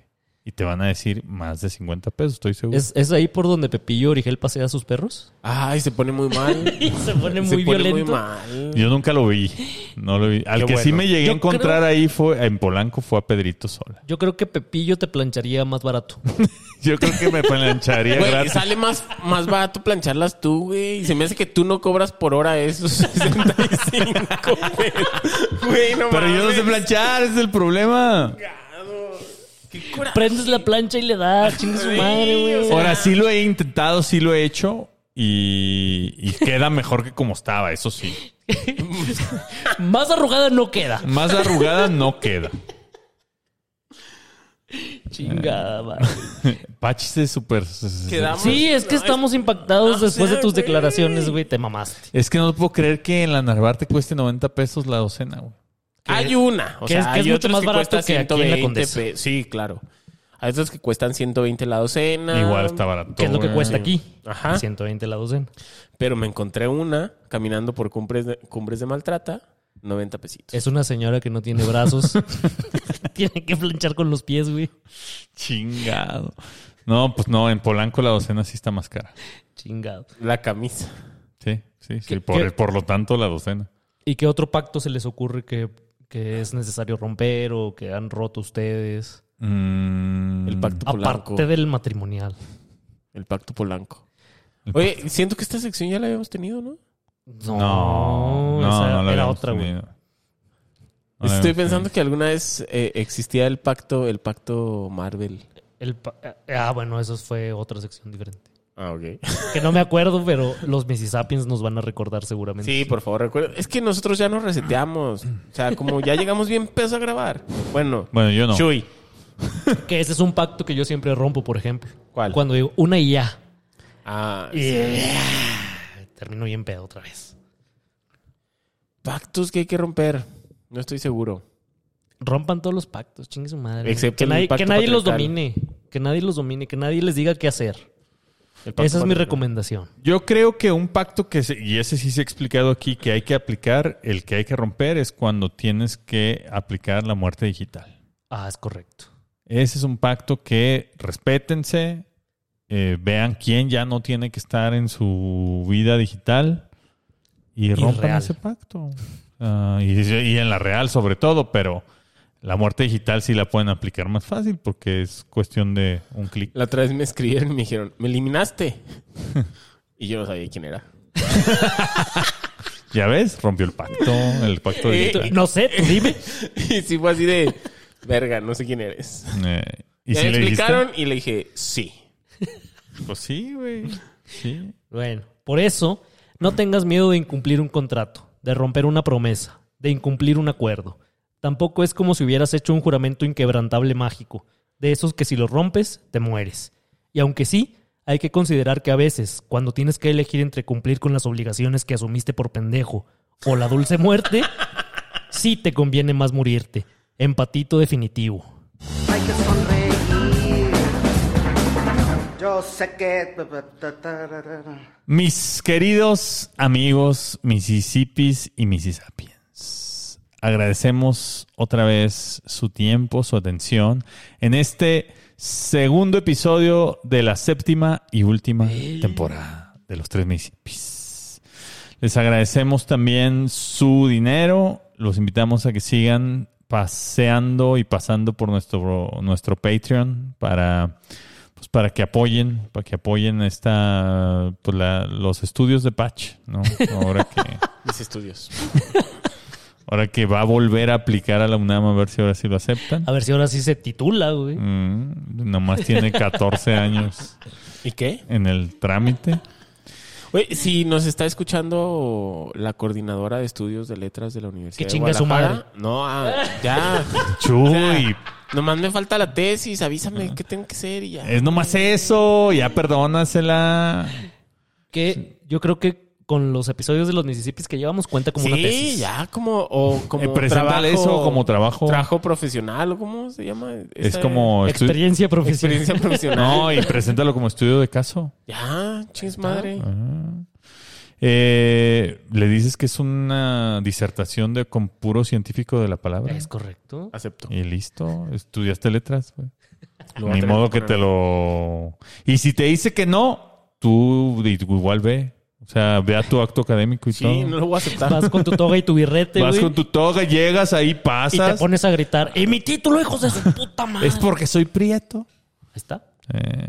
Speaker 1: Y te van a decir más de 50 pesos, estoy seguro.
Speaker 3: ¿Es, es ahí por donde Pepillo Origel pasea a sus perros?
Speaker 4: Ay, se pone muy mal.
Speaker 3: Y se pone muy
Speaker 4: se pone
Speaker 3: violento.
Speaker 4: muy mal.
Speaker 1: Yo nunca lo vi. No lo vi. Al
Speaker 4: Qué
Speaker 1: que sí
Speaker 4: bueno.
Speaker 1: me llegué
Speaker 3: Yo
Speaker 1: a encontrar
Speaker 3: creo-
Speaker 1: ahí fue en Polanco fue a Pedrito Sola.
Speaker 3: Yo creo que Pepillo te plancharía más barato.
Speaker 1: Yo creo que me plancharía
Speaker 4: Güey,
Speaker 1: gratis.
Speaker 4: sale más, más barato plancharlas tú, güey. Y se me hace que tú no cobras por hora esos 65 pesos. Güey, no
Speaker 1: Pero yo no sé
Speaker 4: mames.
Speaker 1: planchar, ese es el problema.
Speaker 3: Prendes la plancha y le das, chingue su madre, güey.
Speaker 1: Ahora sí lo he intentado, sí lo he hecho y, y queda mejor que como estaba, eso sí.
Speaker 3: Más arrugada no queda.
Speaker 1: Más arrugada no queda.
Speaker 3: Chingada, madre.
Speaker 1: Pachi se super...
Speaker 4: Quedamos-
Speaker 3: Sí, es que estamos
Speaker 4: Ah,
Speaker 3: impactados después de tus declaraciones, güey. Te mamaste.
Speaker 1: Es que no puedo creer que en la Narvar te cueste 90 pesos la docena, güey.
Speaker 4: Hay una. O
Speaker 3: que
Speaker 4: sea,
Speaker 3: es- que es
Speaker 4: hay
Speaker 3: mucho
Speaker 4: otros
Speaker 3: más
Speaker 4: que
Speaker 3: barato
Speaker 4: cuestan
Speaker 3: que aquí en la
Speaker 4: 120
Speaker 3: Condesa.
Speaker 4: pe- Sí, claro. Hay otros que cuestan 120 la docena.
Speaker 1: Igual está barato.
Speaker 3: Que es lo que
Speaker 1: güey.
Speaker 3: cuesta aquí.
Speaker 4: Ajá.
Speaker 3: 120 la docena.
Speaker 4: Pero me encontré una caminando por cumbres de, cumbres de maltrata, 90 pesitos.
Speaker 3: Es una señora que no tiene brazos. tiene que planchar con los pies, güey.
Speaker 1: Chingado. No, pues no, en Polanco la docena sí está más cara.
Speaker 3: Chingado.
Speaker 4: La camisa.
Speaker 1: Sí, sí, sí.
Speaker 3: ¿Qué-
Speaker 1: Por,
Speaker 3: qué?
Speaker 1: por lo tanto, la docena.
Speaker 3: ¿Y qué otro pacto se les ocurre que, que es necesario romper o que han roto ustedes?
Speaker 1: Mm,
Speaker 4: El pacto polanco.
Speaker 3: Aparte del matrimonial.
Speaker 4: El pacto polanco.
Speaker 1: El pacto-
Speaker 4: Oye, siento que esta sección ya la habíamos tenido, ¿no?
Speaker 3: No,
Speaker 1: No, no,
Speaker 3: esa
Speaker 1: no la
Speaker 3: era
Speaker 1: habíamos
Speaker 3: otra, güey.
Speaker 1: tenido. No la
Speaker 4: Estoy
Speaker 1: habíamos
Speaker 4: pensando que alguna vez eh, existía el pacto, el pacto Marvel.
Speaker 3: El pa- Ah, bueno, eso fue otra sección diferente.
Speaker 4: Ah, ok.
Speaker 3: Que no me acuerdo, pero los Mississippians nos van a recordar seguramente.
Speaker 4: Sí, por favor, recuerda. Es que nosotros ya nos reseteamos. O sea, como ya llegamos bien peso a grabar. Bueno,
Speaker 1: Bueno, yo no.
Speaker 4: Chuy.
Speaker 3: Que ese es un pacto que yo siempre rompo, por ejemplo.
Speaker 4: ¿Cuál?
Speaker 3: Cuando digo una y ya.
Speaker 4: Ah,
Speaker 3: Y ah, termino bien pedo otra vez.
Speaker 4: pactos que hay que romper. No estoy seguro.
Speaker 3: Rompan todos los pactos, chingue su madre.
Speaker 4: Excepto
Speaker 3: que
Speaker 4: el
Speaker 3: nadie,
Speaker 4: pacto
Speaker 3: que nadie los
Speaker 4: patriarcal.
Speaker 3: domine. Que nadie los domine, que nadie les diga qué hacer.
Speaker 4: El pacto
Speaker 3: Esa es mi
Speaker 4: patriarcal.
Speaker 3: recomendación.
Speaker 1: Yo creo que un pacto que, se- y ese sí se ha explicado aquí, que hay que aplicar, el que hay que romper es cuando tienes que aplicar la muerte digital.
Speaker 3: Ah, es correcto.
Speaker 1: Ese es un pacto que respétense, eh, vean quién ya no tiene que estar en su vida digital y rompan
Speaker 3: real.
Speaker 1: ese pacto. Ah, y, y en la real sobre todo, pero la muerte digital sí la pueden aplicar más fácil porque es cuestión de un clic.
Speaker 4: La otra vez me escribieron y me dijeron, me eliminaste. y yo no sabía quién era.
Speaker 1: Ya ves, rompió el pacto, el pacto
Speaker 4: Eh,
Speaker 1: digital.
Speaker 3: No sé, tú dime.
Speaker 4: y sí fue así de, verga, no sé quién eres.
Speaker 1: Eh, y
Speaker 4: Ya
Speaker 1: si
Speaker 4: me
Speaker 1: le dijiste,
Speaker 4: explicaron y le dije, sí.
Speaker 1: Pues sí, güey. Sí.
Speaker 3: Bueno, por eso no tengas miedo de incumplir un contrato, de romper una promesa, de incumplir un acuerdo. Tampoco es como si hubieras hecho un juramento inquebrantable mágico, de esos que si lo rompes, te mueres. Y aunque sí, hay que considerar que a veces, cuando tienes que elegir entre cumplir con las obligaciones que asumiste por pendejo o la dulce muerte, sí te conviene más morirte. Empatito definitivo.
Speaker 5: Hay que sonreír. Yo sé que.
Speaker 1: Mis queridos amigos Mississippis y Mississippians, agradecemos otra vez su tiempo, su atención en este segundo episodio de la séptima y última temporada de los tres Mississippis. Les agradecemos también su dinero. Los invitamos a que sigan paseando y pasando por nuestro, nuestro Patreon para pues para que apoyen, para que apoyen esta pues la- los estudios de Patch, ¿no? Ahora que
Speaker 4: Mis estudios.
Speaker 1: ahora que va a volver a aplicar a la UNAM a ver si ahora sí lo aceptan.
Speaker 3: A ver si ahora sí se titula, güey.
Speaker 1: Mm, nomás tiene 14 años
Speaker 4: ¿Y qué?
Speaker 1: en el trámite.
Speaker 4: Oye, si nos está escuchando la coordinadora de estudios de letras de la Universidad
Speaker 3: Que
Speaker 4: de
Speaker 3: chinga su
Speaker 4: Guadalajara, No, ah, ya.
Speaker 1: Chuy,
Speaker 4: Nomás me falta la tesis, avísame qué tengo que hacer y ya.
Speaker 1: es nomás eso, ya perdónasela.
Speaker 3: Que yo creo que con los episodios de los Mississippis que llevamos cuenta como
Speaker 4: sí,
Speaker 3: una tesis.
Speaker 4: ya, como, o como
Speaker 1: Eh, preséntale eso como trabajo.
Speaker 4: Trabajo profesional, ¿o ¿cómo se llama?
Speaker 1: Es
Speaker 4: Esa-
Speaker 1: como estu-
Speaker 3: Experiencia profesional.
Speaker 4: experiencia profesional.
Speaker 1: No, y preséntalo como estudio de caso.
Speaker 4: Ya, chis madre.
Speaker 1: Ah. Eh, le dices que es una disertación de con puro científico de la palabra.
Speaker 3: Es correcto.
Speaker 4: Acepto.
Speaker 1: Y listo, estudiaste letras, güey.
Speaker 4: Lo voy a
Speaker 1: Ni
Speaker 4: tener
Speaker 1: modo que
Speaker 4: poner.
Speaker 1: te lo... Y si te dice que no, tú de- igual ve. O sea, ve a tu acto académico y
Speaker 4: Sí,
Speaker 1: todo.
Speaker 4: no lo voy a aceptar.
Speaker 3: Vas con tu toga y tu birrete,
Speaker 1: Vas
Speaker 3: güey,
Speaker 1: con tu toga, llegas, ahí
Speaker 3: Y te
Speaker 1: pasas.
Speaker 3: pones a gritar, ¡Y mi título, hijos de su puta madre!
Speaker 1: Es porque soy prieto.
Speaker 3: Ahí está.
Speaker 1: Eh,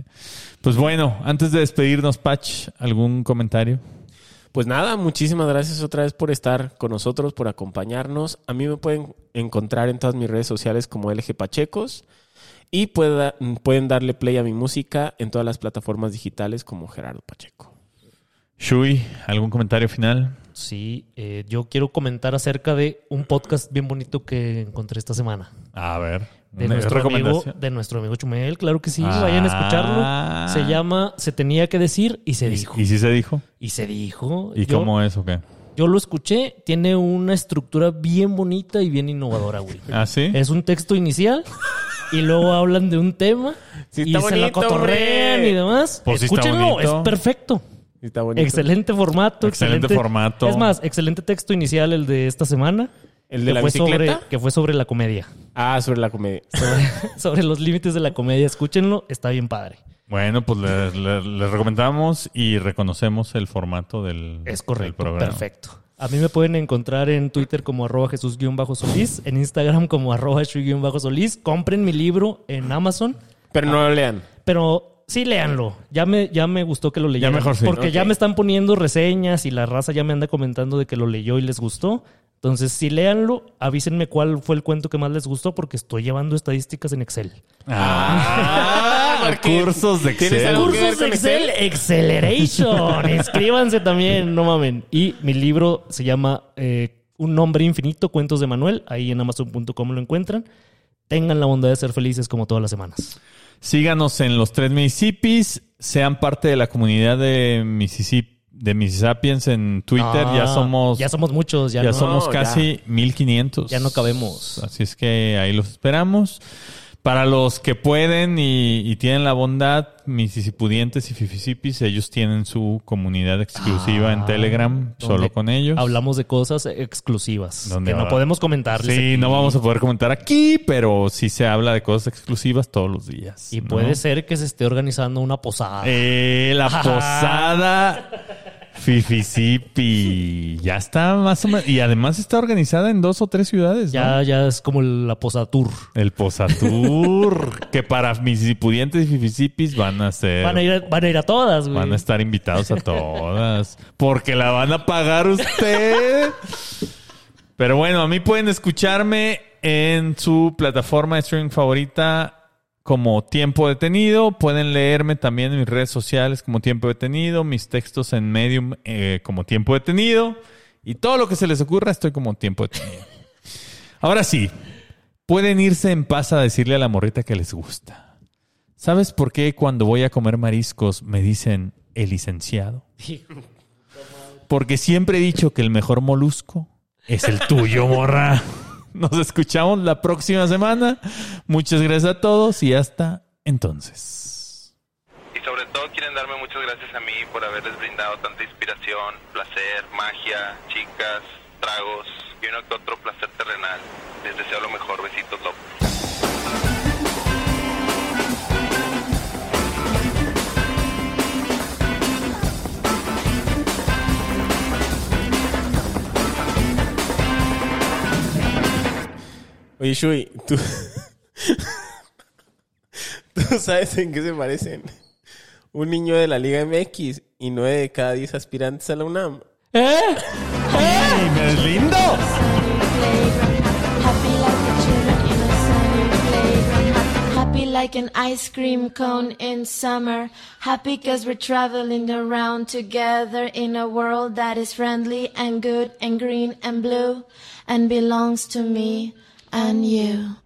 Speaker 1: pues bueno, antes de despedirnos, Patch, ¿algún comentario?
Speaker 4: Pues nada, muchísimas gracias otra vez por estar con nosotros, por acompañarnos. A mí me pueden encontrar en todas mis redes sociales como LG Pachecos. Y pueda- pueden darle play a mi música en todas las plataformas digitales como Gerardo Pacheco.
Speaker 1: Shui, ¿algún comentario final?
Speaker 3: Sí, eh, yo quiero comentar acerca de un podcast bien bonito que encontré esta semana.
Speaker 1: A ver.
Speaker 3: De
Speaker 1: ¿una
Speaker 3: nuestro, amigo,
Speaker 1: recomendación?
Speaker 3: de nuestro amigo Chumel, claro que sí, vayan a escucharlo.
Speaker 1: Ah.
Speaker 3: Se llama Se tenía que decir y se
Speaker 1: ¿Y,
Speaker 3: dijo.
Speaker 1: y si se dijo?
Speaker 3: Y se dijo.
Speaker 1: ¿Y
Speaker 3: yo,
Speaker 1: cómo es o qué?
Speaker 3: yo lo escuché, tiene una estructura bien bonita y bien innovadora, güey.
Speaker 1: ¿Ah, sí?
Speaker 3: Es un texto inicial y luego hablan de un tema
Speaker 4: Sí,
Speaker 3: y
Speaker 4: está
Speaker 3: se la
Speaker 4: bonito,
Speaker 3: cotorrean
Speaker 4: hombre.
Speaker 3: y demás.
Speaker 1: Pues sí está
Speaker 3: Escúchenlo, es
Speaker 1: bonito.
Speaker 3: perfecto.
Speaker 4: Está bonito.
Speaker 3: Excelente formato.
Speaker 1: Excelente formato.
Speaker 3: Es más, excelente texto inicial el de esta semana.
Speaker 4: ¿El de
Speaker 3: que
Speaker 4: la
Speaker 3: fue
Speaker 4: bicicleta?
Speaker 3: Sobre, que fue sobre la comedia.
Speaker 4: Ah, sobre la comedia.
Speaker 3: Sobre, sobre los límites de la comedia. Escúchenlo, está bien padre.
Speaker 1: Bueno, pues les, les- les recomendamos y reconocemos el formato del,
Speaker 3: Es
Speaker 1: del
Speaker 3: correcto,
Speaker 1: programa.
Speaker 3: perfecto. A mí me pueden encontrar en Twitter como arroba jesús-solís, en Instagram como arroba shui-solís. Compren mi libro en Amazon,
Speaker 4: Pero no lo lean.
Speaker 3: pero sí léanlo. Ya me, ya me gustó que lo leyeran.
Speaker 1: mejor sí.
Speaker 3: Porque
Speaker 4: Ok.
Speaker 3: ya me están poniendo reseñas y la raza ya me anda comentando de que lo leyó y les gustó. Entonces, si léanlo, avísenme cuál fue el cuento que más les gustó porque estoy llevando estadísticas en Excel.
Speaker 1: Ah,
Speaker 4: porque
Speaker 1: cursos de
Speaker 4: tienes
Speaker 1: Excel.
Speaker 4: algo que ver
Speaker 3: Cursos
Speaker 4: con
Speaker 3: Excel Acceleration. Inscríbanse también, no mamen. Y mi libro se llama eh, Un nombre infinito, cuentos de Manuel. Ahí en amazon.com lo encuentran. Tengan la bondad de ser felices como todas las semanas.
Speaker 1: Síganos en los tres Mississippis. Sean parte de la comunidad de Mississippi, de Mississippians en Twitter.
Speaker 3: Ah,
Speaker 1: ya somos,
Speaker 3: Ya somos muchos, ya,
Speaker 1: ya
Speaker 3: no.
Speaker 1: somos casi 1500.
Speaker 3: Ya no cabemos.
Speaker 1: Así es que ahí los esperamos. Para los que pueden y, y tienen la bondad, Mississippudientes y Fifisipis, ellos tienen su comunidad exclusiva en
Speaker 3: Ah,
Speaker 1: Telegram,
Speaker 3: donde
Speaker 1: solo con ellos.
Speaker 3: Hablamos de cosas exclusivas
Speaker 1: ¿Dónde
Speaker 3: que no
Speaker 1: va?
Speaker 3: podemos comentarles.
Speaker 1: Sí,
Speaker 3: aquí.
Speaker 1: no vamos a poder comentar aquí, pero sí se habla de cosas exclusivas todos los días.
Speaker 3: Y
Speaker 1: ¿no?
Speaker 3: puede ser que se esté organizando una posada.
Speaker 1: Eh, la posada Fifisipi. Ya está más o menos. Y además está organizada en dos o tres ciudades. ¿no?
Speaker 3: ya, ya es como la posada tour.
Speaker 1: El Posatur. que para mis pudientes y Fifisipis van a ser.
Speaker 3: Van a ir a, van a, ir a todas, güey.
Speaker 1: van a estar invitados a todas. Porque la van a pagar usted. Pero bueno, a mí pueden escucharme en su plataforma de streaming favorita como Tiempo Detenido. Pueden leerme también en mis redes sociales como Tiempo Detenido, mis textos en Medium eh, como Tiempo Detenido. Y todo lo que se les ocurra, estoy como Tiempo Detenido. Ahora sí, pueden irse en paz a decirle a la morrita que les gusta. ¿Sabes por qué cuando voy a comer mariscos me dicen el licenciado? Porque siempre he dicho que el mejor molusco es el tuyo, morra. Nos escuchamos la próxima semana. Muchas gracias a todos y hasta entonces.
Speaker 2: Y sobre todo quieren darme muchas gracias a mí por haberles brindado tanta inspiración, placer, magia, chicas, tragos y uno que otro placer terrenal. Les deseo lo mejor. Besitos, López.
Speaker 4: Oye, Shui, tú. tú sabes en qué se parecen. Un niño de la Liga MX y nueve de cada diez aspirantes a la UNAM.
Speaker 1: ¡Me lindo!
Speaker 8: Happy like a children in a sunny playground. Happy like an ice cream cone in summer. Happy cause we're traveling around together in a world that is friendly and good and green and blue and belongs to me and you.